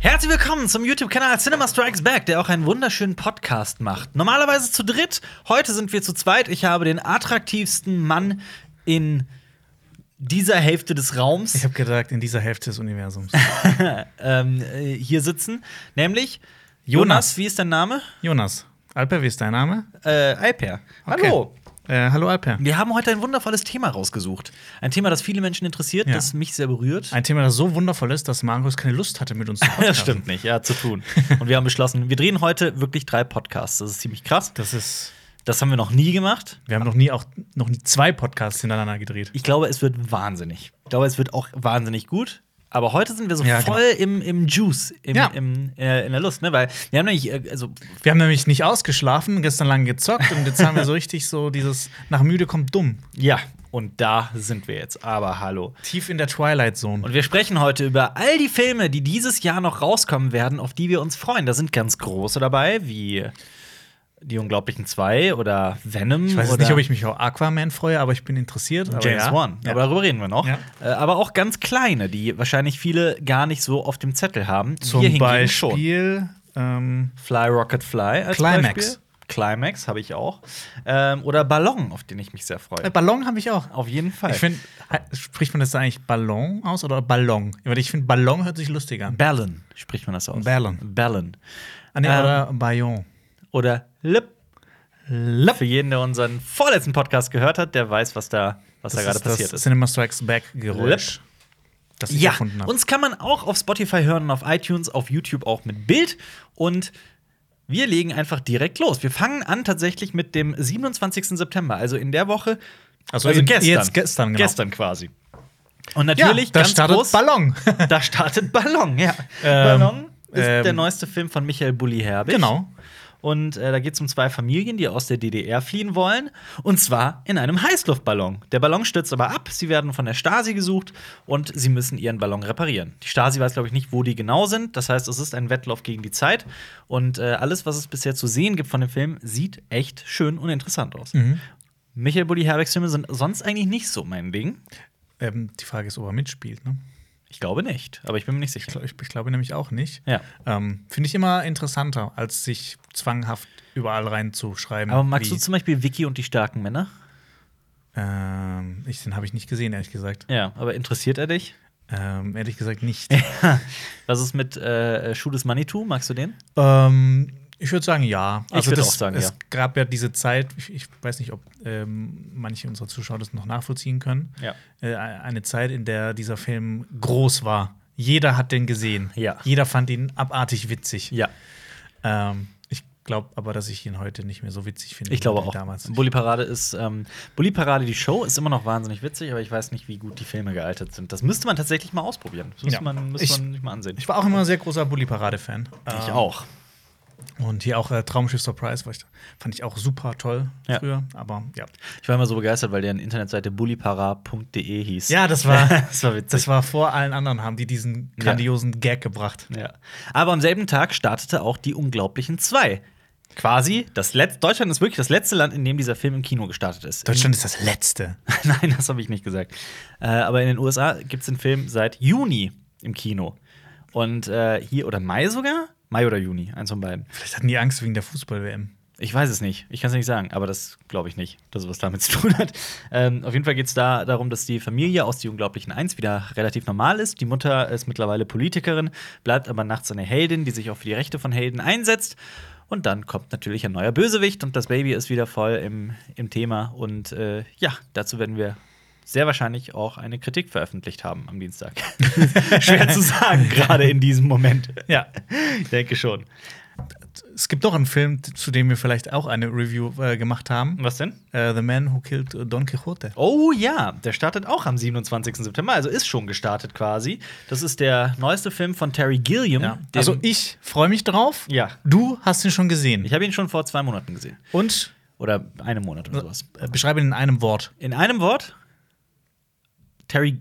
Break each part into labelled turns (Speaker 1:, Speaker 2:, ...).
Speaker 1: Herzlich willkommen zum YouTube-Kanal Cinema Strikes Back, der auch einen wunderschönen Podcast macht. Normalerweise zu dritt, heute sind wir zu zweit. Ich habe den attraktivsten Mann in dieser Hälfte des
Speaker 2: Ich
Speaker 1: Raums
Speaker 2: habe gedacht, in dieser Hälfte des Universums.
Speaker 1: ähm, äh, hier sitzen, nämlich Jonas.
Speaker 2: Jonas.
Speaker 1: Wie ist dein Name?
Speaker 2: Jonas, Alper, wie ist dein Name?
Speaker 1: Äh, Alper.
Speaker 2: Okay.
Speaker 1: Hallo.
Speaker 2: Äh, hallo Alper.
Speaker 1: Wir haben heute ein wundervolles Thema rausgesucht. Ein Thema, das viele Menschen interessiert,
Speaker 2: Ja.
Speaker 1: das mich sehr berührt.
Speaker 2: Ein Thema, das so wundervoll ist, dass Markus keine Lust hatte, mit uns zu podcasten.
Speaker 1: Das stimmt nicht, ja, zu tun. Und wir haben beschlossen, wir drehen heute wirklich drei Podcasts. Das ist ziemlich krass.
Speaker 2: Das ist,
Speaker 1: Das haben wir noch nie gemacht.
Speaker 2: wir haben noch nie auch noch nie zwei Podcasts hintereinander gedreht.
Speaker 1: Ich glaube, es wird wahnsinnig. Ich glaube, es wird auch wahnsinnig gut. Aber heute sind wir so
Speaker 2: Ja, genau.
Speaker 1: voll im, im Juice, im,
Speaker 2: Ja.
Speaker 1: im, äh, in der Lust, ne? Weil wir haben nämlich, äh, also
Speaker 2: Wir haben nämlich nicht ausgeschlafen, gestern lang gezockt und jetzt haben wir so richtig so dieses nach müde kommt dumm.
Speaker 1: ja, und da sind wir jetzt. Aber hallo.
Speaker 2: Tief in der Twilight Zone.
Speaker 1: Und wir sprechen heute über all die Filme, die dieses Jahr noch rauskommen werden, auf die wir uns freuen. Da sind ganz große dabei, wie Die Unglaublichen zwei oder Venom.
Speaker 2: ich weiß jetzt
Speaker 1: oder
Speaker 2: nicht, ob ich mich auf Aquaman freue, aber ich bin interessiert. Aber
Speaker 1: James
Speaker 2: ja.
Speaker 1: Wan.
Speaker 2: Ja.
Speaker 1: Aber darüber reden wir noch.
Speaker 2: Ja.
Speaker 1: Äh, aber auch ganz kleine, die wahrscheinlich viele gar nicht so auf dem Zettel haben. Wir
Speaker 2: zum
Speaker 1: hingegen schon.
Speaker 2: Beispiel ähm,
Speaker 1: Fly Rocket Fly als
Speaker 2: Climax.
Speaker 1: Beispiel. Climax habe ich auch. Ähm, oder Ballon, auf den ich mich sehr freue.
Speaker 2: äh, Ballon habe ich auch.
Speaker 1: Auf jeden Fall.
Speaker 2: Ich finde, spricht man das da eigentlich Ballon aus oder Ballon? Weil ich finde, Ballon hört sich lustig an.
Speaker 1: Ballon spricht man das aus.
Speaker 2: Ballon.
Speaker 1: Ballon.
Speaker 2: Ah, nee,
Speaker 1: Ähm,
Speaker 2: oder Bayon.
Speaker 1: Oder Lip. Lip. Für jeden, der unseren vorletzten Podcast gehört hat, der weiß, was da, was da gerade passiert ist.
Speaker 2: Cinema Strikes Back Geräusch, das ich
Speaker 1: Ja,
Speaker 2: erfunden habe.
Speaker 1: uns kann man auch auf Spotify hören und auf iTunes, auf YouTube auch mit Bild. Und wir legen einfach direkt los. Wir fangen an tatsächlich mit dem 27. September, also in der Woche.
Speaker 2: Also eben jetzt gestern, genau.
Speaker 1: Gestern quasi. Und natürlich,
Speaker 2: da
Speaker 1: ganz
Speaker 2: startet
Speaker 1: groß,
Speaker 2: Ballon.
Speaker 1: da startet Ballon, ja.
Speaker 2: Ähm,
Speaker 1: Ballon ist
Speaker 2: ähm,
Speaker 1: der neueste Film von Michael Bulli Herbig.
Speaker 2: Genau.
Speaker 1: Und äh, da geht es um zwei Familien, die aus der DDR fliehen wollen. Und zwar in einem Heißluftballon. Der Ballon stürzt aber ab, sie werden von der Stasi gesucht und sie müssen ihren Ballon reparieren. Die Stasi weiß, glaube ich, nicht, wo die genau sind. Das heißt, es ist ein Wettlauf gegen die Zeit. Und äh, alles, was es bisher zu sehen gibt von dem Film, sieht echt schön und interessant aus.
Speaker 2: Mhm.
Speaker 1: Michael Bulli Herbigs Filme sind sonst eigentlich nicht so mein Ding.
Speaker 2: ähm, die Frage ist, ob er mitspielt. Ne?
Speaker 1: Ich glaube nicht, aber ich bin mir nicht sicher.
Speaker 2: Ich, ich glaube nämlich auch nicht.
Speaker 1: Ja.
Speaker 2: Ähm, Finde ich immer interessanter, als sich zwanghaft überall reinzuschreiben.
Speaker 1: Aber magst
Speaker 2: wie-
Speaker 1: du zum Beispiel Vicky und die starken Männer?
Speaker 2: ähm, ich, den habe ich nicht gesehen, ehrlich gesagt.
Speaker 1: Ja, aber interessiert er dich?
Speaker 2: Ähm, ehrlich gesagt nicht.
Speaker 1: Was ist mit äh, Schuh des Manitou? Magst du den?
Speaker 2: Ähm, ich würde sagen, ja. Also
Speaker 1: Ich würd
Speaker 2: das-
Speaker 1: auch sagen,
Speaker 2: es
Speaker 1: ja.
Speaker 2: gab ja diese Zeit, ich, ich weiß nicht, ob ähm, manche unserer Zuschauer das noch nachvollziehen können.
Speaker 1: Ja.
Speaker 2: Äh, eine Zeit, in der dieser Film groß war. Jeder hat den gesehen.
Speaker 1: Ja.
Speaker 2: Jeder fand ihn abartig witzig.
Speaker 1: Ja,
Speaker 2: Ähm, ich glaube aber, dass ich ihn heute nicht mehr so witzig finde.
Speaker 1: ich glaube
Speaker 2: wie
Speaker 1: auch.
Speaker 2: Damals.
Speaker 1: Bully Parade ist ähm, Bully Parade die Show ist immer noch wahnsinnig witzig, aber ich weiß nicht, wie gut die Filme gealtert sind. Das müsste man tatsächlich mal ausprobieren. Das müsste
Speaker 2: Ja.
Speaker 1: man, müsste
Speaker 2: Ich-
Speaker 1: man sich mal ansehen.
Speaker 2: Ich war auch immer ein sehr großer Bully-Parade-Fan.
Speaker 1: Ich
Speaker 2: Ähm,
Speaker 1: auch.
Speaker 2: Und hier auch äh, Traumschiff Surprise, war ich, fand ich auch super toll
Speaker 1: Ja.
Speaker 2: früher. Aber ja.
Speaker 1: Ich war immer so begeistert, weil deren Internetseite bullypara.de hieß.
Speaker 2: Ja, das war,
Speaker 1: Das war witzig.
Speaker 2: Das war vor allen anderen, haben die diesen grandiosen Gag gebracht.
Speaker 1: Ja. Aber am selben Tag startete auch die Unglaublichen zwei. Quasi, das Letz Deutschland ist wirklich das letzte Land, in dem dieser Film im Kino gestartet ist.
Speaker 2: Deutschland ist das Letzte.
Speaker 1: Nein, das habe ich nicht gesagt. Äh, aber in den USA gibt es den Film seit Juni im Kino. Und äh, hier, oder Mai sogar? Mai oder Juni, eins von beiden.
Speaker 2: Vielleicht hatten die Angst wegen der Fußball-WM.
Speaker 1: Ich weiß es nicht. Ich kann es nicht sagen, aber das glaube ich nicht, dass es was damit zu tun hat. Ähm, auf jeden Fall geht es da darum, dass die Familie aus Die Unglaublichen 1 wieder relativ normal ist. Die Mutter ist mittlerweile Politikerin, bleibt aber nachts eine Heldin, die sich auch für die Rechte von Helden einsetzt. Und dann kommt natürlich ein neuer Bösewicht und das Baby ist wieder voll im, im Thema. Und äh, ja, dazu werden wir sehr wahrscheinlich auch eine Kritik veröffentlicht haben am Dienstag. Schwer zu sagen, gerade in diesem Moment.
Speaker 2: Ja.
Speaker 1: Ich denke schon.
Speaker 2: Es gibt doch einen Film, zu dem wir vielleicht auch eine Review äh, gemacht haben.
Speaker 1: Was denn?
Speaker 2: Äh, The Man Who Killed Don Quixote.
Speaker 1: Oh ja, der startet auch am 27. September, also ist schon gestartet quasi. Das ist der neueste Film von Terry Gilliam. dem-
Speaker 2: Also ich freue mich drauf.
Speaker 1: Mhm. Ja.
Speaker 2: Du hast ihn schon gesehen.
Speaker 1: ich habe ihn schon vor zwei Monaten gesehen.
Speaker 2: Und
Speaker 1: Oder einem Monat oder sowas.
Speaker 2: äh, beschreibe ihn in einem Wort.
Speaker 1: In einem Wort, Terry.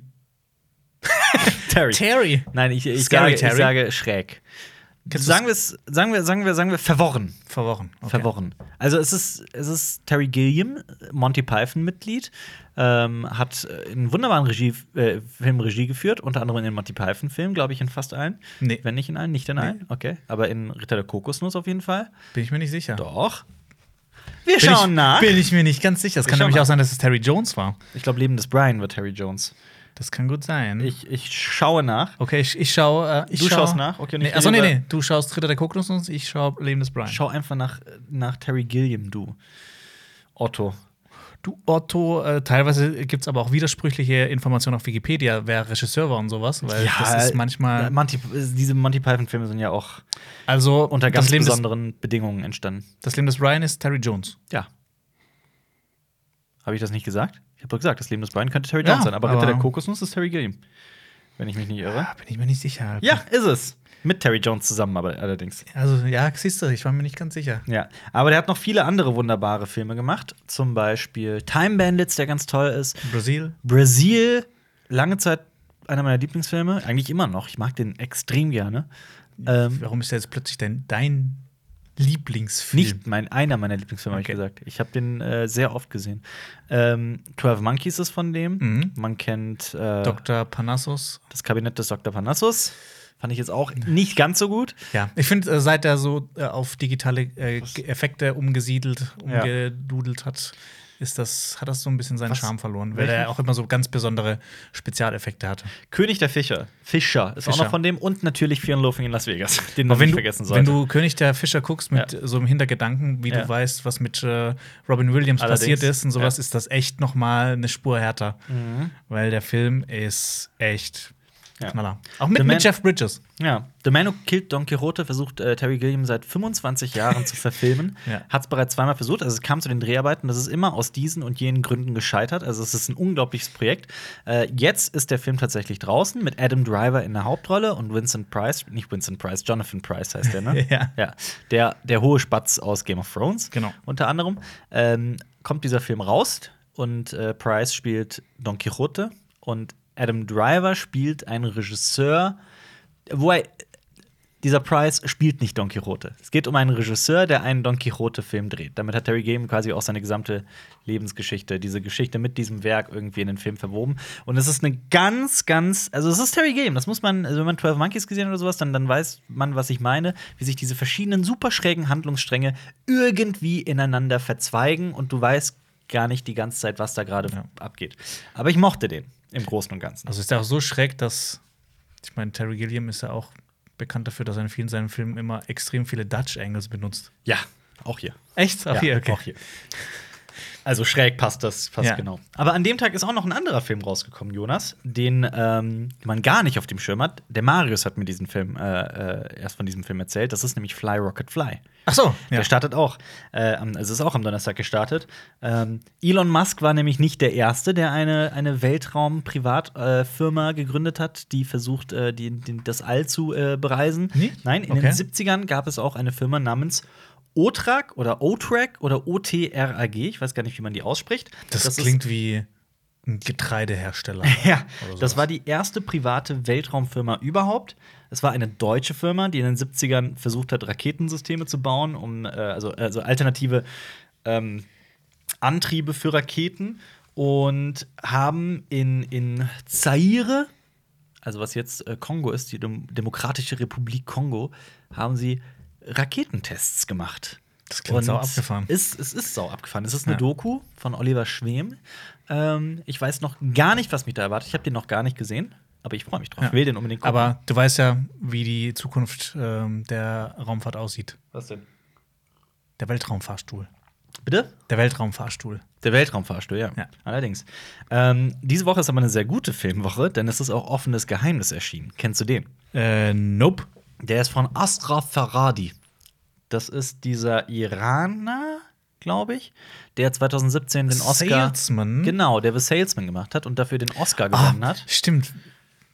Speaker 1: Terry.
Speaker 2: Terry.
Speaker 1: Nein, ich, ich, sage,
Speaker 2: Scary
Speaker 1: ich
Speaker 2: Terry?
Speaker 1: sage schräg.
Speaker 2: Kennst du's?
Speaker 1: sagen wir es, sagen wir, sagen wir, sagen wir verworren.
Speaker 2: Verworren. Okay.
Speaker 1: Verworren. Also es ist, es ist Terry Gilliam, Monty Python-Mitglied, ähm, hat äh, einen wunderbaren Regie, äh, Film Regie geführt, unter anderem in den Monty Python-Filmen, glaube ich, in fast allen.
Speaker 2: Nee.
Speaker 1: Wenn nicht in allen, nicht in allen, okay. Aber in Ritter der Kokosnuss auf jeden Fall.
Speaker 2: Bin ich mir nicht sicher.
Speaker 1: Doch. Wir
Speaker 2: Bin
Speaker 1: schauen
Speaker 2: ich,
Speaker 1: nach.
Speaker 2: Bin ich mir nicht ganz sicher. Es
Speaker 1: Wir
Speaker 2: kann
Speaker 1: schauen
Speaker 2: nämlich
Speaker 1: nach.
Speaker 2: auch sein, dass es Terry Jones war.
Speaker 1: Ich glaube, Leben des Brian wird Terry Jones.
Speaker 2: Das kann gut sein.
Speaker 1: Ich, ich schaue nach.
Speaker 2: okay, ich, ich schaue. Äh, ich
Speaker 1: Du
Speaker 2: schau-
Speaker 1: schaust nach? Okay, und ich
Speaker 2: nee, achso, nee,
Speaker 1: rede
Speaker 2: nee. Du schaust Ritter der Kokosnuss, ich schaue Leben des Brian.
Speaker 1: Schau einfach nach, nach Terry Gilliam, du. Otto.
Speaker 2: Du, Otto, äh, teilweise gibt es aber auch widersprüchliche Informationen auf Wikipedia, wer Regisseur war und sowas, weil das ist
Speaker 1: äh,
Speaker 2: manchmal.
Speaker 1: Monty, diese Monty Python-Filme sind ja auch
Speaker 2: Also,
Speaker 1: unter ganz
Speaker 2: das, Leben des,
Speaker 1: besonderen Bedingungen entstanden.
Speaker 2: das Leben des Brian ist Terry Jones.
Speaker 1: Ja. Habe ich das nicht gesagt? Ich habe doch gesagt, das Leben des Brian könnte Terry
Speaker 2: Ja,
Speaker 1: Jones sein, aber, Ritter
Speaker 2: aber-
Speaker 1: der Kokosnuss ist Terry Gilliam. Wenn ich mich nicht irre.
Speaker 2: Da Ah, bin ich mir nicht sicher.
Speaker 1: Ja, ist es. Mit Terry Jones zusammen, aber allerdings.
Speaker 2: Also, ja, siehst du, ich war mir nicht ganz sicher.
Speaker 1: Ja, aber der hat noch viele andere wunderbare Filme gemacht. Zum Beispiel Time Bandits, der ganz toll ist.
Speaker 2: Brasil.
Speaker 1: Brasil, lange Zeit einer meiner Lieblingsfilme. Eigentlich immer noch. Ich mag den extrem gerne. Ähm,
Speaker 2: Warum ist der jetzt plötzlich dein, dein Lieblingsfilm?
Speaker 1: nicht mein, einer meiner Lieblingsfilme,
Speaker 2: Okay.
Speaker 1: habe ich gesagt. Ich habe den äh, sehr oft gesehen. Ähm, 12 Monkeys ist von dem.
Speaker 2: Mhm.
Speaker 1: Man kennt äh,
Speaker 2: Dr. Panassos.
Speaker 1: das Kabinett des Dr. Panassus. Fand ich jetzt auch
Speaker 2: Mhm.
Speaker 1: nicht ganz so gut.
Speaker 2: Ja, ich finde, äh, seit er so äh, auf digitale äh, G- Effekte umgesiedelt,
Speaker 1: Ja.
Speaker 2: umgedudelt hat, ist das, hat das so ein bisschen seinen
Speaker 1: Was?
Speaker 2: Charme verloren, weil
Speaker 1: Welchen?
Speaker 2: er auch immer so ganz besondere Spezialeffekte hatte.
Speaker 1: König der Fischer. Fischer ist auch
Speaker 2: Fischer.
Speaker 1: noch von dem. Und natürlich Fear and Loafing in Las Vegas, den man
Speaker 2: Aber wenn
Speaker 1: nicht
Speaker 2: du,
Speaker 1: vergessen sollte.
Speaker 2: wenn du König der Fischer guckst mit so einem Hintergedanken, wie
Speaker 1: Ja.
Speaker 2: du weißt, was mit äh, Robin Williams
Speaker 1: Allerdings,
Speaker 2: passiert ist und sowas, ist das echt noch mal eine Spur härter, weil der Film ist echt
Speaker 1: Mhm. Ja.
Speaker 2: Knaller. Auch
Speaker 1: The
Speaker 2: mit,
Speaker 1: Man-
Speaker 2: mit Jeff Bridges.
Speaker 1: Ja, The Man Who Killed Don Quixote versucht äh, Terry Gilliam seit 25 Jahren zu verfilmen.
Speaker 2: Ja.
Speaker 1: Hat es bereits zweimal versucht. Also es kam zu den Dreharbeiten. Das ist immer aus diesen und jenen Gründen gescheitert. Also es ist ein unglaubliches Projekt. Äh, jetzt ist der Film tatsächlich draußen mit Adam Driver in der Hauptrolle und Vincent Price, nicht Vincent Price, Jonathan Price heißt der, ne?
Speaker 2: Ja.
Speaker 1: ja. Der, der hohe Spatz aus Game of Thrones.
Speaker 2: Genau.
Speaker 1: Unter anderem ähm, kommt dieser Film raus und äh, Price spielt Don Quixote und Adam Driver spielt einen Regisseur, Wobei, dieser Price spielt nicht Don Quixote. Es geht um einen Regisseur, der einen Don Quixote-Film dreht. Damit hat Terry Gilliam quasi auch seine gesamte Lebensgeschichte, diese Geschichte mit diesem Werk irgendwie in den Film verwoben. Und es ist eine ganz, ganz, also es ist Terry Gilliam. Das muss man, also wenn man 12 Monkeys gesehen hat oder sowas, dann, dann weiß man, was ich meine, wie sich diese verschiedenen super schrägen Handlungsstränge irgendwie ineinander verzweigen und du weißt gar nicht die ganze Zeit, was da gerade
Speaker 2: Ja.
Speaker 1: abgeht. Aber ich mochte den im Großen und Ganzen.
Speaker 2: Also ist er auch so schräg, dass ich meine, Terry Gilliam ist ja auch bekannt dafür, dass er in vielen seinen Filmen immer extrem viele Dutch Angles benutzt.
Speaker 1: Ja, auch hier.
Speaker 2: Echt? Ach,
Speaker 1: Ja,
Speaker 2: hier, okay.
Speaker 1: auch hier. Also schräg passt das, passt
Speaker 2: Ja.
Speaker 1: genau. Aber an dem Tag ist auch noch ein anderer Film rausgekommen, Jonas, den ähm, man gar nicht auf dem Schirm hat. Der Marius hat mir diesen Film äh, äh, erst von diesem Film erzählt. Das ist nämlich Fly Rocket Fly.
Speaker 2: Ach so, ja.
Speaker 1: Der startet auch. Äh, am- es ist auch am Donnerstag gestartet. Ähm, Elon Musk war nämlich nicht der Erste, der eine, eine Weltraum-Privatfirma äh, Firma gegründet hat, die versucht, äh, die, die, das All zu äh, bereisen.
Speaker 2: Nee?
Speaker 1: Nein, in
Speaker 2: Okay.
Speaker 1: den 70ern gab es auch eine Firma namens O-Track oder O-Track oder OTRAG. Ich weiß gar nicht, wie man die ausspricht.
Speaker 2: das,
Speaker 1: ist-
Speaker 2: klingt wie ein Getreidehersteller.
Speaker 1: ja,
Speaker 2: Oder
Speaker 1: das
Speaker 2: sowas.
Speaker 1: war die erste private Weltraumfirma überhaupt. Es war eine deutsche Firma, die in den 70ern versucht hat, Raketensysteme zu bauen, um äh, also, also alternative ähm, Antriebe für Raketen und haben in, in Zaire, also was jetzt äh, Kongo ist, die Dem Demokratische Republik Kongo, haben sie Raketentests gemacht.
Speaker 2: Das klingt
Speaker 1: Und
Speaker 2: sau abgefahren.
Speaker 1: Ist, es ist sau abgefahren. Es ist eine
Speaker 2: Ja.
Speaker 1: Doku von Oliver Schwem. Ähm, ich weiß noch gar nicht, was mich da erwartet. Ich habe den noch gar nicht gesehen, aber ich freue mich drauf.
Speaker 2: Ja.
Speaker 1: Ich will den unbedingt gucken.
Speaker 2: Aber du weißt ja, wie die Zukunft ähm, der Raumfahrt aussieht.
Speaker 1: was denn?
Speaker 2: Der Weltraumfahrstuhl.
Speaker 1: Bitte?
Speaker 2: Der Weltraumfahrstuhl.
Speaker 1: Der Weltraumfahrstuhl, ja.
Speaker 2: Ja.
Speaker 1: Allerdings. Ähm, diese Woche ist aber eine sehr gute Filmwoche, denn es ist auch offenes Geheimnis erschienen. Kennst du den?
Speaker 2: Äh, nope.
Speaker 1: Der ist von Astra Farhadi. Das ist dieser Iraner, glaube ich, der 2017 den Oscar.
Speaker 2: Salesman? Ah,
Speaker 1: Genau, der The Salesman gemacht hat und dafür den Oscar gewonnen hat.
Speaker 2: Stimmt.
Speaker 1: Ah.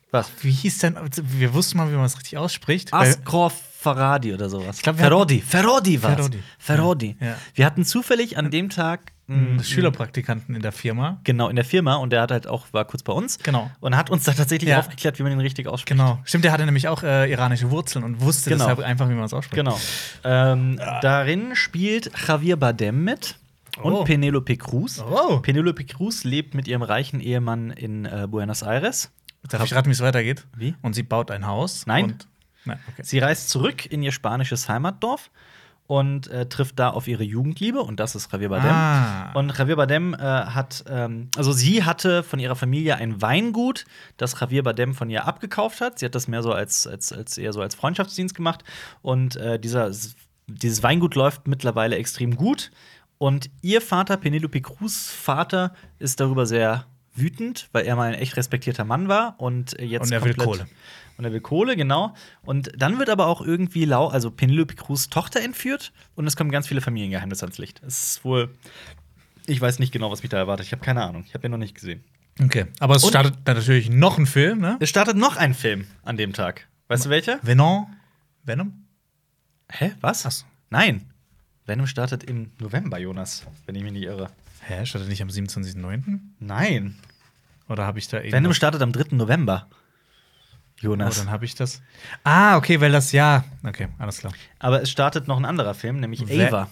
Speaker 1: Was?
Speaker 2: Wie hieß denn? Wir wussten mal, wie man es richtig ausspricht. Weil-
Speaker 1: Ascor Faradi oder sowas.
Speaker 2: Äh, glaub, wir
Speaker 1: Ferodi. Ferodi war
Speaker 2: Ferodi.
Speaker 1: Ferodi.
Speaker 2: Ja. Mhm. Ja.
Speaker 1: Wir hatten zufällig an dem Tag mm,
Speaker 2: einen Schülerpraktikanten in der Firma.
Speaker 1: Genau, in der Firma und der hat halt auch, war kurz bei uns
Speaker 2: Genau.
Speaker 1: und hat uns da tatsächlich
Speaker 2: Ja.
Speaker 1: aufgeklärt, wie man den richtig ausspricht.
Speaker 2: Genau. Stimmt, der hatte nämlich auch äh, iranische Wurzeln und wusste
Speaker 1: Genau.
Speaker 2: deshalb einfach, wie man es ausspricht.
Speaker 1: Genau. Ähm, Darin spielt Javier Bardem mit und
Speaker 2: Oh.
Speaker 1: Penelope Cruz.
Speaker 2: Oh.
Speaker 1: Penelope Cruz lebt mit ihrem reichen Ehemann in äh, Buenos Aires.
Speaker 2: Darf ich raten, wie es weitergeht?
Speaker 1: Wie?
Speaker 2: Und sie baut ein Haus.
Speaker 1: Nein.
Speaker 2: Und, nein okay.
Speaker 1: Sie reist zurück in ihr spanisches Heimatdorf und äh, trifft da auf ihre Jugendliebe und das ist Javier Bardem.
Speaker 2: Ah.
Speaker 1: Und Javier Bardem äh, hat, ähm, also sie hatte von ihrer Familie ein Weingut, das Javier Bardem von ihr abgekauft hat. Sie hat das mehr so als, als, als eher so als Freundschaftsdienst gemacht. Und äh, dieser, dieses Weingut läuft mittlerweile extrem gut. Und ihr Vater, Penelope Cruz Vater, ist darüber sehr wütend, weil er mal ein echt respektierter Mann war und äh, jetzt
Speaker 2: Und er will
Speaker 1: komplett-
Speaker 2: Kohle.
Speaker 1: und er will Kohle, genau. Und dann wird aber auch irgendwie lau, also Penelope Cruz Tochter entführt und es kommen ganz viele Familiengeheimnisse ans Licht. Es ist wohl. Ich weiß nicht genau, was mich da erwartet. Ich habe keine Ahnung. Ich habe den noch nicht gesehen.
Speaker 2: okay. Aber es
Speaker 1: Und-
Speaker 2: startet dann natürlich noch ein Film, ne?
Speaker 1: Es startet noch ein Film an dem Tag. Weißt du welcher?
Speaker 2: Venom. Venom?
Speaker 1: Hä? Was?
Speaker 2: Ach so.
Speaker 1: Nein. Venom startet im November, Jonas, wenn ich mich nicht irre.
Speaker 2: Hä? Startet nicht am 27.09.?
Speaker 1: Nein.
Speaker 2: Oder habe ich da eben.
Speaker 1: Venom startet am 3. November.
Speaker 2: oh,
Speaker 1: Jonas.
Speaker 2: dann habe ich das. Ah, okay, weil das ja. Okay, alles klar.
Speaker 1: Aber es startet noch ein anderer Film, nämlich
Speaker 2: Wer-
Speaker 1: Ava.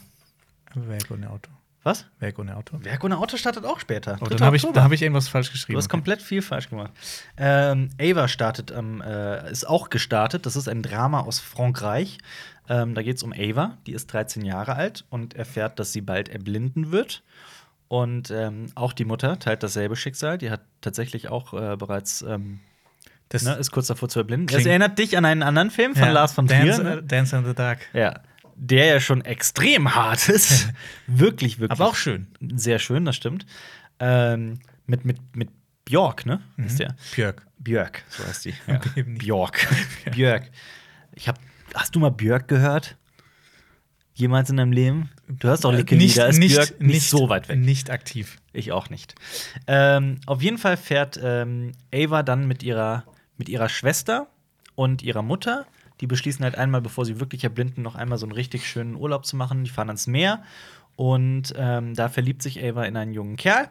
Speaker 2: Werk ohne Auto.
Speaker 1: Was?
Speaker 2: Werk ohne Auto.
Speaker 1: Werk ohne Auto startet auch später.
Speaker 2: Oh,
Speaker 1: 3.
Speaker 2: dann habe ich,
Speaker 1: Oktober.
Speaker 2: dann hab ich irgendwas falsch geschrieben.
Speaker 1: Du hast komplett viel falsch gemacht. Ähm, Ava startet am, äh, ist auch gestartet. Das ist ein Drama aus Frankreich. Ähm, da geht es um Ava, die ist 13 Jahre alt und erfährt, dass sie bald erblinden wird. Und ähm, auch die Mutter teilt dasselbe Schicksal. Die hat tatsächlich auch äh, bereits, ähm,
Speaker 2: das
Speaker 1: ne, ist kurz davor zu erblinden.
Speaker 2: Klingt-
Speaker 1: Das erinnert dich an einen anderen Film von
Speaker 2: ja,
Speaker 1: Lars von Trier.
Speaker 2: Dance,
Speaker 1: Ne?
Speaker 2: äh, Dance in the Dark.
Speaker 1: Ja, der ja schon extrem hart ist. wirklich, wirklich.
Speaker 2: Aber auch schön.
Speaker 1: Sehr schön, das stimmt. Ähm, mit, mit, mit Björk, ne? Ist der.
Speaker 2: Mhm. Björk.
Speaker 1: Björk, so heißt die. Ja.
Speaker 2: Eben nicht.
Speaker 1: Björk. Björk. Ich hab, hast du mal Björk gehört? Jemals in deinem Leben? Du hörst doch
Speaker 2: Äh,
Speaker 1: Licke Lieder, ist Björk nicht, so weit weg.
Speaker 2: Nicht aktiv.
Speaker 1: Ich auch nicht. Ähm, auf jeden Fall fährt ähm, Ava dann mit ihrer, mit ihrer Schwester und ihrer Mutter. Die beschließen halt einmal, bevor sie wirklich erblinden, noch einmal so einen richtig schönen Urlaub zu machen. Die fahren ans Meer und ähm, da verliebt sich Ava in einen jungen Kerl.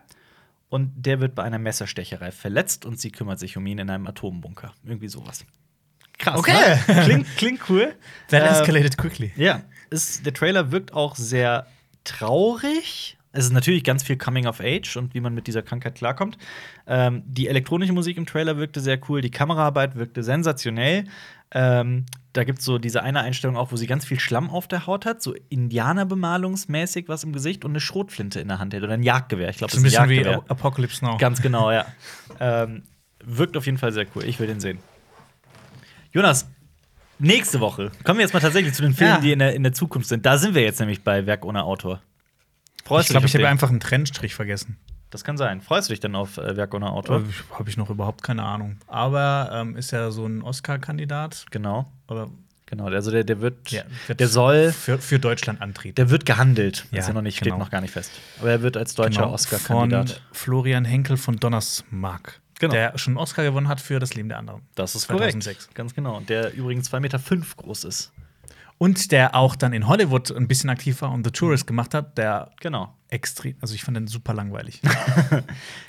Speaker 1: Und der wird bei einer Messerstecherei verletzt und sie kümmert sich um ihn in einem Atombunker. Irgendwie sowas. Krass.
Speaker 2: Okay.
Speaker 1: Ne? Klingt, klingt cool.
Speaker 2: That
Speaker 1: Ähm,
Speaker 2: escalated quickly.
Speaker 1: ja, ist, der Trailer wirkt auch sehr traurig. Es ist natürlich ganz viel Coming of Age und wie man mit dieser Krankheit klarkommt. Ähm, die elektronische Musik im Trailer wirkte sehr cool, die Kameraarbeit wirkte sensationell. Ähm, da gibt es so diese eine Einstellung auch, wo sie ganz viel Schlamm auf der Haut hat, so Indianerbemalungsmäßig was im Gesicht und eine Schrotflinte in der Hand hält oder ein Jagdgewehr. Ich glaube,
Speaker 2: So
Speaker 1: das
Speaker 2: ein
Speaker 1: ist ein
Speaker 2: bisschen wie
Speaker 1: Jagdgewehr.
Speaker 2: Ap- Apocalypse Now.
Speaker 1: Ganz genau, ja. ähm, wirkt auf jeden Fall sehr cool. Ich will den sehen. Jonas, nächste Woche kommen wir jetzt mal tatsächlich zu den Filmen,
Speaker 2: Ja.
Speaker 1: die in der, in der Zukunft sind. Da sind wir jetzt nämlich bei Werk ohne Autor.
Speaker 2: ich
Speaker 1: Freust
Speaker 2: glaube,
Speaker 1: du dich? auf
Speaker 2: ich habe
Speaker 1: den?
Speaker 2: einfach einen Trennstrich vergessen.
Speaker 1: das kann sein. Freust du dich dann auf äh, Werk ohne Autor?
Speaker 2: Habe ich, hab ich noch überhaupt keine Ahnung. Aber ähm, ist ja so ein Oscar-Kandidat.
Speaker 1: Genau.
Speaker 2: Aber
Speaker 1: Genau. Also der, der wird,
Speaker 2: ja, wird
Speaker 1: der soll,
Speaker 2: für, für Deutschland antreten.
Speaker 1: der wird gehandelt.
Speaker 2: Ja,
Speaker 1: ist ja noch nicht,
Speaker 2: genau.
Speaker 1: steht noch gar nicht fest. Aber er wird als deutscher
Speaker 2: Von
Speaker 1: Oscar-Kandidat.
Speaker 2: Florian Henkel von Donnersmarck.
Speaker 1: Genau.
Speaker 2: Der schon einen Oscar gewonnen hat für Das Leben der anderen.
Speaker 1: Das ist
Speaker 2: 2006.
Speaker 1: korrekt. Ganz genau. Der übrigens 2,5 Meter fünf groß ist.
Speaker 2: Und der auch dann in Hollywood ein bisschen aktiv war und The Tourist gemacht hat, der
Speaker 1: Genau.
Speaker 2: extrem, also ich fand den super langweilig.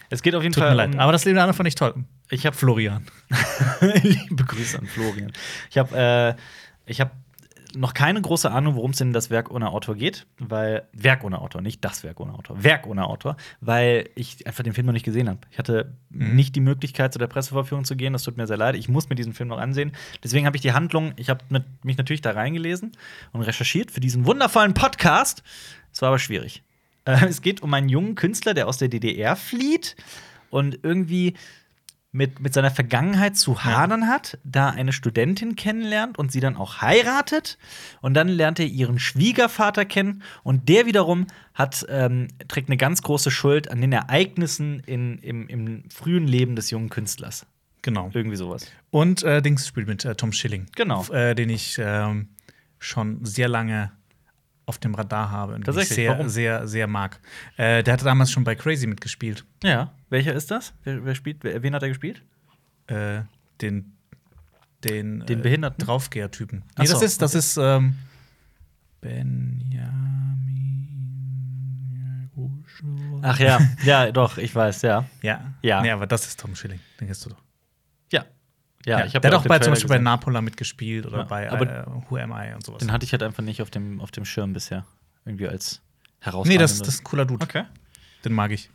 Speaker 1: Es geht auf jeden
Speaker 2: Tut mir
Speaker 1: Fall
Speaker 2: leid.
Speaker 1: um-
Speaker 2: Aber das Leben der anderen fand ich toll.
Speaker 1: Ich habe
Speaker 2: Florian.
Speaker 1: Liebe Grüße an Florian. Ich habe äh, ich hab noch keine große Ahnung, worum es in das Werk ohne Autor geht, weil Werk ohne Autor, nicht das Werk ohne Autor, Werk ohne Autor, weil ich einfach den Film noch nicht gesehen habe. Ich hatte nicht die Möglichkeit, zu der Presseverführung zu gehen. Das tut mir sehr leid. Ich muss mir diesen Film noch ansehen. Deswegen habe ich die Handlung, ich habe mit- mich natürlich da reingelesen und recherchiert für diesen wundervollen Podcast. Es war aber schwierig. Äh, es geht um einen jungen Künstler, der aus der DDR flieht und irgendwie mit, mit seiner Vergangenheit zu hadern hat, da eine Studentin kennenlernt und sie dann auch heiratet. Und dann lernt er ihren Schwiegervater kennen und der wiederum hat, ähm, trägt eine ganz große Schuld an den Ereignissen in, im, im frühen Leben des jungen Künstlers.
Speaker 2: Genau.
Speaker 1: Irgendwie sowas.
Speaker 2: Und äh, Dings spielt mit äh, Tom Schilling.
Speaker 1: Genau.
Speaker 2: F- Äh, den ich ähm, schon sehr lange auf dem Radar habe und den ich
Speaker 1: Tatsächlich?
Speaker 2: sehr,
Speaker 1: Warum?
Speaker 2: sehr, sehr mag. Äh, der hatte damals schon bei Crazy mitgespielt.
Speaker 1: Ja. Welcher ist das? Wer, wer spielt, wer, wen hat er gespielt?
Speaker 2: Äh, den den,
Speaker 1: Den
Speaker 2: äh,
Speaker 1: Behinderten?
Speaker 2: Draufgeher-Typen.
Speaker 1: Ach
Speaker 2: Nee, das
Speaker 1: so,
Speaker 2: ist, das ist ähm, Benjamin
Speaker 1: Ach ja, ja, doch, ich weiß, ja.
Speaker 2: Ja.
Speaker 1: Ja.
Speaker 2: Nee, aber das ist Tom Schilling. Den kennst du doch.
Speaker 1: Ja. Ja, ich habe
Speaker 2: der hat auch bei, zum
Speaker 1: Trailer
Speaker 2: Beispiel bei
Speaker 1: gesehen.
Speaker 2: Napola mitgespielt oder
Speaker 1: Ja,
Speaker 2: bei
Speaker 1: aber
Speaker 2: äh, Who Am I und sowas.
Speaker 1: Den hatte ich halt einfach nicht auf dem, auf dem Schirm bisher. Irgendwie als Herausforderung.
Speaker 2: nee, das, das ist ein cooler Dude.
Speaker 1: Okay.
Speaker 2: Den mag ich.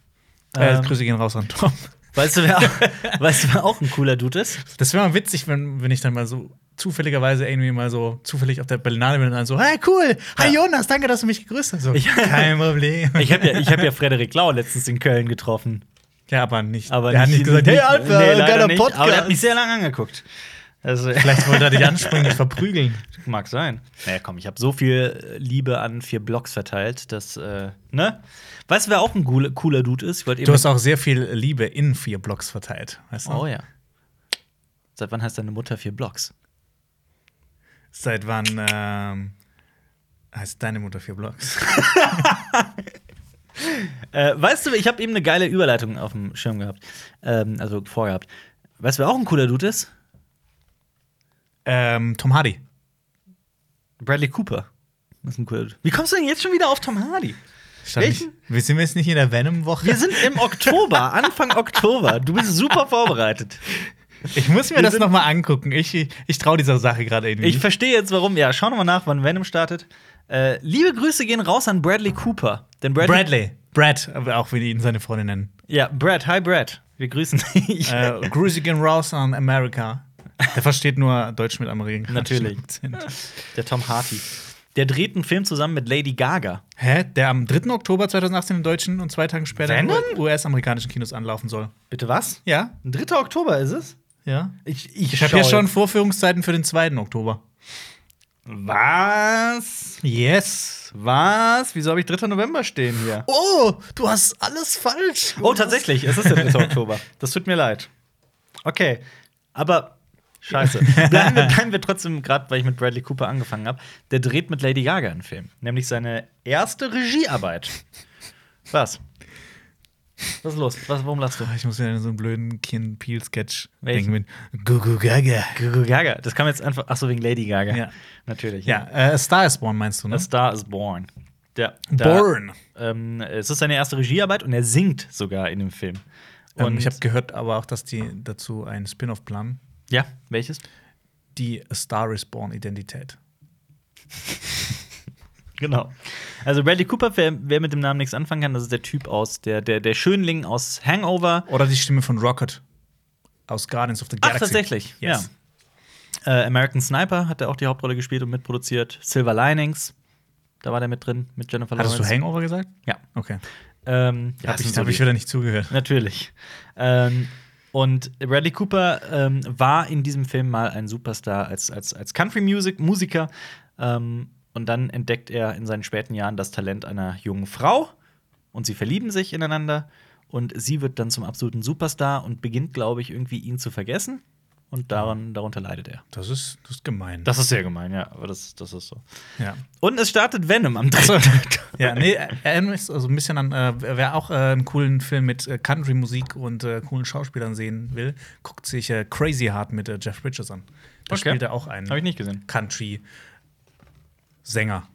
Speaker 1: Ähm.
Speaker 2: äh, Grüße gehen raus an Tom.
Speaker 1: Weißt du, wer auch, weißt du, wer auch ein cooler Dude ist?
Speaker 2: Das wäre mal witzig, wenn, wenn ich dann mal so zufälligerweise irgendwie mal so zufällig auf der Berlinale bin und dann so, hey cool, hi Jonas, danke, dass du mich gegrüßt hast. So,
Speaker 1: Ich-
Speaker 2: kein Problem.
Speaker 1: Ich habe ja, ich hab ja Frederik Lau letztens in Köln getroffen.
Speaker 2: ja, aber nicht.
Speaker 1: Aber
Speaker 2: er hat nicht gesagt, hey Alper,
Speaker 1: nee, leider
Speaker 2: geiler
Speaker 1: nicht,
Speaker 2: Podcast.
Speaker 1: Aber er hat mich sehr lange angeguckt. Also,
Speaker 2: Vielleicht wollte er dich anspringen und verprügeln.
Speaker 1: mag sein. Naja, komm, ich habe so viel äh, Liebe an vier Blogs verteilt, dass, äh, ne? Weißt du, wer auch ein coole- cooler Dude ist? Ich wollte
Speaker 2: Du hast auch sehr viel Liebe in vier Blocks verteilt. Weißt du?
Speaker 1: Oh ja. Seit wann heißt deine Mutter vier Blogs?
Speaker 2: Seit wann ähm, heißt deine Mutter vier Blocks?
Speaker 1: Äh, weißt du, ich habe eben eine geile Überleitung auf dem Schirm gehabt. Ähm, also vorgehabt. Weißt du, wer auch ein cooler Dude ist?
Speaker 2: ähm, Tom Hardy.
Speaker 1: Bradley Cooper. Das ist ein cooler Dude. Wie kommst du denn jetzt schon wieder auf Tom Hardy?
Speaker 2: Stand
Speaker 1: Welchen?
Speaker 2: nicht- Wir sind jetzt nicht in der Venom-Woche.
Speaker 1: Wir sind im Oktober, Anfang Oktober. Du bist super vorbereitet.
Speaker 2: Ich muss mir
Speaker 1: wir
Speaker 2: das
Speaker 1: sind-
Speaker 2: noch mal angucken. Ich, ich, ich traue dieser Sache gerade irgendwie.
Speaker 1: Ich
Speaker 2: nicht.
Speaker 1: verstehe jetzt warum. Ja, schau nochmal nach, wann Venom startet. Äh, liebe Grüße gehen raus an Bradley Cooper. Denn Bradley,
Speaker 2: Bradley. Brad, aber auch wie ihn seine Freunde nennen.
Speaker 1: Ja, Brad. Hi, Brad. Wir grüßen dich.
Speaker 2: Äh, Grüße gehen raus an America. Der versteht nur Deutsch mit Amerikanern.
Speaker 1: Natürlich. Der Tom Hardy. Der dreht einen Film zusammen mit Lady Gaga.
Speaker 2: Hä? Der am 3. Oktober 2018 im deutschen und zwei Tage später in
Speaker 1: Venom?
Speaker 2: US-amerikanischen Kinos anlaufen soll.
Speaker 1: Bitte was?
Speaker 2: Ja?
Speaker 1: 3. Oktober ist es?
Speaker 2: Ja.
Speaker 1: Ich, ich,
Speaker 2: Ich habe hier schon Vorführungszeiten für den 2. Oktober.
Speaker 1: Was?
Speaker 2: Yes.
Speaker 1: Was? Wieso habe ich 3. November stehen hier?
Speaker 2: Oh, du hast alles falsch.
Speaker 1: Oh, tatsächlich, es ist der 3. Oktober. Das tut mir leid. Okay, aber scheiße. Bleiben wir, bleiben wir trotzdem, gerade weil ich mit Bradley Cooper angefangen habe, der dreht mit Lady Gaga einen Film. Nämlich seine erste Regiearbeit. Was? Was ist los? Was, warum lachst du?
Speaker 2: Ich muss mir so einen blöden Ken Peel Sketch
Speaker 1: Welchen?
Speaker 2: denken mit Gugu Gaga.
Speaker 1: Gugu Gaga. Das kam jetzt einfach. Achso, wegen Lady Gaga.
Speaker 2: Ja.
Speaker 1: Natürlich.
Speaker 2: Ja, äh, A Star is Born meinst du, ne?
Speaker 1: A Star is Born. Der,
Speaker 2: Born.
Speaker 1: Ähm, es ist seine erste Regiearbeit und er singt sogar in dem Film. Ähm,
Speaker 2: Und Ähm, ich habe gehört aber auch, dass die dazu einen Spin-off planen,
Speaker 1: ja, welches?
Speaker 2: die A Star is Born Identität.
Speaker 1: Genau. Also Bradley Cooper, wer, wer mit dem Namen nichts anfangen kann, das ist der Typ aus der der der Schönling aus Hangover.
Speaker 2: Oder die Stimme von Rocket aus Guardians of the
Speaker 1: Ach
Speaker 2: Galaxy.
Speaker 1: tatsächlich,
Speaker 2: Yes.
Speaker 1: ja. Äh, American Sniper hat er auch die Hauptrolle gespielt und mitproduziert. Silver Linings, da war der mit drin mit Jennifer
Speaker 2: Hattest du
Speaker 1: Lawrence.
Speaker 2: Hangover gesagt?
Speaker 1: Ja.
Speaker 2: Okay.
Speaker 1: Ähm, ja,
Speaker 2: Ja, habe
Speaker 1: das
Speaker 2: ich,
Speaker 1: sind so
Speaker 2: hab ich
Speaker 1: die-
Speaker 2: wieder nicht zugehört.
Speaker 1: Natürlich. Ähm, und Bradley Cooper ähm, war in diesem Film mal ein Superstar als, als, als Country-Musiker. Ähm, und dann entdeckt er in seinen späten Jahren das Talent einer jungen Frau und sie verlieben sich ineinander. Und sie wird dann zum absoluten Superstar und beginnt, glaube ich, irgendwie ihn zu vergessen. Und daran, darunter leidet er.
Speaker 2: Das ist, das ist gemein.
Speaker 1: Das ist sehr gemein, ja, aber das, das ist so.
Speaker 2: ja.
Speaker 1: Und es startet Venom am 3.
Speaker 2: ja, nee, er- erinnert mich so ein bisschen an, äh, wer auch äh, einen coolen Film mit äh, Country-Musik und äh, coolen Schauspielern sehen will, guckt sich äh, Crazy Heart mit äh, Jeff Bridges an. Da
Speaker 1: Okay.
Speaker 2: spielt er auch einen
Speaker 1: Habe ich nicht gesehen.
Speaker 2: Country-Sänger.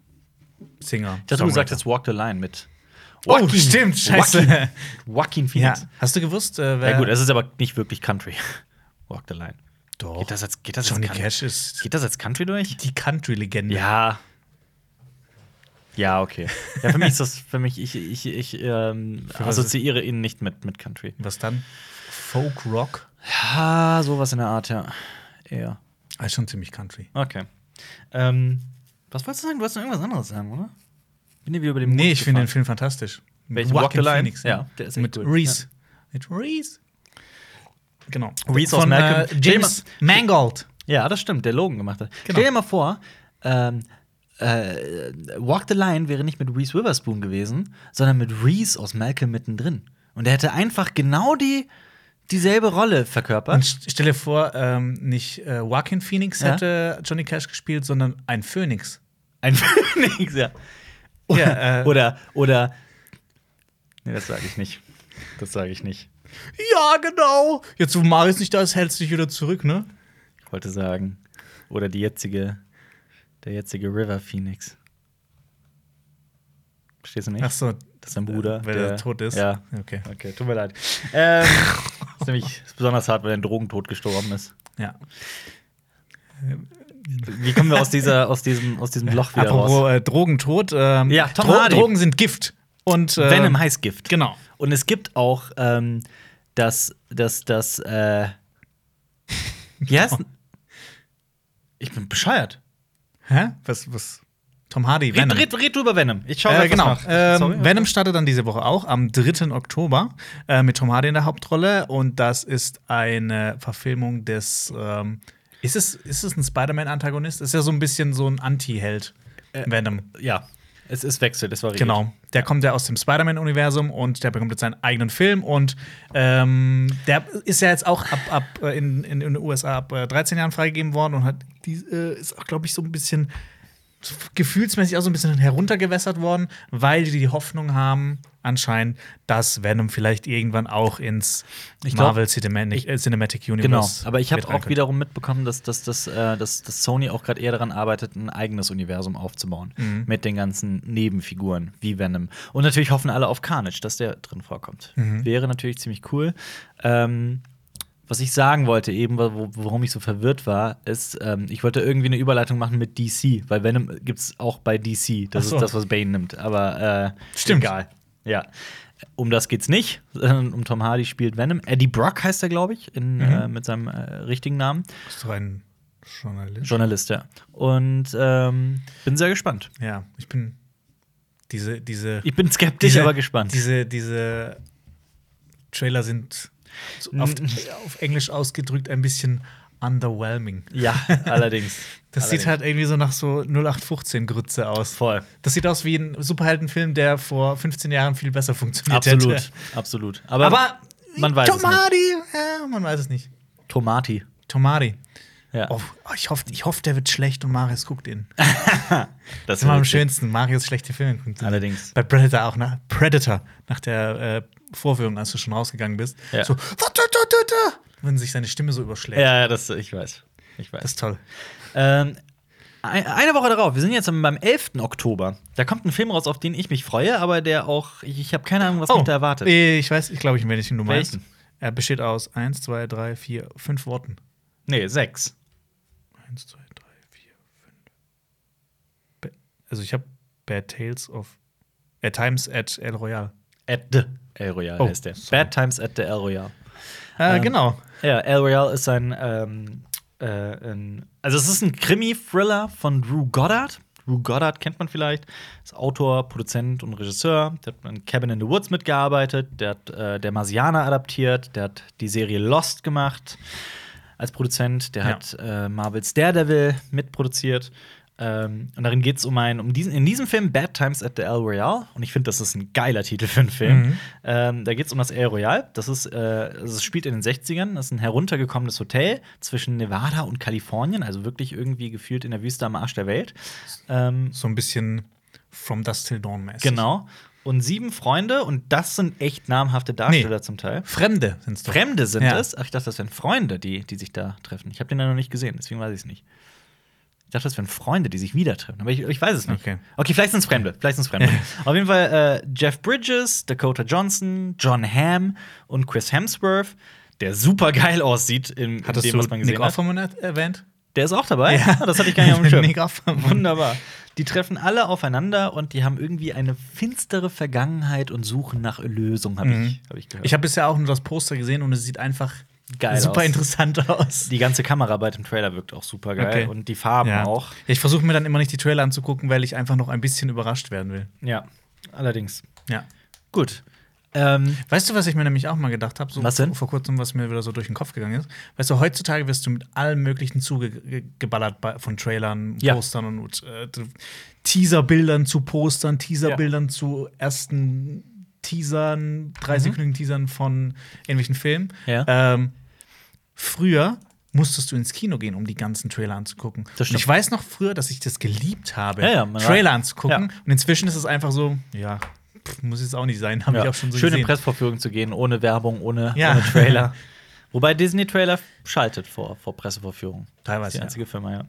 Speaker 2: Singer.
Speaker 1: Ich dachte, du
Speaker 2: Songwriter.
Speaker 1: sagst jetzt Walk the Line mit.
Speaker 2: Oh, stimmt, scheiße.
Speaker 1: Joaquin, Joaquin
Speaker 2: Ja.
Speaker 1: Phoenix.
Speaker 2: Hast du gewusst, äh, wer.
Speaker 1: Ja gut, es ist aber nicht wirklich Country. Walk the Line.
Speaker 2: Doch.
Speaker 1: Geht das als, geht das
Speaker 2: Johnny
Speaker 1: als Country?
Speaker 2: Cash ist
Speaker 1: Geht das als Country durch?
Speaker 2: die Country-Legende.
Speaker 1: Ja. Ja, okay. Ja, für mich ist das, für mich, ich, ich, ich ähm,
Speaker 2: was ist-
Speaker 1: assoziiere ihn nicht mit, mit Country.
Speaker 2: Was dann? Folk Rock?
Speaker 1: Ja, sowas in der Art, ja. Eher.
Speaker 2: Ah, ist schon ziemlich Country.
Speaker 1: Okay. Ähm, was wolltest du sagen? Du wolltest noch irgendwas anderes sagen, oder? Bin dir wieder über den Mund
Speaker 2: Nee, ich finde den
Speaker 1: gefahren.
Speaker 2: Film fantastisch. Mit
Speaker 1: Welchen? Walk the
Speaker 2: Joaquin
Speaker 1: Line?
Speaker 2: Phoenix, ne?
Speaker 1: Ja, der ist echt
Speaker 2: Mit
Speaker 1: gut,
Speaker 2: Reese. Mit Reese. Genau.
Speaker 1: Reese aus Malcolm.
Speaker 2: Äh, James Mangold.
Speaker 1: Ja, das stimmt, der Logan gemacht hat.
Speaker 2: Genau.
Speaker 1: Stell dir mal vor, ähm, äh, Walk the Line wäre nicht mit Reese Witherspoon gewesen, sondern mit Reese aus Malcolm mittendrin. Und er hätte einfach genau die, dieselbe Rolle verkörpert.
Speaker 2: Und st- stell dir vor, ähm, nicht äh, Joaquin Phoenix
Speaker 1: Ja.
Speaker 2: hätte Johnny Cash gespielt, sondern ein Phönix.
Speaker 1: Ein Phönix, ja. Oder,
Speaker 2: Ja, äh.
Speaker 1: oder, oder. Nee, das sage ich nicht. Das sage ich nicht.
Speaker 2: Ja, genau. Jetzt, wo Marius nicht da ist, hältst du dich wieder zurück, ne?
Speaker 1: Ich wollte sagen. Oder die jetzige, der jetzige River Phoenix. Verstehst du mich?
Speaker 2: Ach so,
Speaker 1: Das ist sein Bruder.
Speaker 2: Weil er tot ist?
Speaker 1: Ja.
Speaker 2: Okay.
Speaker 1: Okay, tut mir leid. Ähm, ist nämlich besonders hart, weil er in Drogentot gestorben ist.
Speaker 2: Ja.
Speaker 1: Wie kommen wir aus, dieser, aus, diesem, aus diesem Loch wieder raus?
Speaker 2: Apropos äh, Drogentod. Ähm,
Speaker 1: Ja, Tom Hardy.
Speaker 2: Drogen sind Gift. Und, äh,
Speaker 1: Venom heißt Gift.
Speaker 2: Genau.
Speaker 1: Und es gibt auch ähm, das, das, das, äh, wie heißt Ich bin bescheuert.
Speaker 2: Hä? Was, was? Tom Hardy,
Speaker 1: Red,
Speaker 2: Venom.
Speaker 1: red, red du über Venom. Ich schaue
Speaker 2: Äh,
Speaker 1: mal
Speaker 2: genau.
Speaker 1: nach. Sorry.
Speaker 2: Ähm, Venom startet dann diese Woche auch am 3. Oktober äh, mit Tom Hardy in der Hauptrolle und das ist eine Verfilmung des. Ähm, ist es, ist es ein Spider-Man-Antagonist? Ist ja so ein bisschen so ein Anti-Held.
Speaker 1: Äh,
Speaker 2: Venom.
Speaker 1: Ja, es ist Wechsel, das war richtig.
Speaker 2: Genau. Der kommt ja aus dem Spider-Man-Universum und der bekommt jetzt seinen eigenen Film. Und ähm, der ist ja jetzt auch ab, ab äh, in, in, in den USA ab äh, 13 Jahren freigegeben worden und hat die, äh, ist auch, glaube ich, so ein bisschen gefühlsmäßig auch so ein bisschen heruntergewässert worden, weil die die Hoffnung haben, anscheinend, dass Venom vielleicht irgendwann auch ins
Speaker 1: glaub-
Speaker 2: Marvel Cinematic, äh, Cinematic
Speaker 1: Genau,
Speaker 2: Universe.
Speaker 1: aber ich
Speaker 2: mit
Speaker 1: habe
Speaker 2: rein
Speaker 1: auch
Speaker 2: könnte.
Speaker 1: wiederum mitbekommen, dass, dass, dass, äh, dass, dass Sony auch gerade eher daran arbeitet, ein eigenes Universum aufzubauen.
Speaker 2: Mhm.
Speaker 1: Mit den ganzen Nebenfiguren wie Venom. Und natürlich hoffen alle auf Carnage, dass der drin vorkommt.
Speaker 2: Mhm.
Speaker 1: Wäre natürlich ziemlich cool. Ähm, was ich sagen wollte eben, wa- wo, warum ich so verwirrt war, ist, ähm, ich wollte irgendwie eine Überleitung machen mit DC, weil Venom gibt es auch bei DC. Das
Speaker 2: Ach so.
Speaker 1: ist das, was Bane nimmt. Aber äh,
Speaker 2: Stimmt.
Speaker 1: egal. Ja. Um das geht's nicht. sondern Um Tom Hardy spielt Venom. Eddie Brock heißt er, glaube ich, in,
Speaker 2: Mhm.
Speaker 1: äh, mit seinem äh, richtigen Namen.
Speaker 2: Bist du ein Journalist?
Speaker 1: Journalist, ja. Und ähm, bin sehr gespannt.
Speaker 2: Ja, ich bin diese, diese
Speaker 1: Ich bin skeptisch, aber gespannt.
Speaker 2: Diese, diese Trailer sind so auf, auf Englisch ausgedrückt ein bisschen underwhelming.
Speaker 1: ja, allerdings.
Speaker 2: Das
Speaker 1: allerdings.
Speaker 2: sieht halt irgendwie so nach so 0815-Grütze aus.
Speaker 1: voll.
Speaker 2: Das sieht aus wie ein Superheldenfilm, der vor 15 Jahren viel besser funktioniert hätte.
Speaker 1: Absolut, absolut. Aber,
Speaker 2: Aber
Speaker 1: man weiß es nicht.
Speaker 2: Tomadi, ja, man weiß es nicht.
Speaker 1: Tomati.
Speaker 2: Tomadi.
Speaker 1: Ja,
Speaker 2: Oh, oh, ich hoffe, ich hoff, der wird schlecht und Marius guckt ihn.
Speaker 1: das
Speaker 2: Das ist immer am
Speaker 1: witzig.
Speaker 2: schönsten, Marius schlechte Filme guckt.
Speaker 1: Allerdings.
Speaker 2: Bei Predator auch, ne? Predator, nach der äh, Vorführung, als du schon rausgegangen bist.
Speaker 1: Ja.
Speaker 2: So, "Wa, da, da, da, da", wenn sich seine Stimme so überschlägt.
Speaker 1: Ja, ja, das, ich weiß. Ich weiß.
Speaker 2: Das ist toll.
Speaker 1: Ähm, ein- eine Woche darauf, wir sind jetzt am- beim 11. Oktober. Da kommt ein Film raus, auf den ich mich freue, aber der auch, ich, ich habe keine Ahnung, was mich da erwartet.
Speaker 2: äh, Ich weiß, ich glaube, ich will nicht, wen du meinst.
Speaker 1: Welchen?
Speaker 2: Er besteht aus 1, 2, 3, 4, 5 Worten.
Speaker 1: Nee, sechs.
Speaker 2: 1, 2, 3, 4, 5. Also ich habe Bad Tales of äh, Times at El Royale.
Speaker 1: At the El Royale
Speaker 2: Oh,
Speaker 1: heißt der.
Speaker 2: sorry.
Speaker 1: Bad Times at the El Royale.
Speaker 2: Äh,
Speaker 1: Ähm,
Speaker 2: genau.
Speaker 1: Ja, El Royale ist ein, ähm, äh, ein also es ist ein Krimi-Thriller von Drew Goddard. Drew Goddard kennt man vielleicht, ist Autor, Produzent und Regisseur. Der hat an Cabin in the Woods mitgearbeitet, der hat äh, der Marsianer adaptiert, der hat die Serie Lost gemacht als Produzent, der
Speaker 2: Ja.
Speaker 1: hat äh, Marvels Daredevil mitproduziert. Ähm, und darin geht es um einen, um diesen, in diesem Film Bad Times at the El Royale. Und ich finde, das ist ein geiler Titel für einen Film.
Speaker 2: Mhm.
Speaker 1: Ähm, da geht es um das El Royale. Das ist, äh, es spielt in den 60ern. Das ist ein heruntergekommenes Hotel zwischen Nevada und Kalifornien. Also wirklich irgendwie gefühlt in der Wüste am Arsch der Welt. Ähm,
Speaker 2: So ein bisschen From Dust Till Dawn mäßig.
Speaker 1: genau. Und sieben Freunde. Und das sind echt namhafte Darsteller
Speaker 2: Nee.
Speaker 1: zum Teil.
Speaker 2: Fremde sind's doch.
Speaker 1: Fremde sind
Speaker 2: Ja.
Speaker 1: es. Ach, ich dachte, das wären Freunde, die, die sich da treffen. Ich habe den ja noch nicht gesehen, deswegen weiß ich es nicht. Ich dachte, das wären Freunde, die sich wieder treffen, aber ich, ich weiß es nicht.
Speaker 2: Okay.
Speaker 1: vielleicht sind es Fremde. Vielleicht sind's Fremde. Auf jeden Fall äh, Jeff Bridges, Dakota Johnson, John Hamm und Chris Hemsworth, der super geil aussieht in, in
Speaker 2: Hattest
Speaker 1: dem,
Speaker 2: du
Speaker 1: was man gesehen
Speaker 2: Nick
Speaker 1: hat.
Speaker 2: Offerman er- erwähnt?
Speaker 1: Der ist auch dabei. Ah, Das hatte ich gar nicht auf dem Schirm.
Speaker 2: Nick Offerman.
Speaker 1: Wunderbar. Die treffen alle aufeinander und die haben irgendwie eine finstere Vergangenheit und suchen nach Erlösung, habe
Speaker 2: Mhm.
Speaker 1: ich, hab ich gehört.
Speaker 2: Ich habe bisher auch nur das Poster gesehen und es sieht einfach
Speaker 1: Geil
Speaker 2: super
Speaker 1: aus.
Speaker 2: interessant aus.
Speaker 1: Die ganze Kameraarbeit im Trailer wirkt auch super geil
Speaker 2: Okay.
Speaker 1: und die Farben auch.
Speaker 2: Ich versuche mir dann immer nicht die Trailer anzugucken, weil ich einfach noch ein bisschen überrascht werden will.
Speaker 1: Ja, allerdings.
Speaker 2: Ja.
Speaker 1: Gut. Ähm,
Speaker 2: Weißt du, was ich mir nämlich auch mal gedacht habe, so
Speaker 1: Was denn?
Speaker 2: vor kurzem, was mir wieder so durch den Kopf gegangen ist? Weißt du, heutzutage wirst du mit allem möglichen zugeballert bei- von Trailern,
Speaker 1: Ja.
Speaker 2: Postern und äh, Teaserbildern zu Postern, Teaserbildern zu ersten Teasern, 30-sekündigen Teasern von irgendwelchen Filmen.
Speaker 1: Mhm. Ja.
Speaker 2: Ähm, früher musstest du ins Kino gehen, um die ganzen Trailer anzugucken.
Speaker 1: Das
Speaker 2: und
Speaker 1: stimmt.
Speaker 2: ich weiß noch früher, dass ich das geliebt habe,
Speaker 1: Ja, ja, man-
Speaker 2: Trailer anzugucken.
Speaker 1: Ja.
Speaker 2: Und inzwischen ist es einfach so, ja, pff, muss jetzt auch nicht sein, habe
Speaker 1: ja.
Speaker 2: ich auch schon so
Speaker 1: Schön in
Speaker 2: gesehen.
Speaker 1: Pressevorführungen zu gehen, ohne Werbung, ohne,
Speaker 2: Ja.
Speaker 1: ohne Trailer. Wobei Disney-Trailer schaltet vor, vor Pressevorführungen. Das ist
Speaker 2: Teilweise,
Speaker 1: Die
Speaker 2: ja.
Speaker 1: einzige Firma, ja.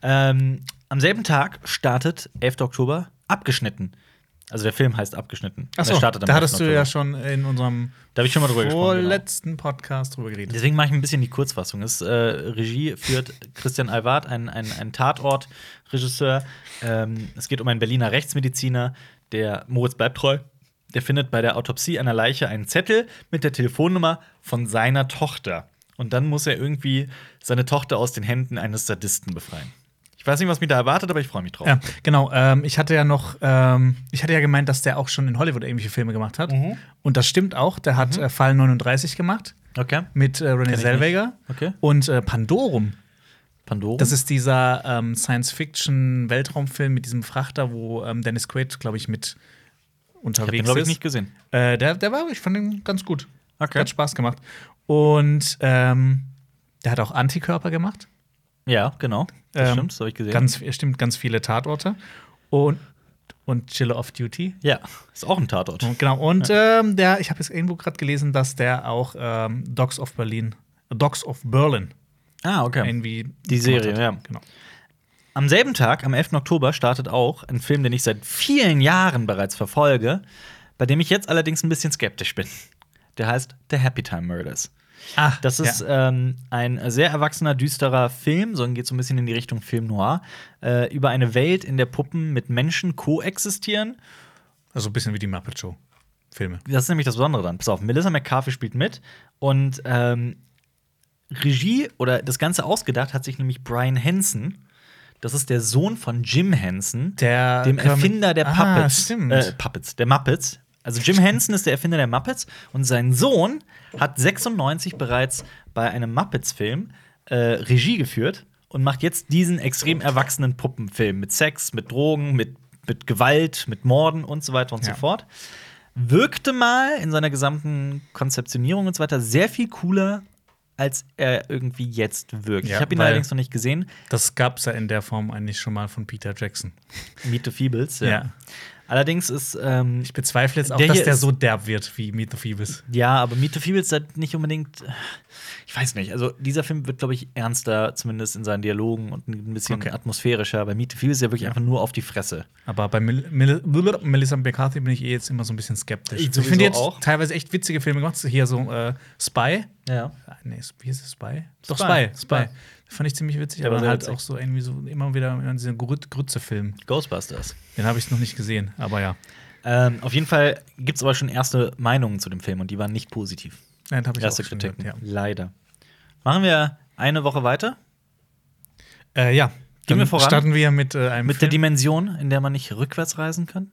Speaker 1: Ähm, am selben Tag startet, 11. Oktober, abgeschnitten. Also der Film heißt abgeschnitten.
Speaker 2: Achso,
Speaker 1: der
Speaker 2: da hattest du
Speaker 1: Oktober.
Speaker 2: ja schon in unserem
Speaker 1: Da hab ich schon mal drüber gesprochen, genau.
Speaker 2: vorletzten Podcast drüber geredet.
Speaker 1: Deswegen mache ich ein bisschen die Kurzfassung. Es, äh, Regie führt Christian Alvard, ein, ein, ein Tatort-Regisseur. Ähm, es geht um einen Berliner Rechtsmediziner, der Moritz bleibt treu. Der findet bei der Autopsie einer Leiche einen Zettel mit der Telefonnummer von seiner Tochter. Und dann muss er irgendwie seine Tochter aus den Händen eines Sadisten befreien. Ich weiß nicht, was mich da erwartet, aber ich freue mich drauf.
Speaker 2: Ja, genau. Ähm, ich hatte ja noch, ähm, ich hatte ja gemeint, dass der auch schon in Hollywood ähnliche Filme gemacht hat.
Speaker 1: Mhm.
Speaker 2: Und das stimmt auch. Der hat äh, Fall 39 gemacht
Speaker 1: Okay.
Speaker 2: mit äh, René
Speaker 1: ich
Speaker 2: Zellweger
Speaker 1: nicht. Mhm. Okay.
Speaker 2: und äh, Pandorum.
Speaker 1: Pandora.
Speaker 2: Das ist dieser ähm, Science-Fiction-Weltraumfilm mit diesem Frachter, wo ähm, Dennis Quaid, glaube ich, mit
Speaker 1: ich habe den,
Speaker 2: unterwegs
Speaker 1: glaube ich,
Speaker 2: ist.
Speaker 1: nicht gesehen.
Speaker 2: Äh, der, der war, ich fand den ganz gut.
Speaker 1: Okay.
Speaker 2: Hat Spaß gemacht. Und ähm, der hat auch Antikörper gemacht.
Speaker 1: Ja, genau. Das
Speaker 2: Ähm,
Speaker 1: stimmt, das habe ich gesehen.
Speaker 2: Ganz, stimmt, ganz viele Tatorte. Und, und Chiller of Duty.
Speaker 1: ja, ist auch ein Tatort.
Speaker 2: Und Genau. Und ähm, der, ich habe jetzt irgendwo gerade gelesen, dass der auch ähm, Dogs of Berlin, Dogs of Berlin
Speaker 1: Ah, okay.
Speaker 2: irgendwie.
Speaker 1: Die
Speaker 2: gemacht
Speaker 1: Serie,
Speaker 2: hat.
Speaker 1: ja.
Speaker 2: Genau.
Speaker 1: Am selben Tag, am 11. Oktober, startet auch ein Film, den ich seit vielen Jahren bereits verfolge, bei dem ich jetzt allerdings ein bisschen skeptisch bin. Der heißt The Happy Time Murders.
Speaker 2: Ah,
Speaker 1: Das ist ähm, ein sehr erwachsener, düsterer Film, sondern geht so ein bisschen in die Richtung Film Noir, äh, über eine Welt, in der Puppen mit Menschen koexistieren
Speaker 2: Also ein bisschen wie die Muppet Show. Filme.
Speaker 1: das ist nämlich das Besondere dann. Pass auf, Melissa McCarthy spielt mit und ähm, Regie oder das Ganze ausgedacht hat sich nämlich Brian Henson. Das ist der Sohn von Jim Henson,
Speaker 2: Der
Speaker 1: dem
Speaker 2: Kermit-
Speaker 1: Erfinder der
Speaker 2: Ah,
Speaker 1: Puppets.
Speaker 2: stimmt.
Speaker 1: äh, Puppets, der Muppets. Also Jim Henson ist der Erfinder der Muppets und sein Sohn hat 96 bereits bei einem Muppets-Film äh, Regie geführt und macht jetzt diesen extrem erwachsenen Puppenfilm mit Sex, mit Drogen, mit, mit Gewalt, mit Morden und so weiter und
Speaker 2: Ja.
Speaker 1: so fort wirkte mal in seiner gesamten Konzeptionierung und so weiter sehr viel cooler, als er irgendwie jetzt wirkt.
Speaker 2: Ja,
Speaker 1: ich habe ihn
Speaker 2: weil-
Speaker 1: allerdings noch nicht gesehen.
Speaker 2: Das gab's ja in der Form eigentlich schon mal von Peter Jackson.
Speaker 1: Meet the Feebles. Ja.
Speaker 2: Ja.
Speaker 1: Allerdings ist, ähm,
Speaker 2: Ich bezweifle jetzt auch,
Speaker 1: Der
Speaker 2: dass
Speaker 1: hier
Speaker 2: der
Speaker 1: ist-
Speaker 2: so derb wird wie Meet the Phoebus.
Speaker 1: ja, aber Meet the Feebles hat nicht unbedingt, ich weiß nicht, also dieser Film wird, glaube ich, ernster, zumindest in seinen Dialogen und ein bisschen
Speaker 2: Okay.
Speaker 1: atmosphärischer. Bei Meet the Feebles ist er wirklich einfach nur auf die Fresse.
Speaker 2: Aber bei Mel Mel Mel Melissa McCarthy bin ich eh jetzt immer so ein bisschen skeptisch.
Speaker 1: Ich
Speaker 2: Ich,
Speaker 1: sowieso
Speaker 2: finde jetzt
Speaker 1: auch.
Speaker 2: teilweise echt witzige Filme gemacht. Hier so äh, Spy.
Speaker 1: Ja.
Speaker 2: Ah, Nee, wie hieß es? Spy? Doch,
Speaker 1: Spy.
Speaker 2: Spy. Spy. Fand ich ziemlich witzig,
Speaker 1: Der war
Speaker 2: aber
Speaker 1: sehr
Speaker 2: halt
Speaker 1: witzig.
Speaker 2: auch so irgendwie so immer wieder in diesen Grüt- Grütze-Film.
Speaker 1: Ghostbusters.
Speaker 2: Den habe ich noch nicht gesehen, aber ja.
Speaker 1: Ähm, auf jeden Fall gibt es aber schon erste Meinungen zu dem Film und die waren nicht positiv.
Speaker 2: Nein, habe ich
Speaker 1: Erste
Speaker 2: auch schon
Speaker 1: Kritiken.
Speaker 2: gehört,
Speaker 1: Leider. Machen wir eine Woche weiter?
Speaker 2: Ja, äh, ja.
Speaker 1: Gehen wir
Speaker 2: Dann
Speaker 1: voran?
Speaker 2: starten wir mit äh, einem
Speaker 1: Mit der
Speaker 2: Film.
Speaker 1: Dimension, in der man nicht rückwärts reisen kann?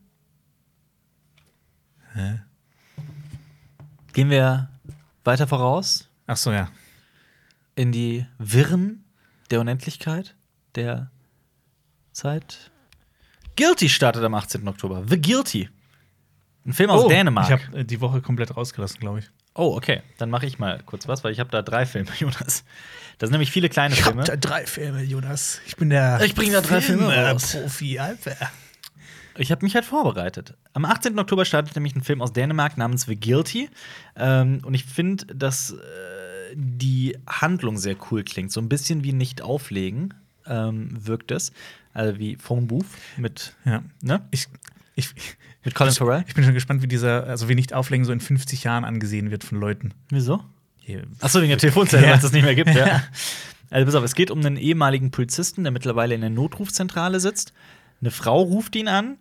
Speaker 2: Hä?
Speaker 1: Gehen wir weiter voraus
Speaker 2: Ach so, ja.
Speaker 1: in die Wirren der Unendlichkeit, der Zeit. Guilty startet am 18. Oktober. The Guilty. Ein Film aus
Speaker 2: oh,
Speaker 1: Dänemark.
Speaker 2: Ich habe äh, die Woche komplett rausgelassen, glaube ich.
Speaker 1: oh, okay. Dann mache ich mal kurz was, weil ich habe da drei Filme, Jonas. Das sind nämlich viele kleine Filme.
Speaker 2: drei Filme, Jonas. Ich bin der
Speaker 1: Ich bring da drei Filme raus.
Speaker 2: Profi, Alter.
Speaker 1: Ich habe mich halt vorbereitet. Am 18. Oktober startet nämlich ein Film aus Dänemark namens The Guilty. Ähm, und ich finde, dass äh, die Handlung sehr cool klingt. So ein bisschen wie Nicht auflegen ähm, wirkt es. Also wie Phone Booth mit,
Speaker 2: Ja.
Speaker 1: ne?
Speaker 2: Ich, ich,
Speaker 1: mit Colin Farrell.
Speaker 2: ich bin schon gespannt, wie dieser, also wie nicht auflegen, so in 50 Jahren angesehen wird von Leuten.
Speaker 1: Wieso?
Speaker 2: Hier-
Speaker 1: Achso, wegen der Telefonzelle,
Speaker 2: Ja.
Speaker 1: weil es das nicht mehr gibt, ja. Also pass auf, es geht um einen ehemaligen Polizisten, der mittlerweile in der Notrufzentrale sitzt. Eine Frau ruft ihn an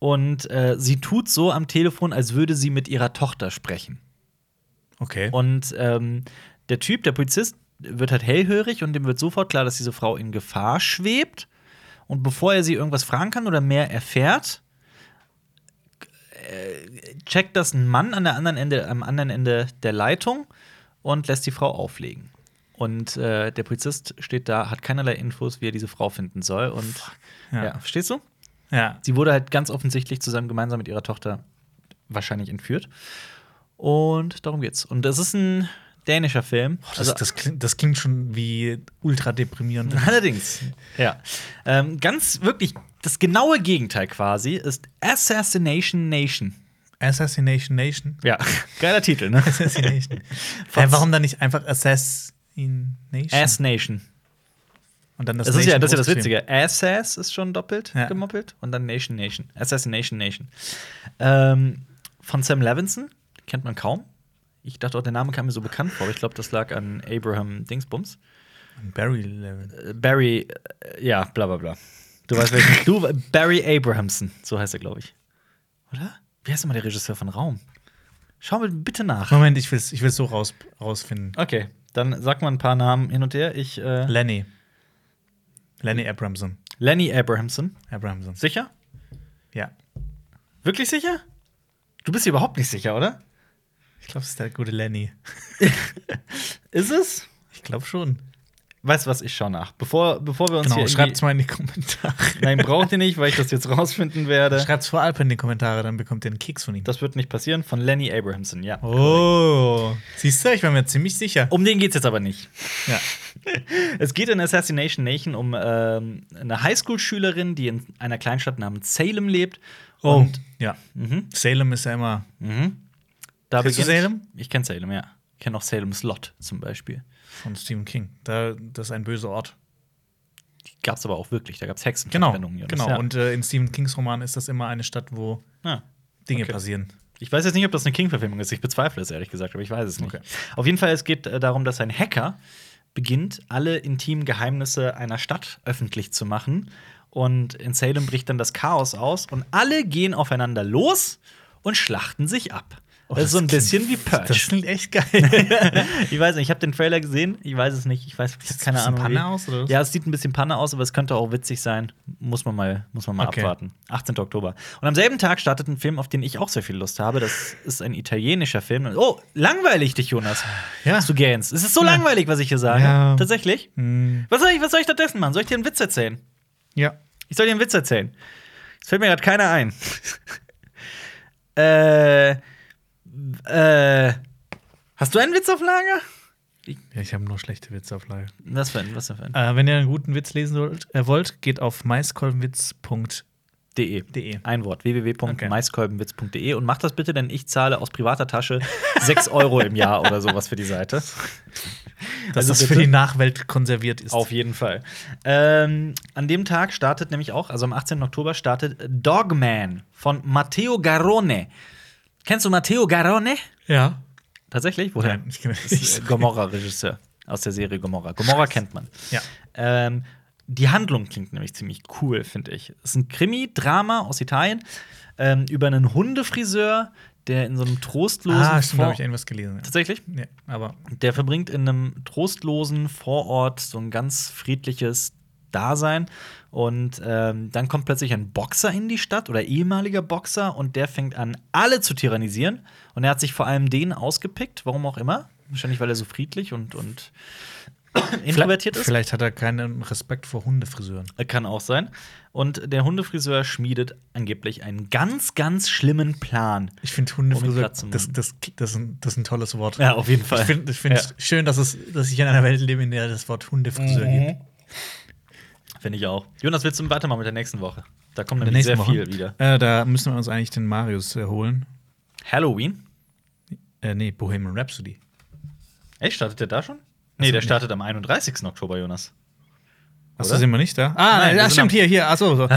Speaker 1: und äh, sie tut so am Telefon, als würde sie mit ihrer Tochter sprechen.
Speaker 2: Okay.
Speaker 1: Und ähm, der Typ, der Polizist, wird halt hellhörig und dem wird sofort klar, dass diese Frau in Gefahr schwebt. Und bevor er sie irgendwas fragen kann oder mehr erfährt, äh, checkt das ein Mann an der anderen Ende, am anderen Ende der Leitung und lässt die Frau auflegen. Und äh, der Polizist steht da, hat keinerlei Infos, wie er diese Frau finden soll. Und ja.
Speaker 2: Ja.
Speaker 1: verstehst du?
Speaker 2: Ja.
Speaker 1: Sie wurde halt ganz offensichtlich zusammen gemeinsam mit ihrer Tochter wahrscheinlich entführt. Und darum geht's. Und das ist ein dänischer Film.
Speaker 2: Das,
Speaker 1: Also-
Speaker 2: das, klingt, das klingt schon wie ultra deprimierend.
Speaker 1: Allerdings. Ja. Ähm, ganz wirklich, das genaue Gegenteil quasi ist Assassination Nation.
Speaker 2: Assassination Nation.
Speaker 1: Ja, geiler Titel, ne?
Speaker 2: Assassination. Hä, warum dann nicht einfach Assassination?
Speaker 1: Ass Nation.
Speaker 2: Und dann das,
Speaker 1: Das ist, ja,
Speaker 2: Nation
Speaker 1: das ist ja das
Speaker 2: großgeschrieben.
Speaker 1: Witzige. Assass ist schon doppelt
Speaker 2: Ja.
Speaker 1: gemoppelt und dann Nation Nation. Assassination Nation. Ähm, von Sam Levinson kennt man kaum. Ich dachte auch, der Name kam mir so bekannt vor, aber ich glaube, das lag an Abraham Dingsbums.
Speaker 2: Barry Level.
Speaker 1: Äh, Barry, äh, ja, bla bla bla. Du weißt welchen. Du, Barry Abrahamson, so heißt er, glaube ich. Oder? Wie heißt nochmal der Regisseur von Raum? Schau mal bitte nach.
Speaker 2: Moment, ich will es ich will's so raus, rausfinden.
Speaker 1: Okay, dann sag mal ein paar Namen hin und her. Ich, äh,
Speaker 2: Lenny. Lenny Abramson.
Speaker 1: Lenny Abrahamson.
Speaker 2: Abramson.
Speaker 1: Sicher?
Speaker 2: Ja.
Speaker 1: Wirklich sicher? Du bist dir überhaupt nicht sicher, oder?
Speaker 2: Ich glaube, es ist der gute Lenny.
Speaker 1: Ist es?
Speaker 2: Ich glaube schon.
Speaker 1: Weißt du was, ich schau nach. Bevor, bevor wir uns
Speaker 2: Genau,
Speaker 1: hier.
Speaker 2: schreibt's
Speaker 1: irgendwie-
Speaker 2: mal in die Kommentare.
Speaker 1: Nein, braucht ihr nicht, weil ich das jetzt rausfinden werde.
Speaker 2: Schreibt's vor allem in die Kommentare, dann bekommt ihr einen Keks von ihm.
Speaker 1: Das wird nicht passieren. Von Lenny Abrahamson, ja.
Speaker 2: Oh. Siehst du, ich war mir ziemlich sicher.
Speaker 1: Um den geht's jetzt aber nicht.
Speaker 2: Ja.
Speaker 1: Es geht in Assassination Nation um ähm, eine Highschool-Schülerin, die in einer Kleinstadt namens Salem lebt. Und
Speaker 2: ja.
Speaker 1: Oh. mhm,
Speaker 2: Salem ist ja immer.
Speaker 1: mhm. da
Speaker 2: Kennst du
Speaker 1: beginnt-
Speaker 2: Salem?
Speaker 1: Ich kenne Salem, ja. Ich kenne auch Salem Slot zum Beispiel.
Speaker 2: Von Stephen King. Da, das ist ein böser Ort.
Speaker 1: Die gab's aber auch wirklich. Da gab's
Speaker 2: Genau.
Speaker 1: Hexenverbrennungen. und das,
Speaker 2: genau.
Speaker 1: Ja.
Speaker 2: Und äh, in Stephen Kings Roman ist das immer eine Stadt, wo
Speaker 1: ja.
Speaker 2: Dinge
Speaker 1: Okay.
Speaker 2: passieren.
Speaker 1: Ich weiß jetzt nicht, ob das eine King-Verfilmung ist. Ich bezweifle es ehrlich gesagt, aber ich weiß es nicht.
Speaker 2: Okay.
Speaker 1: Auf jeden Fall, es geht äh, darum, dass ein Hacker beginnt, alle intimen Geheimnisse einer Stadt öffentlich zu machen. Und in Salem bricht dann das Chaos aus und alle gehen aufeinander los und schlachten sich ab. das, ist so ein
Speaker 2: Oh, das
Speaker 1: bisschen wie
Speaker 2: Das
Speaker 1: Purge.
Speaker 2: klingt echt geil.
Speaker 1: Ich weiß nicht, ich habe den Trailer gesehen, ich weiß es nicht, ich weiß ich hab
Speaker 2: Sieht's
Speaker 1: keine
Speaker 2: ein bisschen
Speaker 1: Ahnung.
Speaker 2: Panne aus, oder was?
Speaker 1: Ja, es sieht ein bisschen Panne aus, aber es könnte auch witzig sein. Muss man mal, muss man mal
Speaker 2: Okay.
Speaker 1: abwarten. 18. Oktober. Und am selben Tag startet ein Film, auf den ich auch sehr viel Lust habe. Das ist ein italienischer Film. Und- Oh, langweilig dich, Jonas.
Speaker 2: Ja.
Speaker 1: Du gähnst. Es ist so langweilig, was ich hier sage.
Speaker 2: Ja.
Speaker 1: Tatsächlich.
Speaker 2: Hm,
Speaker 1: Was soll, ich, was soll ich stattdessen machen? Soll ich dir einen Witz erzählen?
Speaker 2: ja.
Speaker 1: Ich soll dir einen Witz erzählen. Es fällt mir gerade keiner ein. äh, äh, hast du einen Witz auf Lager?
Speaker 2: Ja, ich habe nur schlechte Witze auf Lager.
Speaker 1: Was für ein, was für ein.
Speaker 2: Äh, wenn ihr einen guten Witz lesen wollt, äh, wollt geht auf maiskolbenwitz.de.
Speaker 1: De. Ein Wort, www.maiskolbenwitz.de und mach das bitte, denn ich zahle aus privater Tasche 6 Euro im Jahr oder sowas für die Seite.
Speaker 2: Dass
Speaker 1: Also
Speaker 2: das für
Speaker 1: bitte.
Speaker 2: die Nachwelt konserviert ist.
Speaker 1: Auf jeden Fall. Ähm, an dem Tag startet nämlich auch, also am 18. Oktober startet Dogman von Matteo Garrone. Kennst du Matteo Garrone?
Speaker 2: Ja.
Speaker 1: Tatsächlich? Woher?
Speaker 2: Nein, ich kenne
Speaker 1: Das ist, äh, Gomorra-Regisseur aus der Serie Gomorra. Gomorra kennt man.
Speaker 2: Ja.
Speaker 1: Ähm, die Handlung klingt nämlich ziemlich cool, finde ich. Es ist ein Krimi-Drama aus Italien ähm, über einen Hundefriseur, der in so einem trostlosen.
Speaker 2: Ah, stimmt, da
Speaker 1: Vor-
Speaker 2: habe ich irgendwas gelesen. Ja.
Speaker 1: Tatsächlich?
Speaker 2: Ja, aber
Speaker 1: Der verbringt in einem trostlosen Vorort so ein ganz friedliches Dasein. Und ähm, dann kommt plötzlich ein Boxer in die Stadt oder ehemaliger Boxer und der fängt an, alle zu tyrannisieren. Und er hat sich vor allem den ausgepickt, warum auch immer. Wahrscheinlich, weil er so friedlich und, und introvertiert ist.
Speaker 2: Vielleicht hat er keinen Respekt vor Hundefriseuren.
Speaker 1: Kann auch sein. Und der Hundefriseur schmiedet angeblich einen ganz, ganz schlimmen Plan.
Speaker 2: Ich finde
Speaker 1: Um ihn
Speaker 2: Hundefriseur,
Speaker 1: platt zu machen.
Speaker 2: das, das, das, ist ein, das ist ein tolles Wort.
Speaker 1: Ja, auf jeden Fall.
Speaker 2: Ich finde es find
Speaker 1: Ja.
Speaker 2: schön, dass, es, dass ich in einer Welt lebe, in der das Wort Hundefriseur
Speaker 1: Mhm.
Speaker 2: gibt.
Speaker 1: Finde ich auch. Jonas, willst du weitermachen mit der nächsten Woche? Da kommt
Speaker 2: In der
Speaker 1: nämlich
Speaker 2: nächsten
Speaker 1: sehr
Speaker 2: Woche.
Speaker 1: viel wieder.
Speaker 2: Äh, da müssen wir uns eigentlich den Marius äh, holen.
Speaker 1: Halloween?
Speaker 2: Äh, nee, Bohemian Rhapsody.
Speaker 1: Echt, startet der da schon? Nee, der
Speaker 2: Also nicht.
Speaker 1: startet am 31. Oktober, Jonas.
Speaker 2: Achso,
Speaker 1: Oder?
Speaker 2: sind wir nicht da? Ah,
Speaker 1: Nein,
Speaker 2: nein,
Speaker 1: wir
Speaker 2: ach,
Speaker 1: sind
Speaker 2: stimmt,
Speaker 1: am- Ah,
Speaker 2: hier, hier. Achso, so. ja,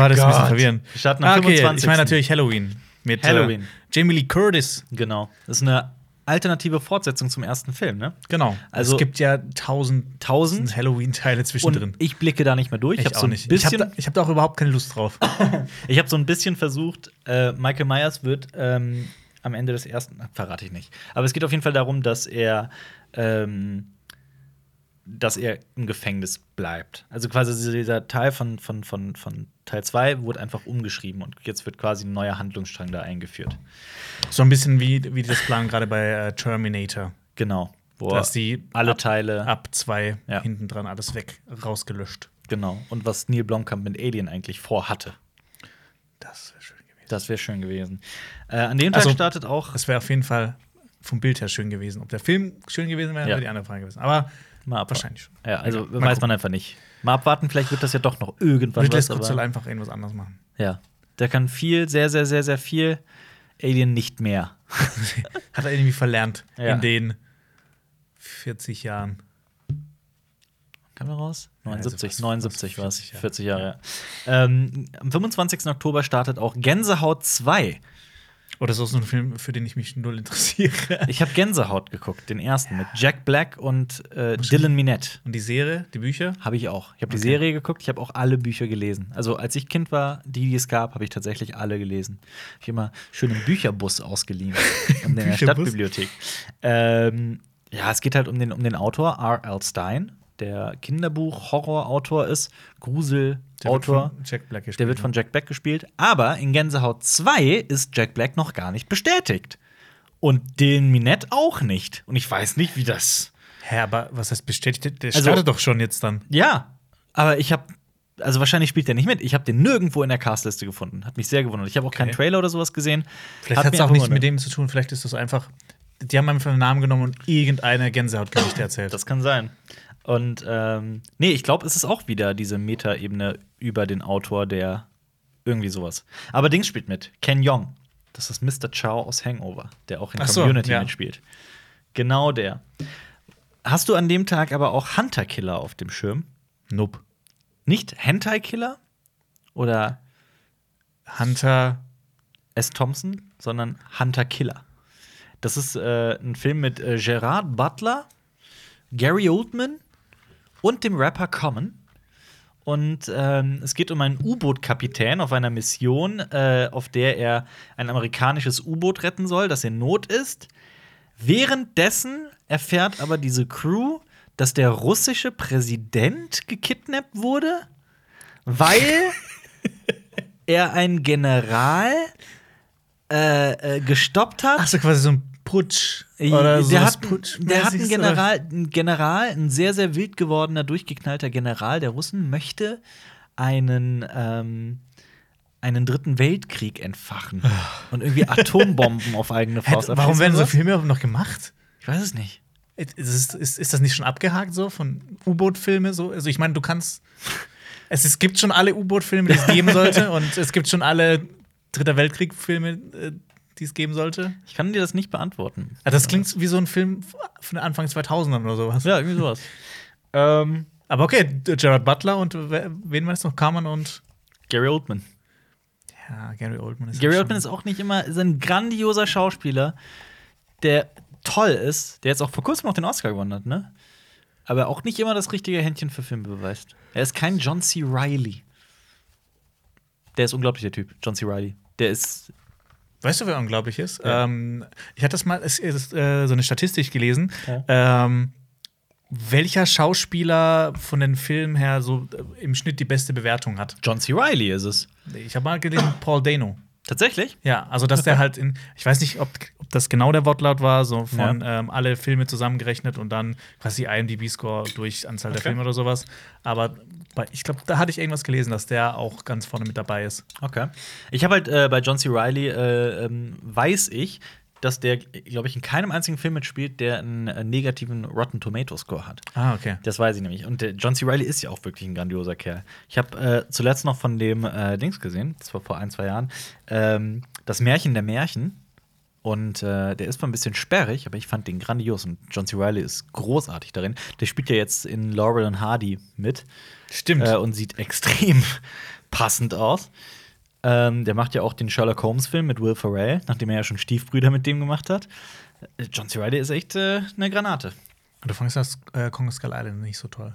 Speaker 2: war das ist ein bisschen
Speaker 1: Gott.
Speaker 2: verwirrend.
Speaker 1: Wir starten am
Speaker 2: Ah, okay,
Speaker 1: 25..
Speaker 2: Ich meine natürlich Halloween. Mit
Speaker 1: Halloween.
Speaker 2: Äh, Jamie Lee Curtis.
Speaker 1: Genau. Das ist eine alternative Fortsetzung zum ersten Film, ne?
Speaker 2: Genau.
Speaker 1: Also-
Speaker 2: es gibt ja tausend,
Speaker 1: Tausend.
Speaker 2: Halloween-Teile zwischendrin.
Speaker 1: Und ich blicke da nicht mehr durch. Ich habe so, ein
Speaker 2: Ich habe
Speaker 1: bisschen-
Speaker 2: da, ich hab da auch überhaupt keine Lust drauf.
Speaker 1: ich hab so ein bisschen versucht, äh, Michael Myers wird ähm, am Ende des ersten, na, verrate ich nicht. Aber es geht auf jeden Fall darum, dass er, ähm, dass er im Gefängnis bleibt. Also quasi dieser Teil von, von, von, von Teil 2 wurde einfach umgeschrieben und jetzt wird quasi ein neuer Handlungsstrang da eingeführt.
Speaker 2: So ein bisschen wie, wie das Plan gerade bei äh, Terminator.
Speaker 1: Genau. Wo
Speaker 2: Dass die
Speaker 1: alle
Speaker 2: ab,
Speaker 1: Teile
Speaker 2: ab zwei
Speaker 1: Ja.
Speaker 2: hinten dran alles weg rausgelöscht.
Speaker 1: Genau. Und was Neil Blomkamp mit Alien eigentlich vorhatte.
Speaker 2: Das wäre schön gewesen.
Speaker 1: Das wäre schön gewesen. Äh, an dem Tag
Speaker 2: Also-
Speaker 1: startet auch
Speaker 2: Das wäre auf jeden Fall vom Bild her schön gewesen. Ob der Film schön gewesen wäre,
Speaker 1: Ja.
Speaker 2: wäre die andere Frage gewesen. Aber
Speaker 1: mal abwarten.
Speaker 2: wahrscheinlich schon.
Speaker 1: Ja, also
Speaker 2: Egal. Mal
Speaker 1: weiß
Speaker 2: gucken.
Speaker 1: man einfach nicht. Mal abwarten, vielleicht wird das ja doch noch irgendwann
Speaker 2: Ridley
Speaker 1: was.
Speaker 2: Scott soll
Speaker 1: Aber,
Speaker 2: einfach irgendwas anderes machen.
Speaker 1: ja, der kann viel, sehr, sehr, sehr, sehr viel. Alien nicht mehr.
Speaker 2: Hat er irgendwie verlernt
Speaker 1: Ja.
Speaker 2: in den 40 Jahren.
Speaker 1: Kam der raus?
Speaker 2: Ja,
Speaker 1: 79,
Speaker 2: also was-
Speaker 1: 79
Speaker 2: was,
Speaker 1: war es,
Speaker 2: 40 Jahre.
Speaker 1: 40 Jahre. Ja. Ähm, am 25. Oktober startet auch Gänsehaut 2.
Speaker 2: Oder ist das so ein Film, für den ich mich null interessiere?
Speaker 1: Ich habe Gänsehaut geguckt, den ersten mit Jack Black und äh, Dylan Minette.
Speaker 2: Und die Serie, die Bücher?
Speaker 1: Habe ich auch. Ich habe die
Speaker 2: Okay.
Speaker 1: Serie geguckt, ich habe auch alle Bücher gelesen. Also als ich Kind war, die, die es gab, habe ich tatsächlich alle gelesen. Hab Ich immer schön im Bücherbus ausgeliehen in der
Speaker 2: Bücherbus?
Speaker 1: Stadtbibliothek. Ähm, ja, es geht halt um den, um den Autor R.L. Stein, der Kinderbuch-Horrorautor ist,
Speaker 2: Der wird
Speaker 1: Grusel-Autor.
Speaker 2: von Jack Black gespielt,
Speaker 1: Der wird von Jack Black gespielt. Aber in Gänsehaut 2 ist Jack Black noch gar nicht bestätigt. Und den Minette auch nicht. Und ich weiß nicht, wie das.
Speaker 2: ne? Hä, aber was heißt bestätigt? Der
Speaker 1: Also-
Speaker 2: startet doch schon jetzt dann.
Speaker 1: Ja, aber ich habe also wahrscheinlich spielt der nicht mit. Ich habe den nirgendwo in der Castliste gefunden. Hat mich sehr gewundert. Ich habe auch keinen
Speaker 2: Okay.
Speaker 1: Trailer oder sowas gesehen.
Speaker 2: Vielleicht hat es
Speaker 1: mir ne?
Speaker 2: auch
Speaker 1: einfach
Speaker 2: nichts mit
Speaker 1: gewundert.
Speaker 2: dem zu tun. Vielleicht ist das einfach. Die haben einfach einen Namen genommen und irgendeine Gänsehautgeschichte
Speaker 1: Ah,
Speaker 2: erzählt.
Speaker 1: Das kann sein. Und ähm, nee, ich glaube, es ist auch wieder diese Metaebene über den Autor, der irgendwie sowas. Aber Dings spielt mit. Ken Jeong. Das ist Mr. Chow aus Hangover, der auch in
Speaker 2: Ach so,
Speaker 1: Community
Speaker 2: ja.
Speaker 1: mitspielt. Genau der. Hast du an dem Tag aber auch Hunter Killer auf dem Schirm?
Speaker 2: nope.
Speaker 1: Nicht Hentai Killer oder
Speaker 2: Hunter.
Speaker 1: S. Thompson, sondern Hunter Killer. Das ist äh, ein Film mit äh, Gerard Butler, Gary Oldman und dem Rapper Common. Und ähm, es geht um einen U-Boot-Kapitän auf einer Mission, äh, auf der er ein amerikanisches U-Boot retten soll, das in Not ist. Währenddessen erfährt aber diese Crew, dass der russische Präsident gekidnappt wurde, weil er einen General äh, äh, gestoppt hat.
Speaker 2: Ach so, quasi so ein Putsch. Oder so
Speaker 1: Äh, der, hat, der
Speaker 2: was
Speaker 1: hat einen
Speaker 2: Putschmäßiges,
Speaker 1: General, einen General, ein sehr, sehr wild gewordener, durchgeknallter General der Russen möchte einen, ähm, einen dritten Weltkrieg entfachen und irgendwie Atombomben auf eigene
Speaker 2: Hä,
Speaker 1: Faust
Speaker 2: Ah. warum
Speaker 1: abschießen
Speaker 2: werden so
Speaker 1: soll.
Speaker 2: Filme noch gemacht?
Speaker 1: Ich weiß es nicht.
Speaker 2: Ist, ist, ist das nicht schon abgehakt so von U-Boot-Filme? So? Also ich meine, du kannst. Es, es gibt schon alle U-Boot-Filme, die es geben sollte, und es gibt schon alle Dritter Weltkrieg-Filme, äh, die es geben sollte.
Speaker 1: Ich kann dir das nicht beantworten.
Speaker 2: Also das klingt wie so ein Film von den Anfang 2000ern oder sowas.
Speaker 1: Ja, irgendwie sowas. ähm,
Speaker 2: Aber okay, D- Gerard Butler und we- wen war das noch? Carmen und
Speaker 1: Gary Oldman.
Speaker 2: ja, Gary Oldman ist
Speaker 1: Gary
Speaker 2: halt
Speaker 1: Oldman
Speaker 2: schon-
Speaker 1: ist auch nicht immer ist ein grandioser Schauspieler, der toll ist, der jetzt auch vor kurzem noch den Oscar gewonnen hat, ne? Aber auch nicht immer das richtige Händchen für Filme beweist. Er ist kein John C. Riley. Der ist unglaublich, der Typ, John C. Riley. Der ist.
Speaker 2: Weißt du, wer unglaublich ist?
Speaker 1: Ja.
Speaker 2: Ähm, ich hatte das mal es ist, äh, so eine Statistik gelesen.
Speaker 1: Ja.
Speaker 2: Ähm, welcher Schauspieler von den Filmen her so äh, im Schnitt die beste Bewertung hat?
Speaker 1: John C. Riley ist es.
Speaker 2: Ich habe mal gelesen, Paul Dano.
Speaker 1: Tatsächlich?
Speaker 2: Ja, also dass der halt in, ich weiß nicht, ob, ob das genau der Wortlaut war, so von ähm, alle Filme zusammengerechnet und dann quasi IMDb-Score durch Anzahl der
Speaker 1: Okay.
Speaker 2: Filme oder sowas. Aber bei, ich glaube, da hatte ich irgendwas gelesen, dass der auch ganz vorne mit dabei ist.
Speaker 1: Okay. Ich habe halt äh, bei John C. Riley, äh, ähm, weiß ich, dass der, glaube ich, in keinem einzigen Film mitspielt, der einen äh, negativen Rotten Tomato Score hat.
Speaker 2: Ah, okay.
Speaker 1: Das weiß ich nämlich. Und der John C. Reilly ist ja auch wirklich ein grandioser Kerl. Ich habe äh, zuletzt noch von dem äh, Dings gesehen, das war vor ein, zwei Jahren, ähm, das Märchen der Märchen. Und äh, der ist zwar ein bisschen sperrig, aber ich fand den grandios. Und John C. Reilly ist großartig darin. Der spielt ja jetzt in Laurel und Hardy mit
Speaker 2: Stimmt.
Speaker 1: äh, und sieht extrem passend aus. Ähm, der macht ja auch den Sherlock Holmes-Film mit Will Ferrell, nachdem er ja schon Stiefbrüder mit dem gemacht hat. Äh, John C. Reilly ist echt äh, eine Granate.
Speaker 2: Und du fandest das äh, Kong Skull Island nicht so toll.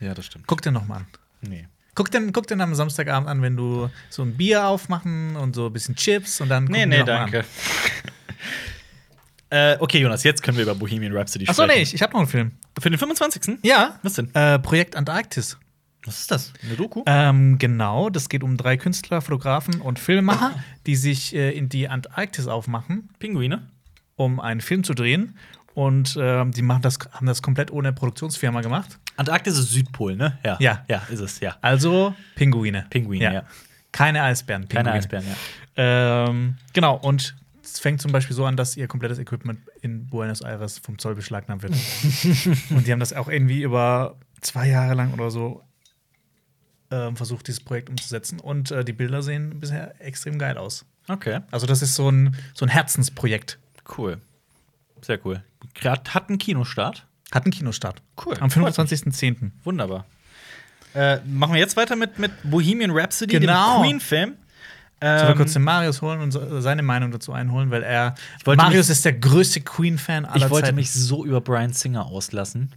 Speaker 1: Ja, das stimmt.
Speaker 2: Guck den nochmal an.
Speaker 1: Nee.
Speaker 2: Guck den, guck den am Samstagabend an, wenn du so ein Bier aufmachen und so ein bisschen Chips und dann. gucken wir noch mal an.
Speaker 1: äh, okay, Jonas, jetzt können wir über Bohemian Rhapsody
Speaker 2: Achso,
Speaker 1: sprechen.
Speaker 2: nee, ich, ich habe noch einen Film.
Speaker 1: Für den 25.
Speaker 2: Ja.
Speaker 1: Was denn?
Speaker 2: Äh, Projekt Antarktis.
Speaker 1: Was ist das? Eine Doku?
Speaker 2: Ähm, genau, das geht um drei Künstler, Fotografen und Filmemacher, die sich äh, in die Antarktis aufmachen,
Speaker 1: Pinguine?
Speaker 2: um einen Film zu drehen. Und ähm, die machen das, haben das komplett ohne Produktionsfirma gemacht.
Speaker 1: Antarktis ist Südpol, ne?
Speaker 2: Ja.
Speaker 1: Ja, ist es, ja.
Speaker 2: Also Pinguine.
Speaker 1: Pinguine, ja.
Speaker 2: Keine Eisbären.
Speaker 1: Keine
Speaker 2: Pinguine.
Speaker 1: Eisbären, ja.
Speaker 2: Ähm, genau, und es fängt zum Beispiel so an, dass ihr komplettes Equipment in Buenos Aires vom Zoll beschlagnahmt wird. und die haben das auch irgendwie über zwei Jahre lang oder so ähm, versucht, dieses Projekt umzusetzen. Und äh, die Bilder sehen bisher extrem geil aus.
Speaker 1: Okay,
Speaker 2: Also, das ist so ein, so ein Herzensprojekt.
Speaker 1: cool. Sehr cool. Grad hat einen Kinostart.
Speaker 2: Hat einen Kinostart.
Speaker 1: Cool.
Speaker 2: Am
Speaker 1: Freut mich.
Speaker 2: 25.10.
Speaker 1: Wunderbar. Äh, machen wir jetzt weiter mit, mit Bohemian Rhapsody, dem
Speaker 2: Genau.
Speaker 1: Queen-Film.
Speaker 2: Sollen wir
Speaker 1: Ähm,
Speaker 2: kurz den Marius holen und so- äh, seine Meinung dazu einholen, weil er.
Speaker 1: wollte
Speaker 2: Marius
Speaker 1: mich-
Speaker 2: ist der größte Queen-Fan aller
Speaker 1: ich wollte
Speaker 2: Zeiten.
Speaker 1: mich so über Brian Singer auslassen.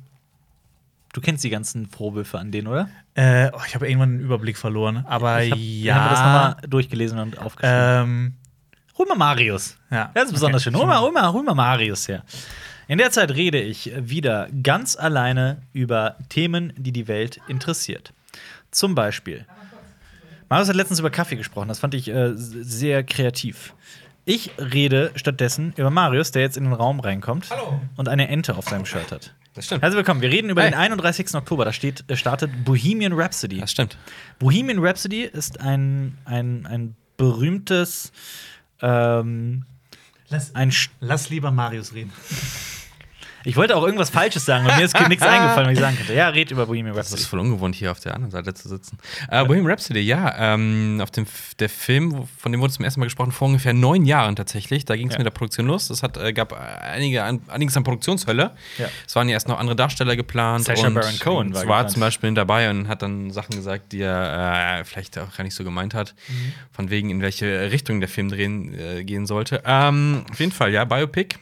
Speaker 1: Du kennst die ganzen Vorwürfe an denen, oder?
Speaker 2: Äh, oh, ich habe irgendwann einen Überblick verloren, aber
Speaker 1: Ich hab,
Speaker 2: ja.
Speaker 1: Haben wir das nochmal durchgelesen und aufgeschrieben.
Speaker 2: ähm,
Speaker 1: Hol mal Marius.
Speaker 2: Ja.
Speaker 1: Das ist besonders
Speaker 2: Okay.
Speaker 1: schön. Hol mal, hol, mal, hol mal Marius her. In der Zeit rede ich wieder ganz alleine über Themen, die die Welt interessiert. Zum Beispiel. Marius hat letztens über Kaffee gesprochen. Das fand ich äh, s- sehr kreativ. Ich rede stattdessen über Marius, der jetzt in den Raum reinkommt
Speaker 3: Hallo.
Speaker 1: und eine Ente auf seinem Shirt hat.
Speaker 3: Das stimmt.
Speaker 1: Herzlich willkommen. Wir reden über
Speaker 3: Hi.
Speaker 1: den 31. Oktober. Da steht, äh, startet Bohemian Rhapsody.
Speaker 3: Das stimmt.
Speaker 1: Bohemian Rhapsody ist ein, ein, ein berühmtes, ähm,
Speaker 2: lass,
Speaker 1: ein St
Speaker 2: lass lieber Marius reden.
Speaker 1: Ich wollte auch irgendwas Falsches sagen, aber mir ist nichts eingefallen, was ich sagen könnte. Ja, red über Bohemian
Speaker 3: Das
Speaker 1: Rhapsody.
Speaker 3: ist voll ungewohnt, hier auf der anderen Seite zu sitzen. Äh, Bohemian Rhapsody, ja. Ähm, auf dem, F- der Film, wo- von dem wurde zum ersten Mal gesprochen, vor ungefähr neun Jahren tatsächlich. Da ging es
Speaker 1: Ja.
Speaker 3: mit der Produktion los. Es hat, äh, gab einige, an, einiges an Produktionshölle.
Speaker 1: Ja.
Speaker 3: Es waren ja erst noch andere Darsteller geplant.
Speaker 1: Sacha
Speaker 3: und
Speaker 1: Baron Cohen war
Speaker 3: war,
Speaker 1: geplant.
Speaker 3: zum Beispiel dabei und hat dann Sachen gesagt, die er äh, vielleicht auch gar nicht so gemeint hat.
Speaker 1: Mhm.
Speaker 3: Von wegen, in welche Richtung der Film drehen, äh, gehen sollte. Ähm, auf jeden Fall, ja, Biopic.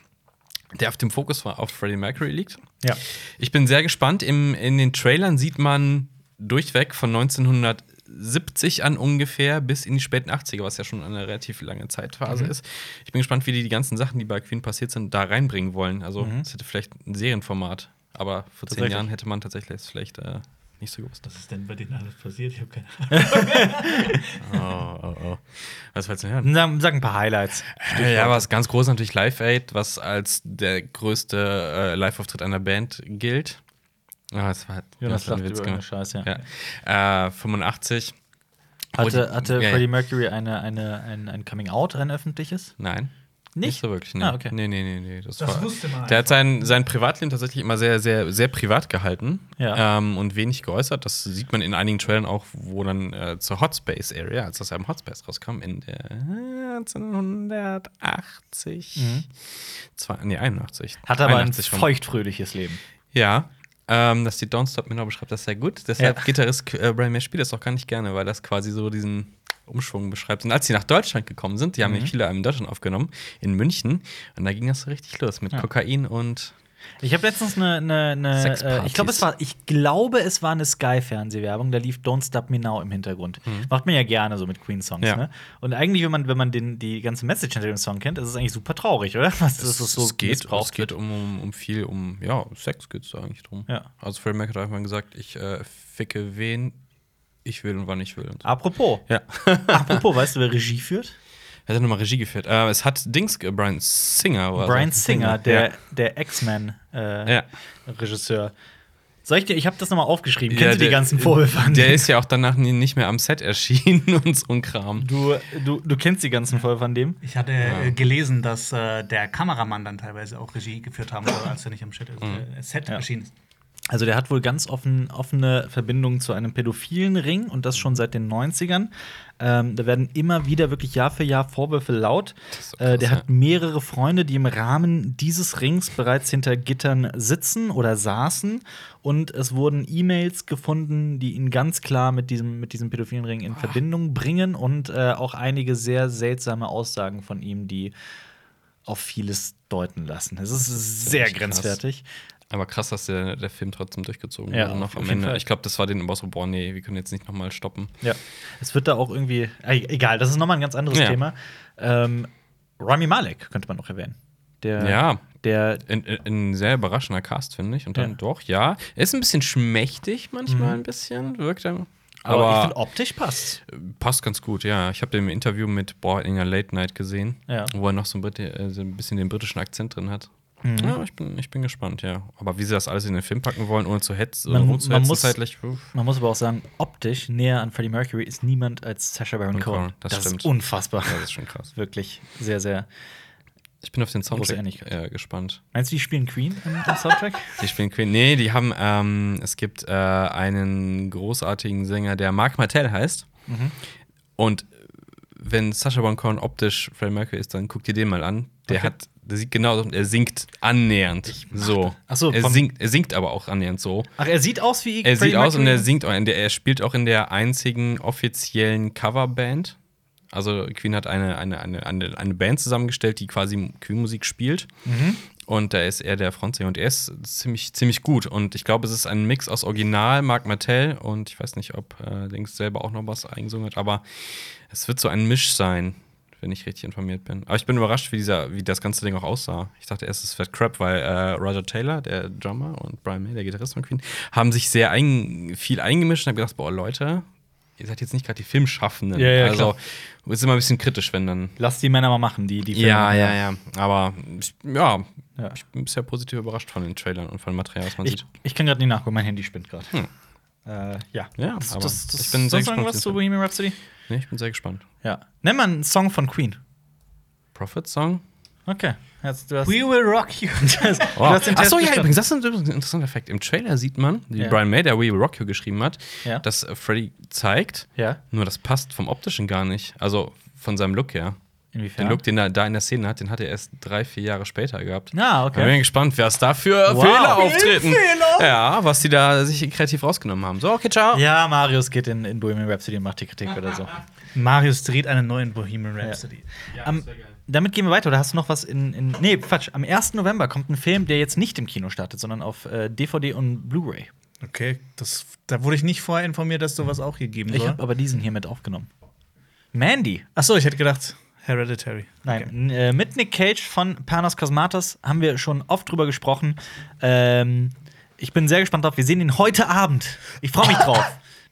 Speaker 3: Der auf dem Fokus war auf Freddie Mercury liegt.
Speaker 1: Ja.
Speaker 3: Ich bin sehr gespannt. Im, in den Trailern sieht man durchweg von 1970 an ungefähr bis in die späten 80er, was ja schon eine relativ lange Zeitphase ist. Ich bin gespannt, wie die die ganzen Sachen, die bei Queen passiert sind, da reinbringen wollen. Also, es hätte vielleicht ein Serienformat, aber vor zehn
Speaker 1: Tatsächlich.
Speaker 3: Jahren hätte man tatsächlich das vielleicht äh, nicht so gewusst.
Speaker 2: Was ist denn bei denen alles passiert? Ich habe keine Ahnung.
Speaker 3: Oh, oh, oh. Was willst du hören?
Speaker 1: Sag, sag ein paar Highlights.
Speaker 3: Ja, was ganz groß natürlich Live Aid, was als der größte äh, Live-Auftritt einer Band gilt. Ah, das war,
Speaker 1: Jonas
Speaker 3: das war
Speaker 1: lacht
Speaker 3: ein
Speaker 1: über
Speaker 3: Witz
Speaker 1: irgendeinen
Speaker 3: gemacht.
Speaker 1: Scheiß, ja.
Speaker 3: Ja. Äh, 85.
Speaker 1: Hatte, hatte
Speaker 3: Ja, ja.
Speaker 1: Freddie Mercury eine, eine, ein, ein Coming-out, ein öffentliches?
Speaker 3: Nein.
Speaker 1: Nicht?
Speaker 3: so wirklich. Nee.
Speaker 1: Ah, okay.
Speaker 3: Nee, nee, nee, nee. Das,
Speaker 2: Das
Speaker 3: war,
Speaker 2: wusste man
Speaker 3: Der hat sein, sein Privatleben tatsächlich immer sehr, sehr, sehr privat gehalten
Speaker 1: Ja.
Speaker 3: ähm, und wenig geäußert. Das sieht man in einigen Trailern auch, wo dann äh, zur Hotspace Area, als das im Hotspace rauskam, in der
Speaker 1: Mhm.
Speaker 3: 1980. Zwei, nee, 81.
Speaker 1: Hatte aber ein
Speaker 3: 81 rum.
Speaker 1: feuchtfröhliches Leben.
Speaker 3: Ja. Ähm, dass die Don't Stop Me Now beschreibt das sehr gut. Deshalb
Speaker 1: Ja.
Speaker 3: Gitarrist äh, Brian May spielt das auch gar nicht gerne, weil das quasi so diesen Umschwung beschreibt. Und als sie nach Deutschland gekommen sind, die
Speaker 1: Mhm.
Speaker 3: haben nämlich viele in Deutschland aufgenommen, in München, und da ging das so richtig los mit
Speaker 1: Ja.
Speaker 3: Kokain und
Speaker 1: Ich habe letztens eine, eine, eine äh,
Speaker 3: Sexpartys.
Speaker 1: ich glaube es war ich glaube es war eine Sky Fernsehwerbung, da lief Don't Stop Me Now im Hintergrund. Macht man ja gerne so mit Queen Songs,
Speaker 3: Mhm. Ja.
Speaker 1: ne? Und eigentlich wenn man wenn man den die ganze Message hinter dem Song kennt, ist es eigentlich super traurig, oder? Was dass es so missbraucht
Speaker 3: es
Speaker 1: wird.
Speaker 3: geht um, um, um viel, um ja, Sex geht es eigentlich drum.
Speaker 1: Ja.
Speaker 3: Also Freddie Mercury hat irgendwann gesagt, ich äh, ficke wen ich will und wann ich will. Und
Speaker 1: Ah.
Speaker 3: so.
Speaker 1: Apropos,
Speaker 3: Ja.
Speaker 1: apropos, weißt du, wer Regie führt?
Speaker 3: Er hat nochmal Regie geführt. Äh, es hat Dings, äh, Brian Singer war
Speaker 1: Brian
Speaker 3: es.
Speaker 1: Singer, der
Speaker 3: Ja.
Speaker 1: der X-Men äh,
Speaker 3: Ja.
Speaker 1: Regisseur. Soll ich dir, ich habe das nochmal aufgeschrieben.
Speaker 3: Ja,
Speaker 1: Kennst du die
Speaker 3: der-
Speaker 1: ganzen Vorwürfe an
Speaker 3: Der
Speaker 1: den?
Speaker 3: ist ja auch danach nie- nicht mehr am Set erschienen und so ein Kram.
Speaker 1: Du, du, du kennst die ganzen Vorwürfe an dem?
Speaker 2: Ich hatte äh, gelesen, dass äh, der Kameramann dann teilweise auch Regie geführt haben soll, als er nicht am Shit, äh, Set
Speaker 1: Ja.
Speaker 2: erschienen ist.
Speaker 1: Also der hat wohl ganz offen, offene Verbindungen zu einem pädophilen Ring und das schon seit den 90ern. Ähm, da werden immer wieder wirklich Jahr für Jahr Vorwürfe laut.
Speaker 3: ist so
Speaker 1: äh, der
Speaker 3: krass,
Speaker 1: hat mehrere Freunde, die im Rahmen dieses Rings bereits hinter Gittern sitzen oder saßen. Und es wurden E-Mails gefunden, die ihn ganz klar mit diesem, mit diesem pädophilen Ring
Speaker 3: Ah.
Speaker 1: in Verbindung bringen und äh, auch einige sehr seltsame Aussagen von ihm, die auf vieles deuten lassen. Es ist sehr
Speaker 3: echt krass.
Speaker 1: grenzwertig.
Speaker 3: Aber krass, dass der, der Film trotzdem durchgezogen
Speaker 1: Ja,
Speaker 3: wurde
Speaker 1: auf
Speaker 3: noch am
Speaker 1: jeden
Speaker 3: Ende.
Speaker 1: Fall.
Speaker 3: Ich glaube, das war den Boss so, boah, nee, wir können jetzt nicht nochmal stoppen.
Speaker 1: Ja. Es wird da auch irgendwie. e- Egal, das ist nochmal ein ganz anderes
Speaker 3: Ja.
Speaker 1: Thema. Ähm, Rami Malek könnte man noch erwähnen. Der,
Speaker 3: Ja.
Speaker 1: der
Speaker 3: Ein, ein ein sehr überraschender Cast, finde ich. Und dann
Speaker 1: Ja. Mhm.
Speaker 3: doch, ja. Er ist ein bisschen schmächtig manchmal, ein bisschen, wirkt er.
Speaker 1: aber, ich
Speaker 3: Aber,
Speaker 1: finde, optisch passt.
Speaker 3: passt ganz gut, ja. Ich habe den im Interview mit Boah in der Late Night gesehen,
Speaker 1: Ja.
Speaker 3: wo er noch so ein, Brit äh, so ein bisschen den britischen Akzent drin hat.
Speaker 1: Mhm.
Speaker 3: Ja, ich bin, ich bin gespannt, ja. Aber wie sie das alles in den Film packen wollen, ohne zu hetzen,
Speaker 1: Man-
Speaker 3: ohne zu
Speaker 1: man
Speaker 3: hetzen,
Speaker 1: muss-
Speaker 3: zeitlich. Uff.
Speaker 1: Man muss aber auch sagen, optisch näher an Freddie Mercury ist niemand als Sacha Baron
Speaker 3: Baron
Speaker 1: Cohen.
Speaker 3: Cohen, das stimmt.
Speaker 1: ist unfassbar.
Speaker 3: Das ist schon krass.
Speaker 1: Wirklich sehr, sehr.
Speaker 3: Ich bin auf den
Speaker 1: Ähnlichkeit.
Speaker 3: Soundtrack äh, gespannt.
Speaker 1: Meinst du, die spielen Queen im, im Soundtrack?
Speaker 3: Die spielen Queen. Nee, die haben, ähm, es gibt äh, einen großartigen Sänger, der Mark Martell heißt.
Speaker 1: Mhm.
Speaker 3: Und wenn Sacha Baron Cohen optisch Freddie Mercury ist, dann guck dir den mal an. Der
Speaker 1: Okay.
Speaker 3: hat Der sieht genau, er sinkt annähernd so.
Speaker 1: Ach so,
Speaker 3: er
Speaker 1: vom-
Speaker 3: sinkt, er sinkt aber auch annähernd so.
Speaker 1: Ach, er sieht aus wie
Speaker 3: Er
Speaker 1: Freddie
Speaker 3: sieht aus und er
Speaker 1: Mercury?
Speaker 3: singt auch in der, er spielt auch in der einzigen offiziellen Coverband. Also Queen hat eine, eine, eine, eine, eine Band zusammengestellt, die quasi Queen-Musik spielt. Und da ist er der Frontsänger und er ist ziemlich, ziemlich gut. Und ich glaube, es ist ein Mix aus Original, Marc Martell und ich weiß nicht, ob äh, Links selber auch noch was eingesungen hat, aber es wird so ein Misch sein, wenn ich richtig informiert bin. Aber ich bin überrascht, wie, dieser, wie das ganze Ding auch aussah. Ich dachte erst, es ist Fat Crap, weil äh, Roger Taylor, der Drummer, und Brian May, der Gitarrist von Queen, haben sich sehr ein, viel eingemischt und habe gedacht, boah, Leute, ihr seid jetzt nicht gerade die Filmschaffenden.
Speaker 1: Ja, ja,
Speaker 3: also
Speaker 1: klar.
Speaker 3: es ist immer ein bisschen kritisch, wenn dann.
Speaker 1: Lass die Männer mal machen, die, die
Speaker 3: Ja,
Speaker 1: Filme.
Speaker 3: ja, ja. Aber ich, ja,
Speaker 1: ne? Ja.
Speaker 3: ich bin bisher positiv überrascht von den Trailern und von dem Material, was man
Speaker 1: Ich,
Speaker 3: sieht.
Speaker 1: ich kann gerade nicht nachgucken, mein Handy spinnt gerade. Äh, ja.
Speaker 3: Hm. Ja,
Speaker 1: das,
Speaker 3: aber
Speaker 1: das, das,
Speaker 3: ich bin sehr
Speaker 1: sonst irgendwas
Speaker 3: gespannt auf den
Speaker 1: zu
Speaker 3: Film.
Speaker 1: Bohemian Rhapsody?
Speaker 3: Nee, ich bin sehr gespannt.
Speaker 1: Ja. Nenn mal einen Song von Queen.
Speaker 3: Prophet Song?
Speaker 1: Okay. Jetzt, du hast
Speaker 2: We will rock you.
Speaker 1: das, du
Speaker 3: Oh.
Speaker 1: hast den Test
Speaker 3: Achso, ja,
Speaker 1: bestanden.
Speaker 3: übrigens, das ist übrigens ein interessanter Fakt. Im Trailer sieht man, wie
Speaker 1: Ja.
Speaker 3: Brian May, der We Will Rock You geschrieben hat,
Speaker 1: Ja.
Speaker 3: dass äh, Freddy zeigt,
Speaker 1: Ja,
Speaker 3: nur das passt vom Optischen gar nicht. Also von seinem Look her.
Speaker 1: inwiefern?
Speaker 3: Den Look, den er da in der Szene hat, den hat er erst drei, vier Jahre später gehabt.
Speaker 1: Ah,
Speaker 3: Ich bin
Speaker 1: okay.
Speaker 3: gespannt, wer es da für
Speaker 1: Wow.
Speaker 3: Fehler auftreten.
Speaker 2: Fehler?
Speaker 3: Ja, was die da sich kreativ rausgenommen haben. So, okay, ciao.
Speaker 1: Ja, Marius geht in, in Bohemian Rhapsody und macht die Kritik oder so.
Speaker 2: Marius dreht einen neuen Bohemian Rhapsody.
Speaker 1: Am- damit gehen wir weiter. Oder hast du noch was in, in. Nee, Quatsch. Am 1. November kommt ein Film, der jetzt nicht im Kino startet, sondern auf äh, DVD und Blu-ray.
Speaker 2: Okay, das, da wurde ich nicht vorher informiert, dass sowas auch hier geben
Speaker 1: Ich
Speaker 2: soll.
Speaker 1: habe aber diesen hier mit aufgenommen. Mandy.
Speaker 2: Achso, ich hätte gedacht, Hereditary.
Speaker 1: Nein, n- äh, mit Nick Cage von Panos Cosmatos haben wir schon oft drüber gesprochen. Ähm, ich bin sehr gespannt drauf. Wir sehen ihn heute Abend. Ich freue mich drauf.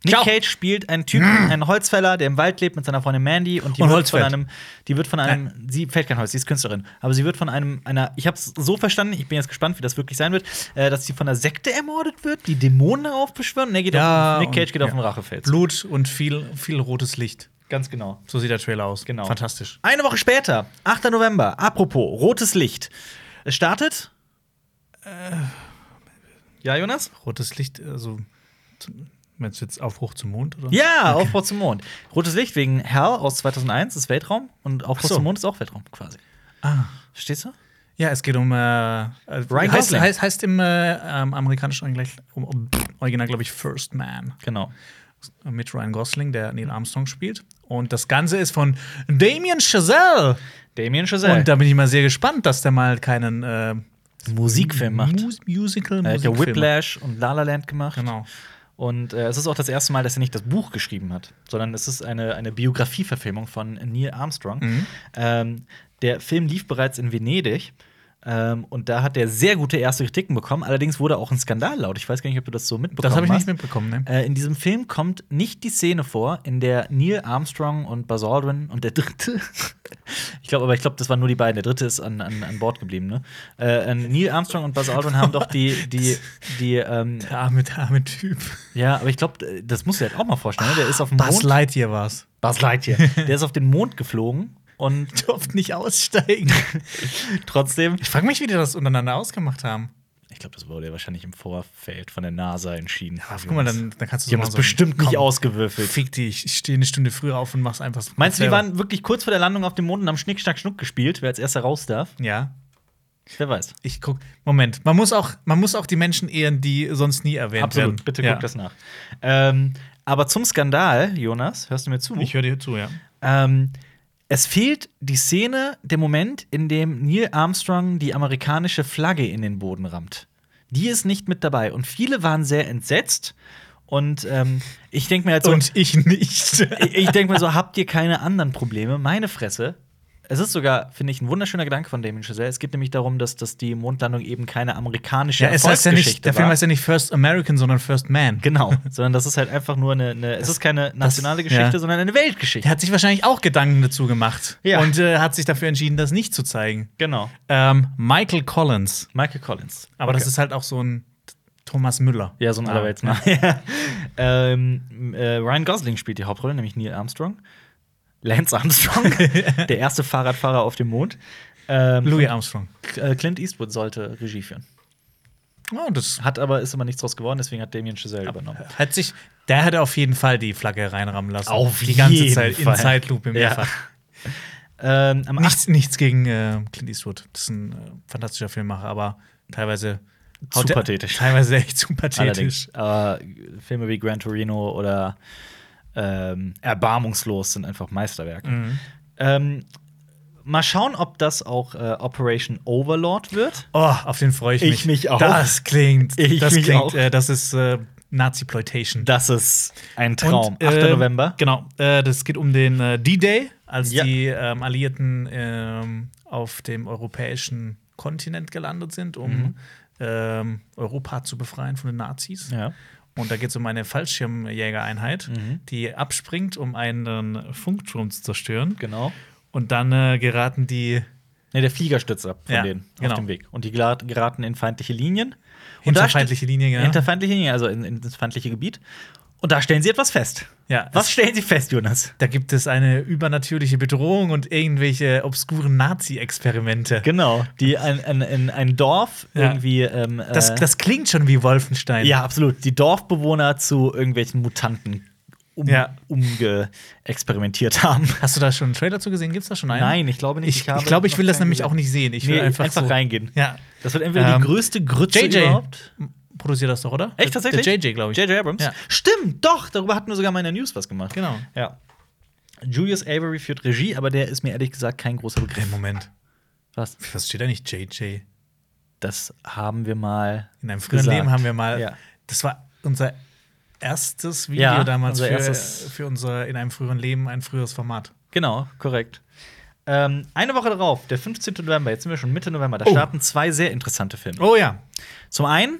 Speaker 1: Nick
Speaker 2: Ciao. Mm.
Speaker 1: Cage spielt einen Typen, einen Holzfäller, der im Wald lebt mit seiner Freundin Mandy und die
Speaker 2: Und
Speaker 1: wird
Speaker 2: Holz
Speaker 1: von
Speaker 2: fällt.
Speaker 1: einem, die wird von einem, sie fällt kein Holz, sie ist Künstlerin, aber sie wird von einem, einer, ich habe es so verstanden, ich bin jetzt gespannt, wie das wirklich sein wird, äh, dass sie von einer Sekte ermordet wird, die Dämonen aufbeschwören und er geht auf,
Speaker 2: Ja,
Speaker 1: Nick Cage
Speaker 2: und-
Speaker 1: geht auf
Speaker 2: ja.
Speaker 1: den Rachefeld.
Speaker 2: Blut und viel, viel rotes Licht.
Speaker 1: Ganz genau.
Speaker 2: So sieht der Trailer aus.
Speaker 1: Genau.
Speaker 2: Fantastisch.
Speaker 1: Eine Woche später, 8. November, apropos, rotes Licht. Es startet.
Speaker 2: Äh.
Speaker 1: ja, Jonas?
Speaker 2: Rotes Licht, also zum- meinst du jetzt auf hoch zum Mond? Oder?
Speaker 1: Ja, Aufbau zum Mond. Rotes Licht wegen Hell aus 2001 ist Weltraum und Aufbau
Speaker 2: Ach so.
Speaker 1: zum Mond ist auch Weltraum quasi.
Speaker 2: Ah.
Speaker 1: Verstehst du?
Speaker 2: Ja, es geht um. Äh, Ryan heißt,
Speaker 1: Gosling.
Speaker 2: heißt, heißt im äh, ähm, amerikanischen gleich, um, um, Original, glaube ich, First Man. äh,
Speaker 1: Genau.
Speaker 2: Mit Ryan Gosling, der Neil Armstrong spielt. Und das Ganze ist von Damien Chazelle.
Speaker 1: Damien Chazelle.
Speaker 2: Und da bin ich mal sehr gespannt, dass der mal keinen äh,
Speaker 1: Musikfilm macht.
Speaker 2: Mus Musical
Speaker 1: Er hat ja
Speaker 2: Musikfilm macht.
Speaker 1: Whiplash und La La Land gemacht.
Speaker 2: Genau.
Speaker 1: Und äh, es ist auch das erste Mal, dass er nicht das Buch geschrieben hat, sondern es ist eine, eine Biografieverfilmung von Neil Armstrong.
Speaker 2: Mhm.
Speaker 1: Ähm, der Film lief bereits in Venedig. Ähm, und da hat er sehr gute erste Kritiken bekommen. Allerdings wurde auch ein Skandal laut. Ich weiß gar nicht, ob du das so mitbekommen
Speaker 2: Das habe ich
Speaker 1: hast.
Speaker 2: nicht mitbekommen, ne?
Speaker 1: Äh, in diesem Film kommt nicht die Szene vor, in der Neil Armstrong und Buzz Aldrin und der dritte, ich glaube, aber ich glaube, das waren nur die beiden, der dritte ist an, an, an Bord geblieben, ne? Äh, äh, Neil Armstrong und Buzz Aldrin haben doch die, die, die, ähm,
Speaker 2: Der arme, der arme Typ.
Speaker 1: ja, aber ich glaube, das musst du dir halt auch mal vorstellen, ne? Der ist auf dem
Speaker 2: Buzz
Speaker 1: Mond.
Speaker 2: Lightyear war's.
Speaker 1: Buzz Lightyear. Der ist auf den Mond geflogen und
Speaker 2: Durft nicht aussteigen.
Speaker 1: trotzdem.
Speaker 2: Ich frage mich, wie die das untereinander ausgemacht haben.
Speaker 1: Ich glaube, das wurde ja wahrscheinlich im Vorfeld von der NASA entschieden.
Speaker 2: Aber guck mal, dann, dann kannst du
Speaker 1: die haben
Speaker 2: mal
Speaker 1: das bestimmt nicht
Speaker 2: komm,
Speaker 1: ausgewürfelt.
Speaker 2: Fick dich, ich stehe eine Stunde früher auf und mach's einfach.
Speaker 1: Meinst du, die
Speaker 2: selber.
Speaker 1: waren wirklich kurz vor der Landung auf dem Mond und haben Schnick, Schnack, Schnuck gespielt, wer als erster raus darf?
Speaker 2: Ja,
Speaker 1: Wer weiß.
Speaker 2: ich guck. Moment, man muss auch, man muss auch die Menschen ehren, die sonst nie erwähnt werden.
Speaker 1: Bitte
Speaker 2: ja.
Speaker 1: guck das nach. Ähm, aber zum Skandal, Jonas, hörst du mir zu?
Speaker 2: Ich höre dir zu, ja.
Speaker 1: Ähm, es fehlt die Szene, der Moment, in dem Neil Armstrong die amerikanische Flagge in den Boden rammt. Die ist nicht mit dabei. Und viele waren sehr entsetzt. Und ähm, ich denke mir halt so,
Speaker 2: Und ich nicht.
Speaker 1: ich, ich denke mir so, habt ihr keine anderen Probleme? Meine Fresse. Es ist sogar, finde ich, ein wunderschöner Gedanke von Damien Chazelle. Es geht nämlich darum, dass, dass die Mondlandung eben keine amerikanische
Speaker 2: ja, es heißt ja nicht,
Speaker 1: Erfolgsgeschichte
Speaker 2: der Film
Speaker 1: war.
Speaker 2: heißt ja nicht First American, sondern First Man.
Speaker 1: Genau, sondern das ist halt einfach nur eine, eine es ist keine nationale
Speaker 2: ja.
Speaker 1: Geschichte, sondern eine
Speaker 2: Der
Speaker 1: Weltgeschichte.
Speaker 2: hat sich wahrscheinlich auch Gedanken dazu gemacht
Speaker 1: Ja.
Speaker 2: und äh, hat sich dafür entschieden, das nicht zu zeigen.
Speaker 1: Genau.
Speaker 2: Ähm, Michael Collins.
Speaker 1: Michael Collins.
Speaker 2: Aber das
Speaker 1: Okay.
Speaker 2: ist halt auch so ein Thomas Müller. Ah.
Speaker 1: ja so ein Allerweltsmann. Ja. ähm, äh, Ryan Gosling spielt die Hauptrolle, nämlich Neil Armstrong. Lance Armstrong, der erste Fahrradfahrer auf dem Mond. Ähm,
Speaker 2: Louis Armstrong.
Speaker 1: äh, Clint Eastwood sollte Regie führen.
Speaker 2: Oh, das
Speaker 1: Hat aber, ist aber nichts draus geworden, deswegen hat Damien Chazelle übernommen.
Speaker 2: hat sich. Der hätte auf jeden Fall die Flagge reinrammen lassen.
Speaker 1: Auf
Speaker 2: die ganze
Speaker 1: jeden
Speaker 2: Zeit
Speaker 1: Fall.
Speaker 2: in Zeitlupe
Speaker 1: Ja.
Speaker 2: mehrfach.
Speaker 1: Ähm, am
Speaker 2: Nichts, nichts gegen äh, Clint Eastwood. Das ist ein äh, fantastischer Filmemacher, aber teilweise
Speaker 1: Zu
Speaker 2: haut er-
Speaker 1: pathetisch.
Speaker 2: Teilweise echt zu pathetisch.
Speaker 1: Allerdings. Aber Filme wie Gran Torino oder ähm, Erbarmungslos sind einfach Meisterwerke. Ähm, mal schauen, ob das auch äh, Operation Overlord wird.
Speaker 2: Oh, auf den freue ich mich.
Speaker 1: Ich mich auch.
Speaker 2: Das klingt,
Speaker 1: Ich
Speaker 2: das
Speaker 1: mich
Speaker 2: klingt,
Speaker 1: auch.
Speaker 2: Äh, das ist äh, Nazi-Ploitation.
Speaker 1: Das ist ein Traum.
Speaker 2: Und,
Speaker 1: 8.
Speaker 2: ähm,
Speaker 1: November.
Speaker 2: Genau. Äh, das geht um den äh, D-Day, als
Speaker 1: Ja.
Speaker 2: die ähm, Alliierten ähm, auf dem europäischen Kontinent gelandet sind, um
Speaker 1: Mhm.
Speaker 2: ähm, Europa zu befreien von den Nazis.
Speaker 1: Ja. Mhm.
Speaker 2: Und da geht es um eine Fallschirmjägereinheit, die abspringt, um einen Funkturm zu zerstören.
Speaker 1: Genau.
Speaker 2: Und dann äh, geraten die
Speaker 1: Ne, der Flieger stürzt ab von
Speaker 2: Ja,
Speaker 1: denen
Speaker 2: genau.
Speaker 1: auf dem Weg. Und die gera- geraten in feindliche Linien. Und da
Speaker 2: hinter
Speaker 1: ste-
Speaker 2: feindliche Linien. ja.
Speaker 1: Hinter feindliche Linien, also in, in das feindliche Gebiet. Und da stellen sie etwas fest.
Speaker 2: Ja,
Speaker 1: Was
Speaker 2: es-
Speaker 1: stellen sie fest, Jonas?
Speaker 2: Da gibt es eine übernatürliche Bedrohung und irgendwelche obskuren Nazi-Experimente.
Speaker 1: Genau. Die ein, ein, ein, ein Dorf
Speaker 2: Ja.
Speaker 1: irgendwie. Ähm, äh,
Speaker 2: Das, das klingt schon wie Wolfenstein.
Speaker 1: Ja, absolut. Die Dorfbewohner zu irgendwelchen Mutanten um,
Speaker 2: Ja.
Speaker 1: umgeexperimentiert haben.
Speaker 2: Hast du da schon einen Trailer zu gesehen? Gibt es da schon einen?
Speaker 1: Nein, ich glaube nicht.
Speaker 2: Ich glaube,
Speaker 1: habe
Speaker 2: ich, glaub, ich
Speaker 1: noch
Speaker 2: will das
Speaker 1: keinen
Speaker 2: nämlich
Speaker 1: gesehen.
Speaker 2: auch nicht sehen. Ich will
Speaker 1: Nee,
Speaker 2: einfach,
Speaker 1: einfach
Speaker 2: so.
Speaker 1: reingehen.
Speaker 2: Ja.
Speaker 1: Das wird entweder
Speaker 2: Ähm,
Speaker 1: die größte Grütze
Speaker 2: JJ.
Speaker 1: überhaupt.
Speaker 2: Produziert das doch, oder?
Speaker 1: Echt tatsächlich?
Speaker 2: Der JJ, glaube ich.
Speaker 1: JJ Abrams.
Speaker 2: Ja.
Speaker 1: Stimmt, doch, darüber hatten wir sogar mal in der News was gemacht.
Speaker 2: Genau.
Speaker 1: Ja. Julius Avery führt Regie, aber der ist mir ehrlich gesagt kein großer
Speaker 2: Hey,
Speaker 1: Begriff.
Speaker 2: Moment.
Speaker 1: Was?
Speaker 2: Was steht da nicht? JJ.
Speaker 1: Das haben wir mal.
Speaker 2: In einem früheren
Speaker 1: gesagt.
Speaker 2: Leben haben wir mal.
Speaker 1: Ja.
Speaker 2: Das war unser erstes Video
Speaker 1: Ja,
Speaker 2: damals
Speaker 1: unser
Speaker 2: für,
Speaker 1: erstes-
Speaker 2: für unser In einem früheren Leben, ein früheres Format.
Speaker 1: Genau, korrekt. Ähm, eine Woche darauf, der 15. November, jetzt sind wir schon Mitte November, da
Speaker 2: Oh.
Speaker 1: starten zwei sehr interessante Filme.
Speaker 2: Oh ja.
Speaker 1: Zum einen,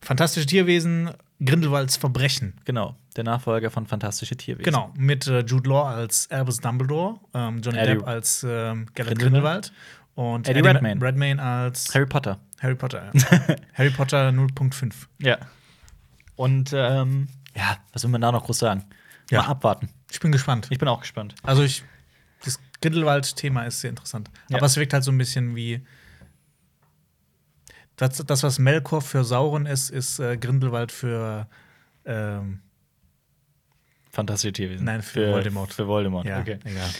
Speaker 2: Fantastische Tierwesen, Grindelwalds Verbrechen.
Speaker 1: genau, der Nachfolger von Fantastische Tierwesen.
Speaker 2: Genau, mit äh, Jude Law als Albus Dumbledore, ähm, Johnny
Speaker 1: Eddie-
Speaker 2: Depp als ähm,
Speaker 1: Grindelwald.
Speaker 2: Gellert Grindelwald und
Speaker 1: Eddie
Speaker 2: Eddie Ma-
Speaker 1: Redmayne.
Speaker 2: Redmayne als Harry,
Speaker 1: Harry Potter.
Speaker 2: Potter. ja. Harry Potter 0.5.
Speaker 1: Ja. Und ähm, ja, was will man da noch groß sagen?
Speaker 2: Ja.
Speaker 1: Mal abwarten.
Speaker 2: Ich bin gespannt.
Speaker 1: Ich bin auch gespannt.
Speaker 2: Also ich, das Grindelwald-Thema ist sehr interessant.
Speaker 1: Ja.
Speaker 2: Aber es wirkt halt so ein bisschen wie das, das was Melkor für Sauron ist, ist äh, Grindelwald für ähm,
Speaker 1: Fantastische Tierwesen.
Speaker 2: Nein, für Voldemort.
Speaker 1: Für Voldemort,
Speaker 2: ja,
Speaker 1: okay.
Speaker 2: egal.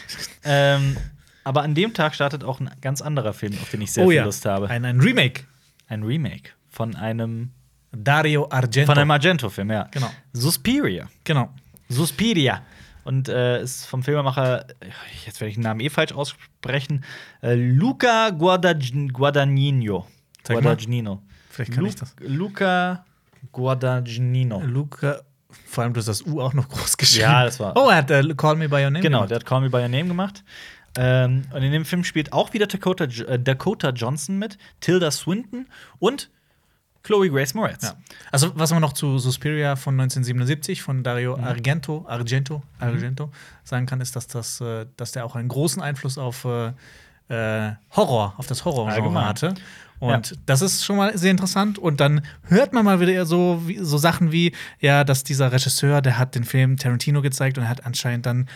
Speaker 1: Ähm, aber an dem Tag startet auch ein ganz anderer Film, auf den ich sehr
Speaker 2: oh
Speaker 1: viel
Speaker 2: ja,
Speaker 1: Lust habe.
Speaker 2: Ein, ein Remake.
Speaker 1: Ein Remake von einem
Speaker 2: Dario Argento.
Speaker 1: von einem Argento-Film, ja.
Speaker 2: Genau.
Speaker 1: Suspiria.
Speaker 2: genau.
Speaker 1: Suspiria. Und äh, ist vom Filmemacher, jetzt werde ich den Namen eh falsch aussprechen, äh, Luca Guadagnino. Guadagnino.
Speaker 2: Sag mal.
Speaker 1: Guadagnino.
Speaker 2: Vielleicht kann
Speaker 1: Lu-
Speaker 2: ich das.
Speaker 1: Luca Guadagnino.
Speaker 2: Luca, vor allem du hast das U auch noch groß geschrieben.
Speaker 1: Ja, das war-
Speaker 2: Oh, er hat äh, Call Me by Your Name.
Speaker 1: Genau,
Speaker 2: gemacht.
Speaker 1: der hat Call Me By Your Name gemacht. Ähm, und in dem Film spielt auch wieder Dakota, J- äh, Dakota Johnson mit, Tilda Swinton und Chloe Grace Moretz.
Speaker 2: Ja. Also was man noch zu Suspiria von 1977 von Dario
Speaker 1: Mhm.
Speaker 2: Argento, Argento, Argento sagen kann, ist, dass das, äh, dass der auch einen großen Einfluss auf äh, äh, Horror, auf das Horror-Genre
Speaker 1: Allgemein.
Speaker 2: hatte. Und das ist schon mal sehr interessant. Und dann hört man mal wieder eher so, wie, so Sachen wie, ja, dass dieser Regisseur, der hat den Film Tarantino gezeigt und er hat anscheinend dann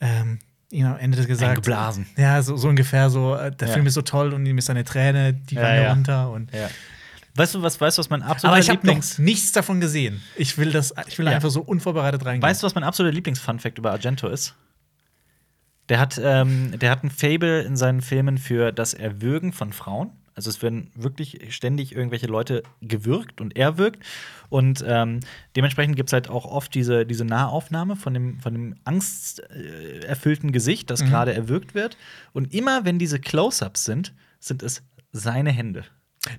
Speaker 2: ähm, ihm am Ende gesagt.
Speaker 1: Eingeblasen.
Speaker 2: Ja, so, so ungefähr so, äh, der
Speaker 1: Ja.
Speaker 2: Film ist so toll und ihm ist eine Träne, die
Speaker 1: Ja,
Speaker 2: wandert
Speaker 1: ja.
Speaker 2: runter und
Speaker 1: Ja. Weißt du, was, weißt, du, was mein
Speaker 2: aber
Speaker 1: absoluter
Speaker 2: ich habe noch
Speaker 1: Lieblings.
Speaker 2: nichts davon gesehen. Ich will das, ich will da
Speaker 1: Ja.
Speaker 2: einfach so unvorbereitet reingehen.
Speaker 1: Weißt du, was mein absoluter Lieblings-Funfact über Argento ist? Der hat, ähm, der hat ein Fable in seinen Filmen für das Erwürgen von Frauen. Also es werden wirklich ständig irgendwelche Leute gewürgt und erwürgt. Und ähm, dementsprechend gibt es halt auch oft diese, diese Nahaufnahme von dem, von dem angsterfüllten Gesicht,
Speaker 2: Mhm.
Speaker 1: das gerade erwürgt wird. Und immer wenn diese Close-Ups sind, sind es seine Hände.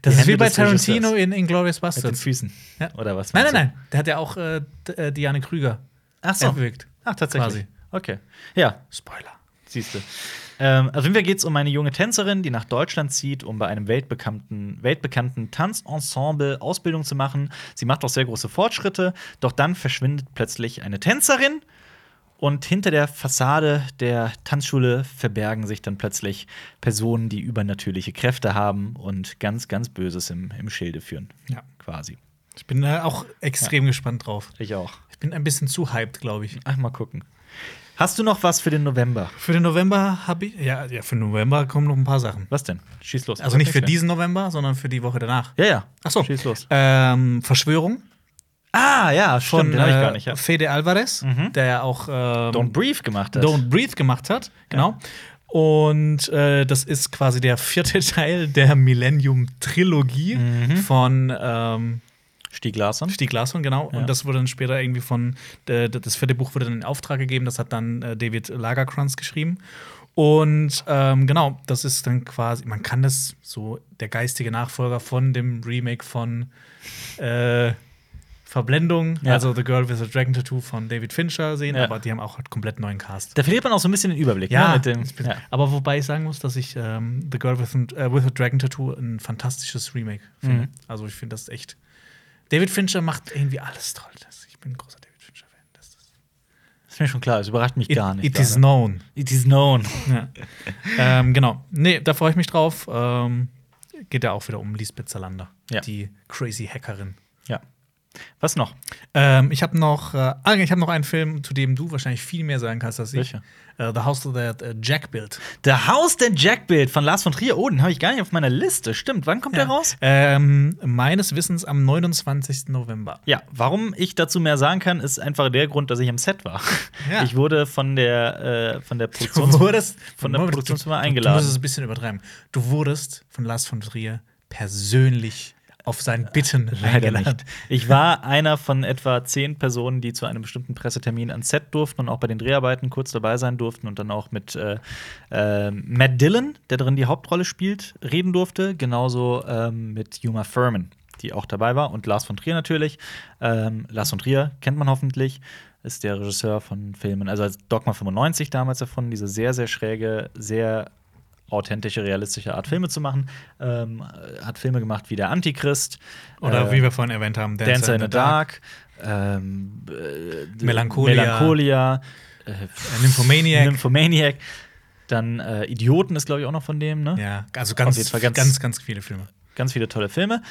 Speaker 2: das
Speaker 1: die
Speaker 2: ist wie
Speaker 1: Hände
Speaker 2: bei
Speaker 1: des Regisseurs.
Speaker 2: Tarantino in Inglourious
Speaker 1: Mit den
Speaker 2: Bastards.
Speaker 1: Füßen.
Speaker 2: Ja.
Speaker 1: Oder was?
Speaker 2: Nein, nein,
Speaker 1: meinst
Speaker 2: nein. Der hat ja auch äh, D- äh, Diane Krüger
Speaker 1: du? Ach so.
Speaker 2: erwürgt.
Speaker 1: Ach, tatsächlich.
Speaker 2: Quasi.
Speaker 1: Okay. Ja,
Speaker 2: Spoiler.
Speaker 1: Siehste. Ähm, auf jeden Fall geht es um eine junge Tänzerin, die nach Deutschland zieht, um bei einem weltbekannten, weltbekannten Tanzensemble Ausbildung zu machen. Sie macht auch sehr große Fortschritte, doch dann verschwindet plötzlich eine Tänzerin und hinter der Fassade der Tanzschule verbergen sich dann plötzlich Personen, die übernatürliche Kräfte haben und ganz, ganz Böses im, im Schilde führen.
Speaker 2: Ja.
Speaker 1: Quasi.
Speaker 2: Ich bin äh, auch extrem gespannt drauf.
Speaker 1: Ich auch.
Speaker 2: Ich bin ein bisschen zu hyped, glaube ich.
Speaker 1: Ach, mal gucken. Hast du noch was für den November?
Speaker 2: Für den November habe ich. Ja, ja, für den November kommen noch ein paar Sachen.
Speaker 1: Was denn? Schieß los.
Speaker 2: Also nicht für
Speaker 1: Okay.
Speaker 2: diesen November, sondern für die Woche danach.
Speaker 1: Ja, ja.
Speaker 2: Ach so.
Speaker 1: Schieß los.
Speaker 2: Ähm, Verschwörung
Speaker 1: Ah, ja, stimmt.
Speaker 2: von
Speaker 1: den hab ich gar
Speaker 2: äh,
Speaker 1: nicht. Ja.
Speaker 2: Fede Alvarez, der ja auch ähm,
Speaker 1: Don't Breathe gemacht hat.
Speaker 2: Don't Breathe gemacht hat. Genau. Und äh, das ist quasi der vierte Teil der Millennium-Trilogie
Speaker 1: Mhm.
Speaker 2: von ähm,
Speaker 1: Stieg Larsson.
Speaker 2: Stieg Larsson, genau.
Speaker 1: Ja.
Speaker 2: Und das wurde dann später irgendwie von, äh, das vierte Buch wurde dann in Auftrag gegeben, das hat dann äh, David Lagerkrantz geschrieben. Und ähm, genau, das ist dann quasi, man kann das so, der geistige Nachfolger von dem Remake von äh, Verblendung,
Speaker 1: Ja.
Speaker 2: also The Girl with the Dragon Tattoo von David Fincher sehen,
Speaker 1: Ja.
Speaker 2: aber die haben auch einen komplett neuen Cast.
Speaker 1: Da verliert man auch so ein bisschen den Überblick.
Speaker 2: Ja,
Speaker 1: ne, mit dem,
Speaker 2: ich bin-
Speaker 1: ja.
Speaker 2: aber wobei ich sagen muss, dass ich ähm, The Girl with, an, äh, with a Dragon Tattoo ein fantastisches Remake finde.
Speaker 1: Mhm.
Speaker 2: Also ich finde das echt. David Fincher macht irgendwie alles toll. Das, ich bin ein großer David Fincher-Fan. Das ist-
Speaker 1: ist mir schon klar. Es überrascht mich
Speaker 2: It,
Speaker 1: gar nicht. ne.
Speaker 2: it
Speaker 1: gerade.
Speaker 2: is known.
Speaker 1: it is known.
Speaker 2: Ja. ähm, genau. Nee, da freue ich mich drauf. Ähm, geht ja auch wieder um Lisbeth Zalander,
Speaker 1: Ja.
Speaker 2: die crazy Hackerin.
Speaker 1: Ja. Was noch?
Speaker 2: Ähm, ich habe noch, äh, ah, ich hab noch einen Film, zu dem du wahrscheinlich viel mehr sagen kannst als ich.
Speaker 1: Welcher?
Speaker 2: Äh, The House That äh, Jack Built.
Speaker 1: The House That Jack Built von Lars von Trier. Oh, den habe ich gar nicht auf meiner Liste. Stimmt. Wann kommt der
Speaker 2: Ja.
Speaker 1: raus?
Speaker 2: Ähm, meines Wissens am 29. November.
Speaker 1: Ja, warum ich dazu mehr sagen kann, ist einfach der Grund, dass ich am Set war.
Speaker 2: Ja.
Speaker 1: Ich wurde von der, äh, von der Produktion.
Speaker 2: wurdest
Speaker 1: von der
Speaker 2: Moment, du-
Speaker 1: Produktionsfirma
Speaker 2: du-
Speaker 1: eingeladen.
Speaker 2: Du musst es ein bisschen übertreiben. Du wurdest von Lars von Trier persönlich auf sein Bitten
Speaker 1: Leider
Speaker 2: eingeladen.
Speaker 1: nicht. Ich war einer von etwa zehn Personen, die zu einem bestimmten Pressetermin ans Set durften und auch bei den Dreharbeiten kurz dabei sein durften und dann auch mit äh, ähm, Matt Dillon, der drin die Hauptrolle spielt, reden durfte. Genauso ähm, mit Uma Thurman, die auch dabei war und Lars von Trier natürlich. Ähm, Lars von Trier kennt man hoffentlich. Ist der Regisseur von Filmen, also als Dogma 95 damals davon, diese sehr, sehr schräge, sehr authentische, realistische Art, Filme zu machen. Ähm, hat Filme gemacht wie Der Antichrist. äh,
Speaker 2: Oder wie wir vorhin erwähnt haben,
Speaker 1: Dancer, in the Dark, ähm, äh,
Speaker 2: Melancholia.
Speaker 1: Melancholia äh,
Speaker 2: Äh, Nymphomaniac.
Speaker 1: Nymphomaniac. Dann äh, Idioten ist, glaube ich, auch noch von dem, ne?
Speaker 2: Ja, also
Speaker 1: Auf jeden
Speaker 2: ganz,
Speaker 1: Fall
Speaker 2: ganz,
Speaker 1: ganz-
Speaker 2: ganz, viele Filme.
Speaker 1: Ganz viele tolle Filme.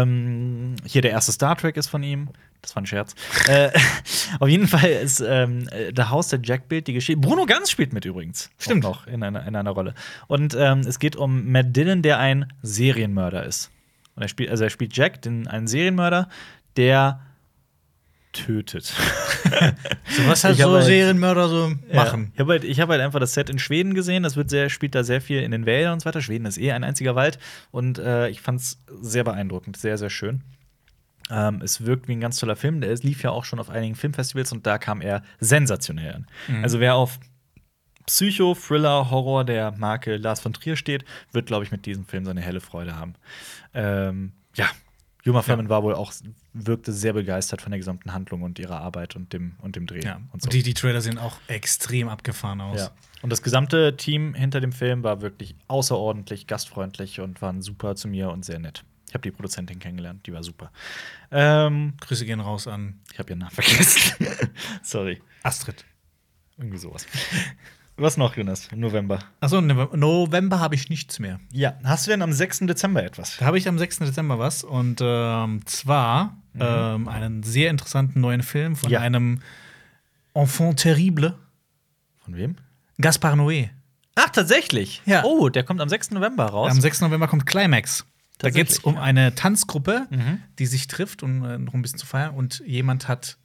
Speaker 1: Ähm, hier der erste Star Trek ist von ihm. Das war ein Scherz. äh, auf jeden Fall ist ähm, äh, The House der Jack Bild die Geschichte. Bruno Ganz spielt mit übrigens.
Speaker 2: Stimmt.
Speaker 1: Auch noch in einer, in einer Rolle. Und ähm, es geht um Matt Dillon, der ein Serienmörder ist. Und er spielt, also er spielt Jack, den, einen Serienmörder, der tötet.
Speaker 2: So was halt
Speaker 1: Ich hab
Speaker 2: so
Speaker 1: halt-
Speaker 2: Serienmörder so
Speaker 1: Ja.
Speaker 2: machen.
Speaker 1: Ich habe halt, ich hab halt einfach das Set in Schweden gesehen. Das wird sehr, spielt da sehr viel in den Wäldern und so weiter. Schweden ist eh ein einziger Wald. Und äh, ich fand es sehr beeindruckend, sehr, sehr schön. Ähm, es wirkt wie ein ganz toller Film. Der ist- lief ja auch schon auf einigen Filmfestivals und da kam er sensationell an.
Speaker 2: Mhm.
Speaker 1: Also wer auf Psycho, Thriller, Horror der Marke Lars von Trier steht, wird, glaube ich, mit diesem Film seine helle Freude haben. Ähm, ja, Juma Thurman war wohl auch, wirkte sehr begeistert von der gesamten Handlung und ihrer Arbeit und dem, und dem Dreh.
Speaker 2: Ja.
Speaker 1: Und so.
Speaker 2: Die, die Trailer sehen auch extrem abgefahren aus.
Speaker 1: Ja. Und das gesamte Team hinter dem Film war wirklich außerordentlich gastfreundlich und waren super zu mir und sehr nett. Ich habe die Produzentin kennengelernt, die war super. Ähm,
Speaker 2: Grüße gehen raus an
Speaker 1: ich habe ihren Namen vergessen. Sorry.
Speaker 2: Astrid.
Speaker 1: Irgendwie sowas. Was noch, Jonas? Im November.
Speaker 2: Achso, November habe ich nichts mehr.
Speaker 1: Ja, hast du denn am 6. Dezember etwas?
Speaker 2: Da habe ich am 6. Dezember was und ähm, zwar ähm, einen sehr interessanten neuen Film von
Speaker 1: Ja.
Speaker 2: einem Enfant terrible,
Speaker 1: Von wem?
Speaker 2: Gaspar Noé.
Speaker 1: Ach, tatsächlich.
Speaker 2: Ja.
Speaker 1: Oh, der kommt am 6. November raus.
Speaker 2: Am 6. November kommt Climax. Da geht es
Speaker 1: Tatsächlich,
Speaker 2: um
Speaker 1: ja. Mhm.
Speaker 2: eine Tanzgruppe, die sich trifft, um äh, noch ein bisschen zu feiern. Und jemand hat,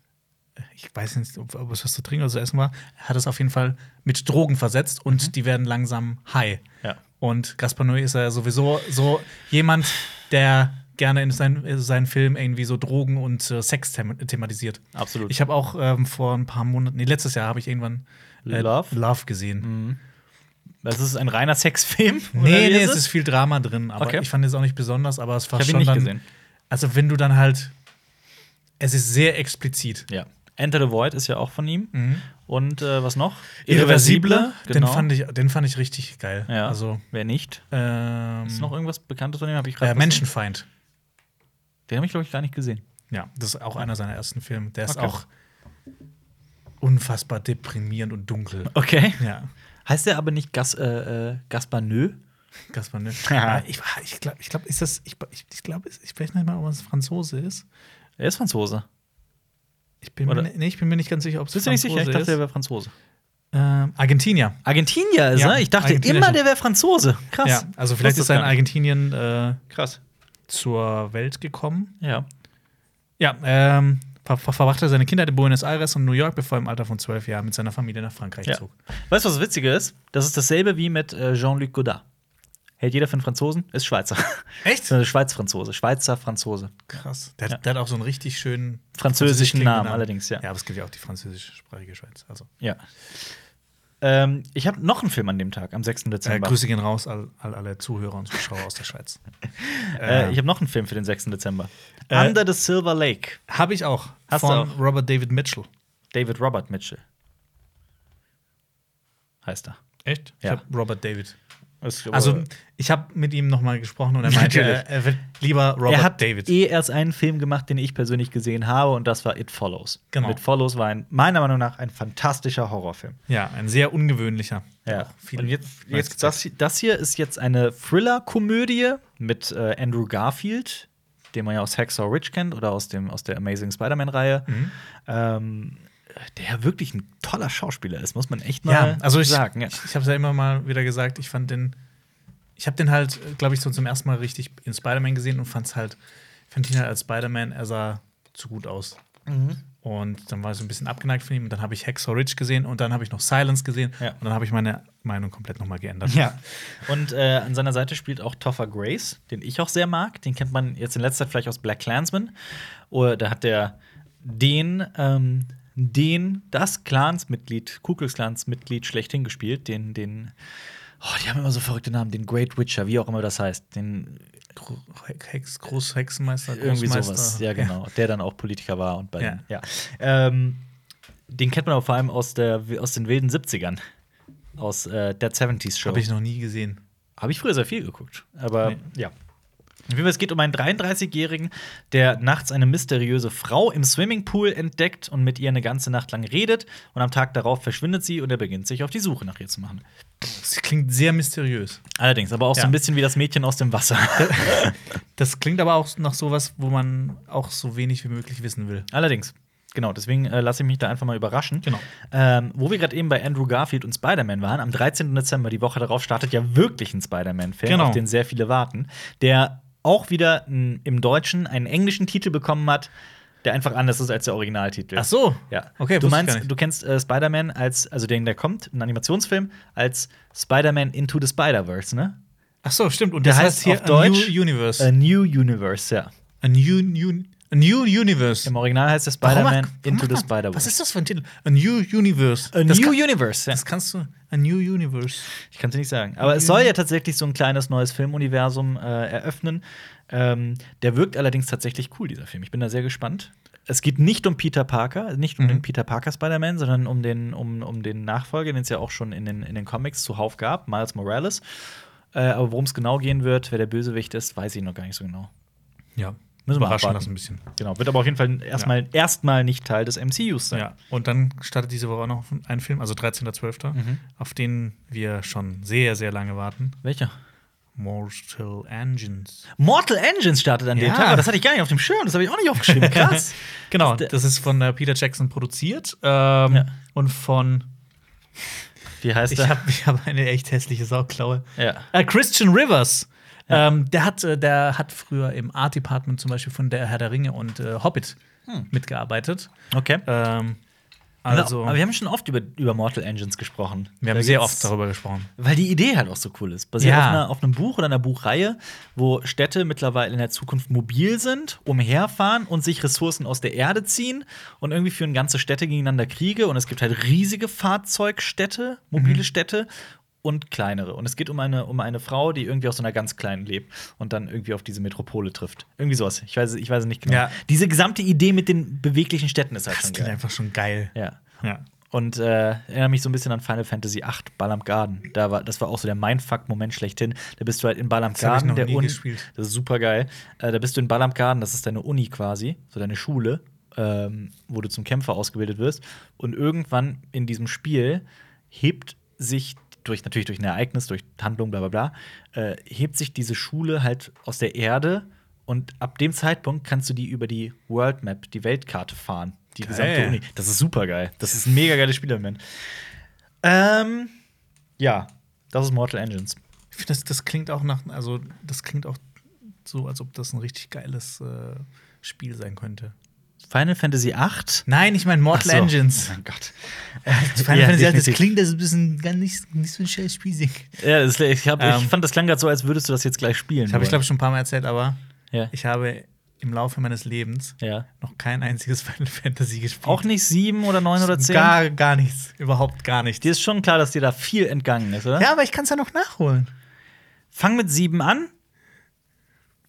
Speaker 2: äh, ich weiß nicht, ob, ob es was zu trinken oder zu essen war, hat es auf jeden Fall mit Drogen versetzt und die werden langsam high.
Speaker 1: Mhm. Ja.
Speaker 2: Und Gaspar Noé ist ja sowieso so jemand, der gerne in seinen, äh, seinen Filmen irgendwie so Drogen und äh, Sex them thematisiert.
Speaker 1: Absolut.
Speaker 2: Ich habe auch ähm, vor ein paar Monaten, nee, letztes Jahr habe ich irgendwann äh,
Speaker 1: Love?
Speaker 2: Love gesehen.
Speaker 1: das ist ein reiner Sexfilm. oder
Speaker 2: Nee,
Speaker 1: wie
Speaker 2: nee, es ist viel Drama drin, aber
Speaker 1: Okay.
Speaker 2: ich fand es auch nicht besonders, aber es war
Speaker 1: Ich hab ihn
Speaker 2: schon
Speaker 1: nicht
Speaker 2: dann,
Speaker 1: gesehen.
Speaker 2: Also, wenn du dann halt es ist sehr explizit.
Speaker 1: Ja. Enter the Void ist ja auch von ihm. Und äh, was noch?
Speaker 2: den
Speaker 1: genau.
Speaker 2: fand ich den fand ich richtig geil.
Speaker 1: Ja.
Speaker 2: Also
Speaker 1: Wer nicht?
Speaker 2: ähm,
Speaker 1: Ist noch irgendwas Bekanntes von dem? Hab ich grad
Speaker 2: äh,
Speaker 1: was-
Speaker 2: Menschenfeind.
Speaker 1: Den habe ich, glaube ich, gar nicht gesehen.
Speaker 2: Ja, das ist auch einer seiner ersten Filme, der ist
Speaker 1: Okay.
Speaker 2: auch unfassbar deprimierend und dunkel.
Speaker 1: Okay.
Speaker 2: Ja.
Speaker 1: Heißt der aber nicht Gas, äh, äh, Gaspar Nö?
Speaker 2: Gaspar Noé. Aber ich ich glaube, ich glaub, ist das ich ich, ich glaube, ich weiß nicht mal, ob es Franzose ist.
Speaker 1: Er ist Franzose.
Speaker 2: Ich bin, mir,
Speaker 1: Oder-
Speaker 2: ni- nee, ich bin mir nicht ganz sicher, ob es
Speaker 1: Bist du nicht sicher? Ich dachte, der wäre Franzose.
Speaker 2: ähm, Argentinier.
Speaker 1: Argentinier ist
Speaker 2: Ja,
Speaker 1: er? Ich dachte
Speaker 2: Argentinier
Speaker 1: immer,
Speaker 2: schon.
Speaker 1: der wäre Franzose. Krass.
Speaker 2: Ja, also vielleicht
Speaker 1: Wusste
Speaker 2: ist er in
Speaker 1: gar nicht.
Speaker 2: Argentinien äh,
Speaker 1: Krass.
Speaker 2: zur Welt gekommen.
Speaker 1: Ja.
Speaker 2: Ja, ähm, ver ver verbrachte seine Kindheit in Buenos Aires und New York, bevor er im Alter von zwölf Jahren mit seiner Familie nach Frankreich
Speaker 1: Ja.
Speaker 2: zog.
Speaker 1: Weißt du, was das Witzige ist? Das ist dasselbe wie mit äh, Jean-Luc Godard. Hält jeder für einen Franzosen? Ist Schweizer.
Speaker 2: Echt?
Speaker 1: Ist ein Schweiz-Franzose. Schweizer-Franzose.
Speaker 2: Krass. Äh, Der, hat- der hat auch so einen richtig schönen
Speaker 1: Französischen
Speaker 2: klingenden
Speaker 1: Namen, allerdings, ja.
Speaker 2: Ja, aber es gibt ja auch die französischsprachige Schweiz. Also.
Speaker 1: Ja. Ähm, ich habe noch einen Film an dem Tag, am 6.
Speaker 2: Äh,
Speaker 1: Dezember.
Speaker 2: Grüße gehen raus an all, alle Zuhörer und Zuschauer aus der Schweiz.
Speaker 1: äh, ich habe noch einen Film für den 6. Dezember.
Speaker 2: Äh,
Speaker 1: Under the Silver Lake.
Speaker 2: Habe ich auch.
Speaker 1: Hast du
Speaker 2: von
Speaker 1: auch?
Speaker 2: Robert David Mitchell.
Speaker 1: David Robert Mitchell. Heißt er.
Speaker 2: Echt? Ich
Speaker 1: Ja.
Speaker 2: hab Robert David.
Speaker 1: Ist-
Speaker 2: Also, ich habe mit ihm nochmal gesprochen und er meinte,
Speaker 1: Natürlich.
Speaker 2: er, er wird lieber Robert
Speaker 1: er hat
Speaker 2: David.
Speaker 1: eh erst einen Film gemacht, den ich persönlich gesehen habe, und das war It Follows.
Speaker 2: Genau.
Speaker 1: It Follows war ein, meiner Meinung nach ein fantastischer Horrorfilm.
Speaker 2: Ja, ein sehr ungewöhnlicher.
Speaker 1: Ja.
Speaker 2: Auch viel-
Speaker 1: Und jetzt,
Speaker 2: weiß
Speaker 1: jetzt das, das hier ist jetzt eine Thriller-Komödie mit äh, Andrew Garfield, den man ja aus Hacksaw Ridge kennt oder aus, dem, aus der Amazing Spider-Man-Reihe.
Speaker 2: Mhm.
Speaker 1: Ähm, der wirklich ein toller Schauspieler ist, muss man echt mal
Speaker 2: Ja, also ich,
Speaker 1: sagen. Ja.
Speaker 2: ich, ich habe es ja immer mal wieder gesagt, ich fand den, ich habe den halt, glaube ich, so zum ersten Mal richtig in Spider-Man gesehen und fand es halt, fand ihn halt als Spider-Man, er sah zu gut aus.
Speaker 1: Mhm.
Speaker 2: Und dann war ich so ein bisschen abgeneigt von ihm. Und dann habe ich Hacksaw Ridge gesehen und dann habe ich noch Silence gesehen.
Speaker 1: Ja.
Speaker 2: Und dann habe ich meine Meinung komplett nochmal geändert.
Speaker 1: Ja. Und äh, an seiner Seite spielt auch Topher Grace, den ich auch sehr mag. Den kennt man jetzt in letzter Zeit vielleicht aus Black Clansman. Oder da hat der den, ähm, den, das Clansmitglied, Ku Klux Clansmitglied schlechthin gespielt, den, den, oh, die haben immer so verrückte Namen, den Great Witcher, wie auch immer das heißt, den
Speaker 2: Gro- Hex, Großhexenmeister,
Speaker 1: irgendwie
Speaker 2: Großmeister.
Speaker 1: sowas, ja genau, der dann auch Politiker war und bei
Speaker 2: Ja.
Speaker 1: den, ja. Ähm, den kennt man auch vor allem aus, der, aus den wilden 70ern. Aus äh, der 70s Show.
Speaker 2: Habe ich noch nie gesehen.
Speaker 1: Habe ich früher sehr viel geguckt. Aber
Speaker 2: Nee.
Speaker 1: ja. Auf jeden Fall, Es geht um einen 33-Jährigen, der nachts eine mysteriöse Frau im Swimmingpool entdeckt und mit ihr eine ganze Nacht lang redet. Und am Tag darauf verschwindet sie und er beginnt sich auf die Suche nach ihr zu machen.
Speaker 2: Das klingt sehr mysteriös.
Speaker 1: Allerdings, aber auch
Speaker 2: Ja.
Speaker 1: so ein bisschen wie das Mädchen aus dem Wasser.
Speaker 2: Das klingt aber auch nach sowas, wo man auch so wenig wie möglich wissen will.
Speaker 1: Allerdings, genau, deswegen äh, lasse ich mich da einfach mal überraschen.
Speaker 2: Genau.
Speaker 1: Ähm, wo wir gerade eben bei Andrew Garfield und Spider-Man waren, am 13. Dezember, die Woche darauf, startet ja wirklich ein Spider-Man-Film,
Speaker 2: Genau.
Speaker 1: auf den sehr viele warten, der auch wieder m, im Deutschen einen englischen Titel bekommen hat, der einfach anders ist als der Originaltitel.
Speaker 2: Ach so.
Speaker 1: Ja.
Speaker 2: Okay,
Speaker 1: du
Speaker 2: wusste ich gar
Speaker 1: meinst,
Speaker 2: nicht.
Speaker 1: du kennst äh, Spider-Man als, also den, der kommt, ein Animationsfilm, als Spider-Man Into the Spider-Verse, ne?
Speaker 2: Ach so, stimmt. Und
Speaker 1: Der
Speaker 2: das
Speaker 1: heißt
Speaker 2: heißt hier
Speaker 1: auf Deutsch-
Speaker 2: A New Universe.
Speaker 1: A New Universe, ja.
Speaker 2: A New, new, a new Universe.
Speaker 1: Im Original heißt der
Speaker 2: Warum macht-
Speaker 1: Spider-Man
Speaker 2: warum
Speaker 1: Into
Speaker 2: macht
Speaker 1: the
Speaker 2: man- Was
Speaker 1: Spider-Verse.
Speaker 2: ist das für ein Titel? A New Universe.
Speaker 1: A
Speaker 2: das,
Speaker 1: New
Speaker 2: kann,
Speaker 1: Universe, ja.
Speaker 2: das kannst du. A New Universe.
Speaker 1: Ich kann es nicht sagen. Aber es soll ja tatsächlich so ein kleines neues Filmuniversum äh, eröffnen. Ähm, der wirkt allerdings tatsächlich cool, dieser Film. Ich bin da sehr gespannt. Es geht nicht um Peter Parker, nicht um den Peter Parker Spider-Man, sondern um den, um, um den Nachfolger, den es ja auch schon in den, in den Comics zuhauf gab, Miles Morales. Äh, aber worum es genau gehen wird, wer der Bösewicht ist, weiß ich noch gar nicht so genau.
Speaker 2: Ja.
Speaker 1: Müssen wir
Speaker 2: Überraschen
Speaker 1: abwarten.
Speaker 2: lassen ein bisschen.
Speaker 1: Genau, wird aber auf jeden Fall erstmal erstmal nicht Teil des MCUs sein.
Speaker 2: Ja. Und dann startet diese Woche auch noch ein Film, also 13.12.,
Speaker 1: Mhm.
Speaker 2: auf den wir schon sehr, sehr lange warten.
Speaker 1: Welcher?
Speaker 2: Mortal Engines.
Speaker 1: Mortal Engines startet an dem
Speaker 2: Ja.
Speaker 1: Tag, aber das hatte ich gar nicht auf dem Schirm, das habe ich auch nicht aufgeschrieben. Krass.
Speaker 2: Genau,
Speaker 1: Das-
Speaker 2: das ist von äh, Peter Jackson produziert ähm,
Speaker 1: Ja.
Speaker 2: und von.
Speaker 1: Wie heißt
Speaker 2: Ich
Speaker 1: der?
Speaker 2: habe ich hab eine echt hässliche Sauklaue.
Speaker 1: ja.
Speaker 2: Äh, Christian Rivers. Ähm, der, hat, äh, der hat früher im Art Department zum Beispiel von der Herr der Ringe und äh, Hobbit mitgearbeitet.
Speaker 1: Okay.
Speaker 2: Ähm, also,
Speaker 1: aber wir haben schon oft über, über Mortal Engines gesprochen.
Speaker 2: wir
Speaker 1: Da
Speaker 2: haben sehr
Speaker 1: geht's-
Speaker 2: oft darüber gesprochen.
Speaker 1: Weil die Idee halt auch so cool ist. Basiert
Speaker 2: Ja.
Speaker 1: auf, einer, auf einem Buch oder einer Buchreihe, wo Städte mittlerweile in der Zukunft mobil sind, umherfahren und sich Ressourcen aus der Erde ziehen und irgendwie führen ganze Städte gegeneinander Kriege. Und es gibt halt riesige Fahrzeugstädte,
Speaker 2: Mhm.
Speaker 1: mobile Städte und kleinere. Und es geht um eine, um eine Frau, die irgendwie aus so einer ganz kleinen lebt und dann irgendwie auf diese Metropole trifft. Irgendwie sowas. Ich weiß, ich weiß nicht genau.
Speaker 2: Ja.
Speaker 1: Diese gesamte Idee mit den beweglichen Städten ist halt
Speaker 2: Das
Speaker 1: schon
Speaker 2: klingt
Speaker 1: geil.
Speaker 2: einfach schon geil.
Speaker 1: Ja.
Speaker 2: Ja.
Speaker 1: Und äh, erinnere mich so ein bisschen an Final Fantasy VIII, Ballam Garden. Da war, das war auch so der Mindfuck-Moment schlechthin. Da bist du halt in Ballam
Speaker 2: hab ich
Speaker 1: Garden,
Speaker 2: noch
Speaker 1: der
Speaker 2: nie
Speaker 1: Uni.
Speaker 2: gespielt.
Speaker 1: Das ist super geil. Äh, da bist du in Ballam Garden, das ist deine Uni quasi, so deine Schule, ähm, wo du zum Kämpfer ausgebildet wirst. Und irgendwann in diesem Spiel hebt sich durch natürlich durch ein Ereignis, durch Handlung, bla bla bla, äh, hebt sich diese Schule halt aus der Erde und ab dem Zeitpunkt kannst du die über die World Map, die Weltkarte fahren. Die gesamte
Speaker 2: Geil.
Speaker 1: Uni. Das ist super geil. Das ist ein mega geiles Spiel im Moment. Ähm, ja, das ist Mortal Engines.
Speaker 2: Ich finde, das, das klingt auch nach, also das klingt auch so, als ob das ein richtig geiles äh, Spiel sein könnte.
Speaker 1: Final Fantasy VIII.
Speaker 2: Nein, ich meine Mortal
Speaker 1: Ach so. Oh
Speaker 2: Engines. Äh,
Speaker 1: Mein Gott.
Speaker 2: Final
Speaker 1: Ja,
Speaker 2: Fantasy, VIII, das
Speaker 1: definitiv.
Speaker 2: klingt das ist ein bisschen gar nicht, nicht so ein scheiß Spielsig.
Speaker 1: Ja, das, ist- ich, hab, ich
Speaker 2: Ähm.
Speaker 1: fand, das klang gerade so, als würdest du das jetzt gleich spielen.
Speaker 2: Das habe ich,
Speaker 1: wollen.
Speaker 2: glaube ich, schon ein paar Mal erzählt, aber
Speaker 1: Ja.
Speaker 2: ich habe im Laufe meines Lebens
Speaker 1: ja.
Speaker 2: noch kein einziges Final Fantasy gespielt.
Speaker 1: Auch nicht sieben oder neun oder zehn?
Speaker 2: Gar, gar nichts. Überhaupt gar nichts.
Speaker 1: Dir ist schon klar, dass dir da viel entgangen ist, oder?
Speaker 2: Ja, aber ich kann es ja noch nachholen.
Speaker 1: Fang mit sieben an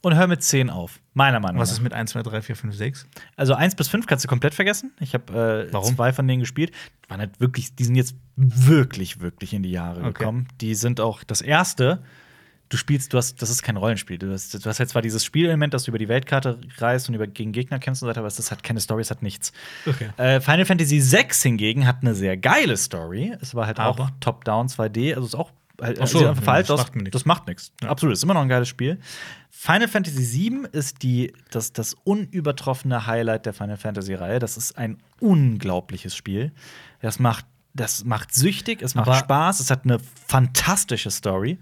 Speaker 1: und hör mit zehn auf. Meiner Meinung
Speaker 2: Was
Speaker 1: nach.
Speaker 2: ist mit 1, 2, 3, 4, 5, 6?
Speaker 1: Also eins bis fünf kannst du komplett vergessen. Ich habe äh,
Speaker 2: Warum?
Speaker 1: zwei von denen gespielt. Die Waren halt wirklich, die sind jetzt wirklich, wirklich in die Jahre
Speaker 2: Okay.
Speaker 1: gekommen. Die sind auch das erste. Du spielst, du hast, das ist kein Rollenspiel. Du hast, du hast halt zwar dieses Spielelement, dass du über die Weltkarte reist und über, gegen Gegner kämpfst und so weiter, aber es ist halt keine Story, es hat nichts.
Speaker 2: Okay.
Speaker 1: Äh, Final Fantasy VI hingegen hat eine sehr geile Story. Es war halt
Speaker 2: Aber?
Speaker 1: auch Top-Down 2D, also ist auch halt,
Speaker 2: Ach so,
Speaker 1: sieht einfach
Speaker 2: ja,
Speaker 1: veraltet
Speaker 2: das
Speaker 1: aus.
Speaker 2: macht mir nix.
Speaker 1: Das macht nichts. Absolut, ist immer noch ein geiles Spiel. Final Fantasy VII ist die, das, das unübertroffene Highlight der Final Fantasy-Reihe. Das ist ein unglaubliches Spiel. Das macht, das macht süchtig, es macht
Speaker 2: Aber-
Speaker 1: Spaß, es hat eine fantastische Story.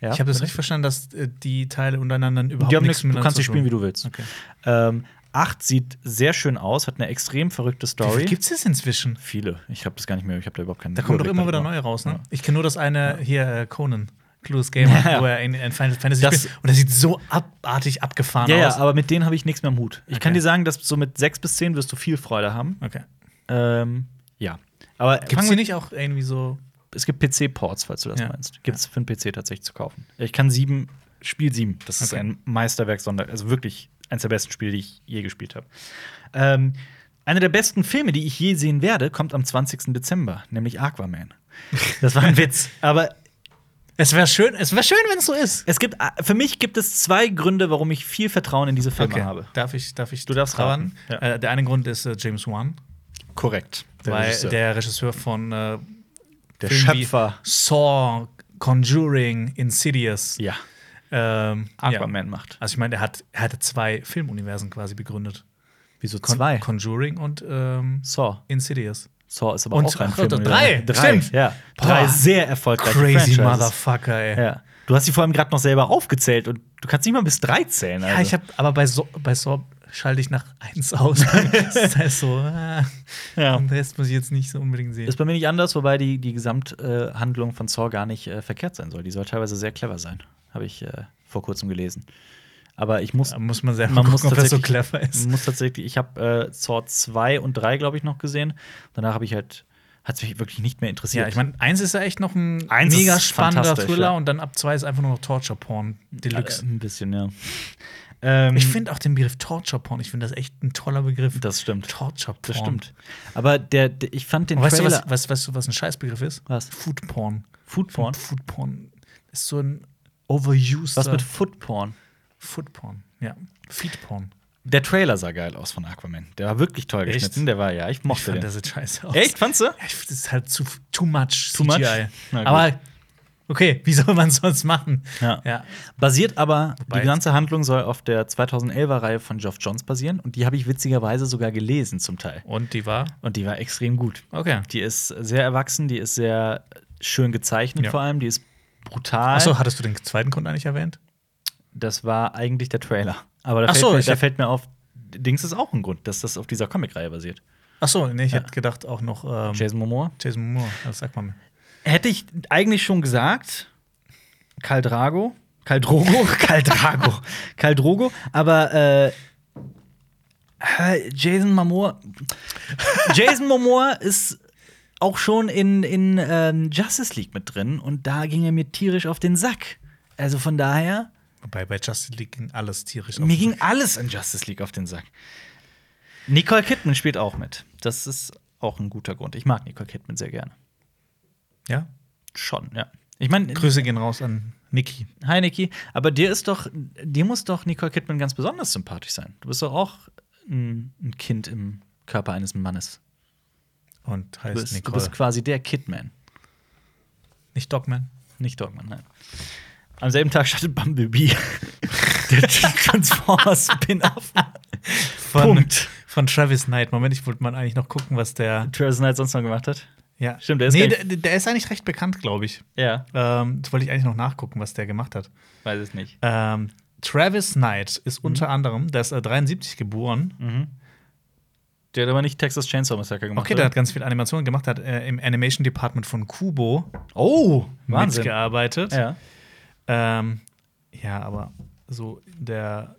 Speaker 1: Ja,
Speaker 2: Ich habe das
Speaker 1: bitte?
Speaker 2: richtig verstanden, dass äh, die Teile untereinander überhaupt
Speaker 1: Die haben
Speaker 2: nichts
Speaker 1: nichts, du
Speaker 2: miteinander
Speaker 1: kannst
Speaker 2: zu
Speaker 1: sie
Speaker 2: tun.
Speaker 1: spielen, wie du willst.
Speaker 2: Okay.
Speaker 1: Ähm, 8 sieht sehr schön aus, hat eine extrem verrückte
Speaker 2: Wie
Speaker 1: Story.
Speaker 2: viel gibt's jetzt inzwischen?
Speaker 1: Viele. Ich habe das gar nicht mehr. Ich habe da überhaupt keinen.
Speaker 2: Da kommt doch
Speaker 1: Überblick
Speaker 2: immer wieder
Speaker 1: darüber.
Speaker 2: neu raus, ne? Ich kenne nur das eine hier, äh, Conan, Clueless Gamer,
Speaker 1: Ja.
Speaker 2: wo er in, in Final Fantasy
Speaker 1: Das-
Speaker 2: spielt. Und das sieht so abartig abgefahren
Speaker 1: Ja, ja,
Speaker 2: aus.
Speaker 1: aber mit denen habe ich nichts mehr am Hut. Ich kann
Speaker 2: Okay.
Speaker 1: dir sagen, dass so mit 6 bis 10 wirst du viel Freude haben.
Speaker 2: Okay.
Speaker 1: Ähm, ja. Aber
Speaker 2: Gibt's
Speaker 1: fangen
Speaker 2: die
Speaker 1: wir,
Speaker 2: nicht auch irgendwie so
Speaker 1: es gibt PC-Ports, falls du das
Speaker 2: Ja.
Speaker 1: meinst. Gibt es für den PC tatsächlich zu kaufen. Ich kann sieben, Spiel 7. Das ist
Speaker 2: Okay.
Speaker 1: ein Meisterwerk Sonder. Also wirklich eines der besten Spiele, die ich je gespielt habe. Ähm, einer der besten Filme, die ich je sehen werde, kommt am 20. Dezember, nämlich Aquaman. Das war ein Witz. Aber
Speaker 2: Es wäre schön, es wär schön, wenn es so ist.
Speaker 1: Es gibt, äh, für mich gibt es zwei Gründe, warum ich viel Vertrauen in diese Filme habe.
Speaker 2: Darf ich, darf ich
Speaker 1: Du darfst
Speaker 2: trauern?
Speaker 1: raten, ja.
Speaker 2: Äh, der eine Grund ist äh, James Wan,
Speaker 1: Korrekt.
Speaker 2: weil der Regisseur von äh,
Speaker 1: Der
Speaker 2: Filmen wie
Speaker 1: Schöpfer.
Speaker 2: Saw, Conjuring, Insidious,
Speaker 1: ja,
Speaker 2: ähm, Ja.
Speaker 1: Aquaman macht.
Speaker 2: Also ich meine, er hat er hatte zwei Filmuniversen quasi begründet.
Speaker 1: Wieso
Speaker 2: Con
Speaker 1: zwei?
Speaker 2: Conjuring und ähm,
Speaker 1: Saw.
Speaker 2: Insidious.
Speaker 1: Saw ist aber
Speaker 2: Und
Speaker 1: auch ein
Speaker 2: Saw-
Speaker 1: Film.
Speaker 2: drei,
Speaker 1: drei,
Speaker 2: stimmt.
Speaker 1: ja. Drei
Speaker 2: Boah.
Speaker 1: sehr erfolgreiche
Speaker 2: Crazy
Speaker 1: Franchises.
Speaker 2: Motherfucker, ey.
Speaker 1: Ja. Du hast sie vor allem gerade noch selber aufgezählt und du kannst nicht mal bis drei zählen. Also.
Speaker 2: Ja, ich habe, aber bei Saw, bei Saw schalte ich nach eins aus. das heißt so, äh,
Speaker 1: Ja.
Speaker 2: den Rest muss ich jetzt nicht so unbedingt sehen.
Speaker 1: Ist bei mir nicht anders, wobei die, die Gesamthandlung von Saw gar nicht äh, verkehrt sein soll. Die soll teilweise sehr clever sein. Habe ich äh, vor kurzem gelesen. Aber ich muss
Speaker 2: Da muss man selber
Speaker 1: Man
Speaker 2: gucken,
Speaker 1: muss
Speaker 2: ob das so
Speaker 1: tatsächlich-
Speaker 2: clever ist.
Speaker 1: muss tatsächlich, ich habe äh, Saw 2 und 3, glaube ich, noch gesehen. Danach habe ich halt, hat es mich wirklich nicht mehr interessiert.
Speaker 2: Ja, ich meine, eins ist ja echt noch ein
Speaker 1: Eins ist
Speaker 2: mega spannender
Speaker 1: fantastisch,
Speaker 2: Thriller
Speaker 1: ja.
Speaker 2: und dann ab zwei ist einfach nur noch Torture Porn Deluxe.
Speaker 1: Äh, ein bisschen, ja. Ähm,
Speaker 2: ich finde auch den Begriff Torture Porn, ich finde das echt ein toller Begriff.
Speaker 1: das stimmt.
Speaker 2: Torture Porn.
Speaker 1: Das stimmt. Aber der, der ich fand den
Speaker 2: Und weißt du,
Speaker 1: Trailer.
Speaker 2: was, was, weißt du, was ein Scheißbegriff ist?
Speaker 1: Was?
Speaker 2: Food Porn.
Speaker 1: Food Porn?
Speaker 2: Food Porn ist so ein overused.
Speaker 1: Was mit Foot Porn?
Speaker 2: Food Porn? Ja. Feed Porn.
Speaker 1: Der Trailer sah geil aus von Aquaman. Der war wirklich toll
Speaker 2: Echt?
Speaker 1: geschnitten. Der war, ja, ich
Speaker 2: Ich
Speaker 1: mochte
Speaker 2: fand,
Speaker 1: den.
Speaker 2: das sieht scheiße aus.
Speaker 1: Echt, fandst du?
Speaker 2: Ja, ich find, das ist halt zu too much
Speaker 1: Too much?
Speaker 2: CGI.
Speaker 1: Na gut.
Speaker 2: Aber okay, wie soll man sonst machen?
Speaker 1: Ja.
Speaker 2: ja.
Speaker 1: Basiert aber,
Speaker 2: Wobei-
Speaker 1: die ganze Handlung soll auf der 2011er Reihe von Geoff Johns basieren und die habe ich witzigerweise sogar gelesen zum Teil.
Speaker 2: Und die war?
Speaker 1: Und die war extrem gut.
Speaker 2: Okay.
Speaker 1: Die ist sehr erwachsen, die ist sehr schön gezeichnet
Speaker 2: Ja.
Speaker 1: vor allem, die ist brutal.
Speaker 2: Achso, hattest du den zweiten Grund eigentlich erwähnt?
Speaker 1: Das war eigentlich der Trailer. Aber da,
Speaker 2: Ach so,
Speaker 1: fällt, mir,
Speaker 2: ich
Speaker 1: da
Speaker 2: hab-
Speaker 1: fällt mir auf, Dings ist auch ein Grund, dass das auf dieser Comicreihe basiert.
Speaker 2: Achso, nee, ich hätte gedacht auch noch ähm, Jason.
Speaker 1: Jason Momoa.
Speaker 2: Moore. Das sagt man mir.
Speaker 1: Hätte ich eigentlich schon gesagt, Karl Drago. Karl Drogo? Karl Drago. Karl Drogo, aber äh, äh, Jason Momoa. Jason Momoa ist auch schon in, in ähm, Justice League mit drin und da ging er mir tierisch auf den Sack. Also von daher,
Speaker 2: Wobei bei Justice League ging alles tierisch
Speaker 1: mir ging alles in Justice League auf den Sack. Nicole Kidman spielt auch mit. Das ist auch ein guter Grund. Ich mag Nicole Kidman sehr gerne.
Speaker 2: Ja?
Speaker 1: Schon, ja. Ich meine,
Speaker 2: Grüße gehen raus an Niki.
Speaker 1: Hi Niki, aber dir ist doch, dir muss doch Nicole Kidman ganz besonders sympathisch sein. Du bist doch auch ein, ein Kind im Körper eines Mannes.
Speaker 2: Und heißt
Speaker 1: Du bist, du
Speaker 2: Nicole.
Speaker 1: bist quasi der Kidman,
Speaker 2: nicht Dogman.
Speaker 1: nicht Dogman, nein. Am selben Tag startet Bumblebee. der Transformers Spin-off. Punkt.
Speaker 2: Von Travis Knight. Moment, ich wollte mal eigentlich noch gucken, was der.
Speaker 1: Travis Knight sonst noch gemacht hat.
Speaker 2: Ja.
Speaker 1: Stimmt, der ist
Speaker 2: Nee,
Speaker 1: gar
Speaker 2: der, der ist eigentlich recht bekannt, glaube ich.
Speaker 1: Ja,
Speaker 2: Ähm, das wollte ich eigentlich noch nachgucken, was der gemacht hat.
Speaker 1: weiß es nicht. Mhm.
Speaker 2: Ähm, Travis Knight ist unter anderem, der ist äh, 73 geboren.
Speaker 1: Der hat aber nicht Texas Chainsaw Massacre gemacht.
Speaker 2: Okay, der
Speaker 1: oder?
Speaker 2: hat ganz viel Animationen gemacht, hat äh, im Animation Department von Kubo
Speaker 1: Oh, Wahnsinn.
Speaker 2: mitgearbeitet.
Speaker 1: Ja.
Speaker 2: Ähm, ja, aber so der,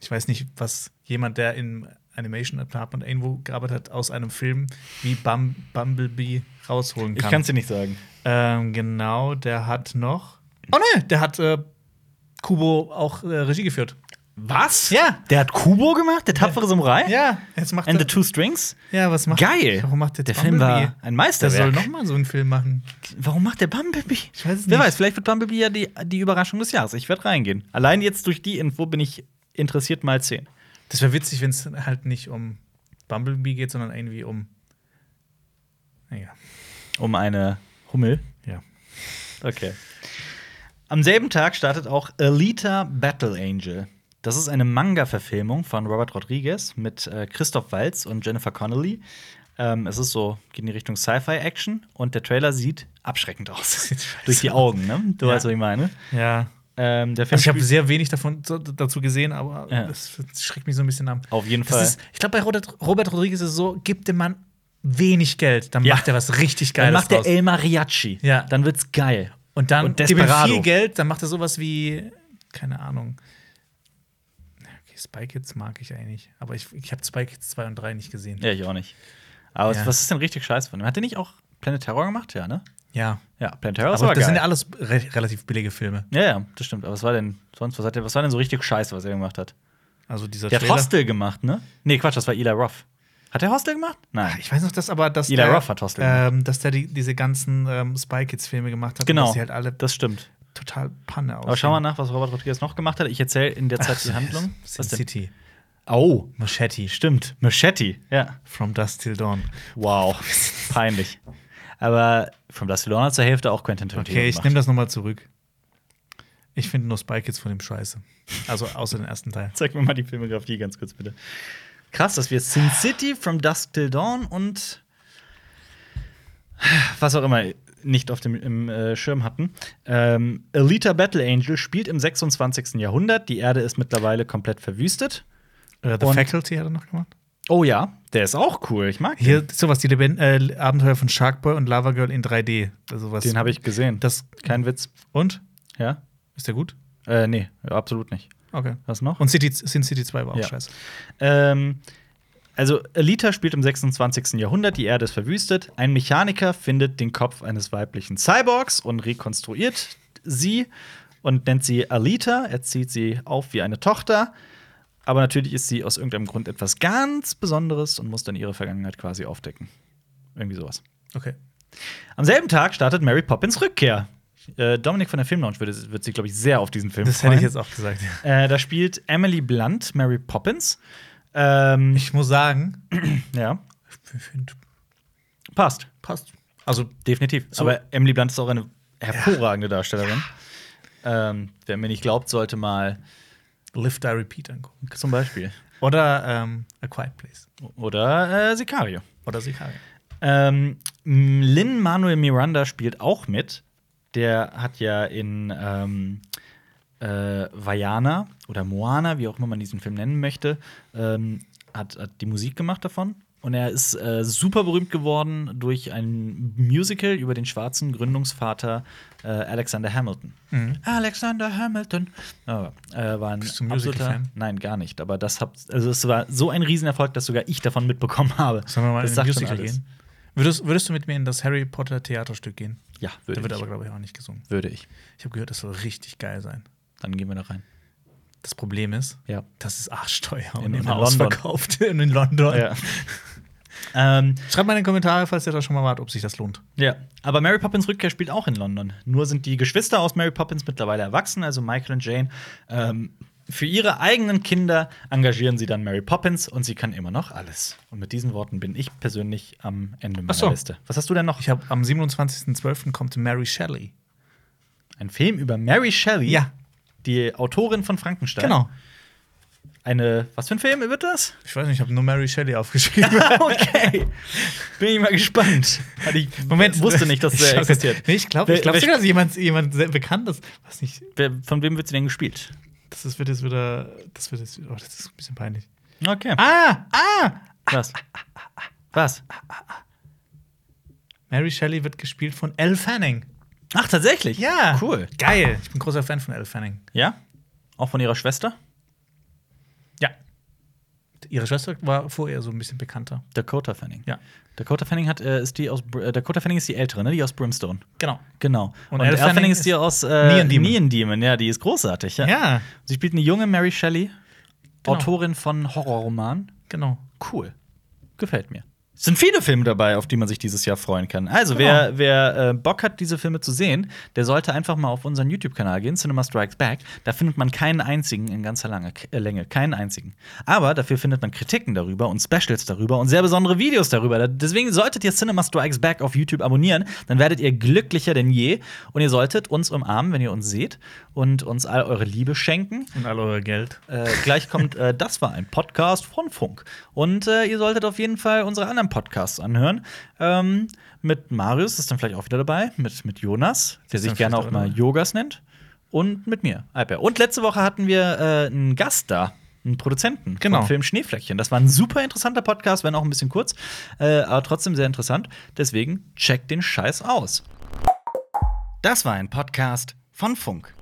Speaker 2: ich weiß nicht, was jemand, der im Animation Department irgendwo gearbeitet hat, aus einem Film wie Bum Bumblebee rausholen
Speaker 1: Ich
Speaker 2: kann.
Speaker 1: kann es dir nicht sagen.
Speaker 2: ähm, genau, der hat noch. Oh ne, der hat äh, Kubo auch äh, Regie geführt.
Speaker 1: Was?
Speaker 2: Ja.
Speaker 1: Der hat Kubo gemacht, der tapfere Samurai?
Speaker 2: Ja, jetzt macht
Speaker 1: And the
Speaker 2: er.
Speaker 1: Two Strings?
Speaker 2: Ja, was macht
Speaker 1: Geil.
Speaker 2: Warum macht der
Speaker 1: Der Film war ein
Speaker 2: Der soll
Speaker 1: Meisterwerk.
Speaker 2: noch mal so einen Film machen.
Speaker 1: Warum macht der Bumblebee?
Speaker 2: Ich weiß es
Speaker 1: Wer
Speaker 2: nicht.
Speaker 1: weiß, vielleicht wird Bumblebee ja die, die Überraschung des Jahres. Ich werde reingehen. Allein jetzt durch die Info bin ich interessiert mal 10.
Speaker 2: Das wäre witzig, wenn es halt nicht um Bumblebee geht, sondern irgendwie um. Naja.
Speaker 1: Um eine Hummel.
Speaker 2: Ja.
Speaker 1: Okay. Am selben Tag startet auch Alita Battle Angel. Das ist eine Manga-Verfilmung von Robert Rodriguez mit äh, Christoph Waltz und Jennifer Connelly. Ähm, es ist so, geht in die Richtung Sci-Fi-Action und der Trailer sieht abschreckend aus. Durch die Augen, ne? Du
Speaker 2: Ja.
Speaker 1: weißt, was ich meine.
Speaker 2: Ja.
Speaker 1: Ähm, der Film
Speaker 2: Also ich habe
Speaker 1: spielt-
Speaker 2: sehr wenig davon so- dazu gesehen, aber
Speaker 1: Ja.
Speaker 2: das schreckt mich so ein bisschen ab.
Speaker 1: auf jeden Fall.
Speaker 2: Das ist, ich glaube, bei Robert, Robert Rodriguez ist es so, gibt dem Mann wenig Geld, dann
Speaker 1: Ja.
Speaker 2: macht er was richtig
Speaker 1: dann
Speaker 2: Geiles
Speaker 1: macht der
Speaker 2: draus.
Speaker 1: El Mariachi.
Speaker 2: Ja.
Speaker 1: Dann wird's geil.
Speaker 2: Und dann
Speaker 1: und
Speaker 2: gibt ihm
Speaker 1: Desperado.
Speaker 2: viel Geld, dann macht er sowas wie, keine Ahnung. Ja, Okay, Spy Kids mag ich eigentlich, aber ich, ich habe Spy Kids 2 und 3 nicht gesehen.
Speaker 1: Ja, ich auch nicht. Aber
Speaker 2: Ja.
Speaker 1: was ist denn richtig scheiße von ihm? Hat der nicht auch Planet Terror gemacht? Ja, ne?
Speaker 2: Ja.
Speaker 1: Ja, Planet Terror ist
Speaker 2: Aber das
Speaker 1: geil.
Speaker 2: sind ja alles re relativ billige Filme.
Speaker 1: Ja, ja, das stimmt. Aber was war denn sonst? Was, hat der, was war denn so richtig scheiße, was er gemacht hat?
Speaker 2: Also dieser
Speaker 1: Der hat
Speaker 2: Trailer.
Speaker 1: Hostel gemacht, ne? Nee, Quatsch, das war Eli Roth. Hat der Hostel gemacht? Nein.
Speaker 2: Ich weiß noch, dass aber dass
Speaker 1: Eli
Speaker 2: der,
Speaker 1: Roth hat Hostel
Speaker 2: ähm, dass der die, diese ganzen ähm, Spy Kids Filme gemacht hat, und
Speaker 1: Genau.
Speaker 2: dass die halt alle
Speaker 1: Das stimmt.
Speaker 2: total Panne aussehen.
Speaker 1: Aber schau mal nach, was Robert Rodriguez noch gemacht hat. Ich erzähle in der Zeit die Handlung.
Speaker 2: Sin
Speaker 1: Was denn?
Speaker 2: City,
Speaker 1: Oh,
Speaker 2: Machete,
Speaker 1: stimmt. Machete. Ja.
Speaker 2: From Dusk Till Dawn.
Speaker 1: Wow. Peinlich. Aber From Dust to Dawn hat zur Hälfte auch Quentin Tarantino
Speaker 2: Okay, ich
Speaker 1: gemacht.
Speaker 2: nehme das nochmal zurück. Ich finde nur Spy Kids von dem Scheiße. Also außer den ersten Teil.
Speaker 1: Zeig mir mal die Filmografie ganz kurz, bitte. Krass, dass wir Sin City, From Dusk Till Dawn und was auch immer nicht auf dem im, äh, Schirm hatten. Ähm, Alita Battle Angel spielt im 26. Jahrhundert. Die Erde ist mittlerweile komplett verwüstet.
Speaker 2: Äh, The
Speaker 1: Und-
Speaker 2: Faculty hat er noch gemacht.
Speaker 1: Oh ja, der ist auch cool. Ich mag den.
Speaker 2: Hier sowas, die Leben äh, Abenteuer von Sharkboy und Lava Girl in 3D. Also was,
Speaker 1: den habe ich gesehen.
Speaker 2: Das,
Speaker 1: Kein Witz.
Speaker 2: und?
Speaker 1: Ja?
Speaker 2: Ist der gut?
Speaker 1: Äh, nee, absolut nicht.
Speaker 2: Okay.
Speaker 1: Was noch?
Speaker 2: Und City, Sin City 2 war auch
Speaker 1: Ja.
Speaker 2: scheiße.
Speaker 1: Ähm, also, Alita spielt im 26. Jahrhundert, die Erde ist verwüstet. Ein Mechaniker findet den Kopf eines weiblichen Cyborgs und rekonstruiert sie und nennt sie Alita. Er zieht sie auf wie eine Tochter. Aber natürlich ist sie aus irgendeinem Grund etwas ganz Besonderes und muss dann ihre Vergangenheit quasi aufdecken. Irgendwie sowas.
Speaker 2: Okay.
Speaker 1: Am selben Tag startet Mary Poppins Rückkehr. Äh, Dominik von der Filmlaunch würde, wird sich, glaube ich, sehr auf diesen Film
Speaker 2: Das hätte
Speaker 1: freuen.
Speaker 2: ich jetzt auch gesagt. ja.
Speaker 1: Äh, da spielt Emily Blunt Mary Poppins. Ähm,
Speaker 2: Ich muss sagen,
Speaker 1: ja.
Speaker 2: ich finde,
Speaker 1: Passt.
Speaker 2: passt. Also,
Speaker 1: Definitiv.
Speaker 2: So-
Speaker 1: Aber Emily Blunt ist auch eine hervorragende Darstellerin. Ähm, wer mir nicht glaubt, sollte mal
Speaker 2: Lift I Repeat angucken.
Speaker 1: zum Beispiel.
Speaker 2: Oder ähm, A Quiet Place.
Speaker 1: Oder äh, Sicario.
Speaker 2: Oder Sicario.
Speaker 1: Ähm, Lin Manuel Miranda spielt auch mit. Der hat ja in ähm, äh, Vajana oder Moana, wie auch immer man diesen Film nennen möchte, ähm, hat, hat die Musik gemacht davon. Und er ist äh, super berühmt geworden durch ein Musical über den schwarzen Gründungsvater äh, Alexander Hamilton. Alexander Hamilton. Ja, äh, war ein
Speaker 2: Mhm. Bist du ein
Speaker 1: absoluter-
Speaker 2: Musical-Fan?
Speaker 1: Nein, gar nicht. Aber das hab, also es war so ein Riesenerfolg, dass sogar ich davon mitbekommen habe.
Speaker 2: Sollen wir mal
Speaker 1: das
Speaker 2: in ein
Speaker 1: sagt schon
Speaker 2: Musical
Speaker 1: alles.
Speaker 2: gehen? Würdest, würdest du mit mir in das Harry Potter Theaterstück gehen?
Speaker 1: Ja,
Speaker 2: Da
Speaker 1: würde
Speaker 2: wird
Speaker 1: ich.
Speaker 2: aber, glaube ich, auch nicht gesungen.
Speaker 1: würde ich.
Speaker 2: Ich habe gehört, das soll richtig geil sein.
Speaker 1: Dann gehen wir da rein.
Speaker 2: Das Problem ist,
Speaker 1: Ja.
Speaker 2: das ist arschteuer und
Speaker 1: in
Speaker 2: immer
Speaker 1: London.
Speaker 2: ausverkauft in London.
Speaker 1: Ja. ähm,
Speaker 2: Schreibt mal in die Kommentare, falls ihr da schon mal wart, ob sich das lohnt.
Speaker 1: ja, aber Mary Poppins Rückkehr spielt auch in London. Nur sind die Geschwister aus Mary Poppins mittlerweile erwachsen, also Michael und Jane. Ähm, für ihre eigenen Kinder engagieren sie dann Mary Poppins und sie kann immer noch alles. Und mit diesen Worten bin ich persönlich am Ende meiner
Speaker 2: Ach so.
Speaker 1: Liste. Was hast du denn noch?
Speaker 2: Ich habe am 27.12. kommt Mary Shelley.
Speaker 1: Ein Film über Mary Shelley,
Speaker 2: Ja.
Speaker 1: die Autorin von Frankenstein.
Speaker 2: Genau.
Speaker 1: Eine, was für ein Film wird das?
Speaker 2: Ich weiß nicht, ich habe nur Mary Shelley aufgeschrieben.
Speaker 1: okay. Bin ich mal gespannt. Hatte ich wusste nicht, dass
Speaker 2: Ich
Speaker 1: der
Speaker 2: glaub,
Speaker 1: existiert.
Speaker 2: Nee, ich glaube
Speaker 1: Wer-
Speaker 2: ich glaub
Speaker 1: wer
Speaker 2: sogar, dass also jemand, jemand sehr Bekanntes. Was nicht.
Speaker 1: Wer, von wem wird sie denn gespielt?
Speaker 2: Das ist, wird jetzt wieder. Das wird jetzt. Oh, das ist ein bisschen peinlich.
Speaker 1: Okay.
Speaker 2: Ah! Ah!
Speaker 1: Was? Was?
Speaker 2: Mary Shelley wird gespielt von Elle Fanning.
Speaker 1: Ach, tatsächlich?
Speaker 2: Ja.
Speaker 1: Cool.
Speaker 2: Geil. Ich bin großer Fan von Elle Fanning.
Speaker 1: Ja? Auch von ihrer Schwester?
Speaker 2: Ja. Ihre Schwester war vorher so ein bisschen bekannter.
Speaker 1: Dakota Fanning.
Speaker 2: Ja.
Speaker 1: Dakota Fanning hat, äh, ist die aus Br äh, Dakota Fanning ist die ältere, ne? Die aus Brimstone.
Speaker 2: Genau.
Speaker 1: Genau. Und,
Speaker 2: Und Elle
Speaker 1: Elle
Speaker 2: Fanning
Speaker 1: Fanning ist die
Speaker 2: ist
Speaker 1: aus äh,
Speaker 2: Neon Demon.
Speaker 1: Neon Demon. Ja, die ist großartig. Ja.
Speaker 2: Ja,
Speaker 1: Sie spielt eine junge Mary Shelley,
Speaker 2: Genau.
Speaker 1: Autorin von Horrorromanen.
Speaker 2: genau.
Speaker 1: Cool. Gefällt mir. Es sind viele Filme dabei, auf die man sich dieses Jahr freuen kann. Also, wer, wer äh, Bock hat, diese Filme zu sehen, der sollte einfach mal auf unseren YouTube-Kanal gehen, Cinema Strikes Back. Da findet man keinen einzigen in ganzer Lange, äh, Länge. Keinen einzigen. Aber dafür findet man Kritiken darüber und Specials darüber und sehr besondere Videos darüber. Da- Deswegen solltet ihr Cinema Strikes Back auf YouTube abonnieren. Dann werdet ihr glücklicher denn je. Und ihr solltet uns umarmen, wenn ihr uns seht und uns all eure Liebe schenken.
Speaker 2: Und all euer Geld.
Speaker 1: Äh, gleich kommt, äh, das war ein Podcast von Funk. Und äh, ihr solltet auf jeden Fall unsere anderen Podcasts anhören. Ähm, mit Marius ist dann vielleicht auch wieder dabei, mit, mit Jonas, der sich
Speaker 2: dann
Speaker 1: gerne
Speaker 2: vielleicht
Speaker 1: auch
Speaker 2: auch
Speaker 1: mal
Speaker 2: dabei.
Speaker 1: Yogas nennt. Und mit mir, Alper. Und letzte Woche hatten wir äh, einen Gast da. Einen Produzenten
Speaker 2: Genau.
Speaker 1: vom Film Schneefleckchen. Das war ein super interessanter Podcast, wenn auch ein bisschen kurz, äh, aber trotzdem sehr interessant. Deswegen checkt den Scheiß aus. Das war ein Podcast von Funk.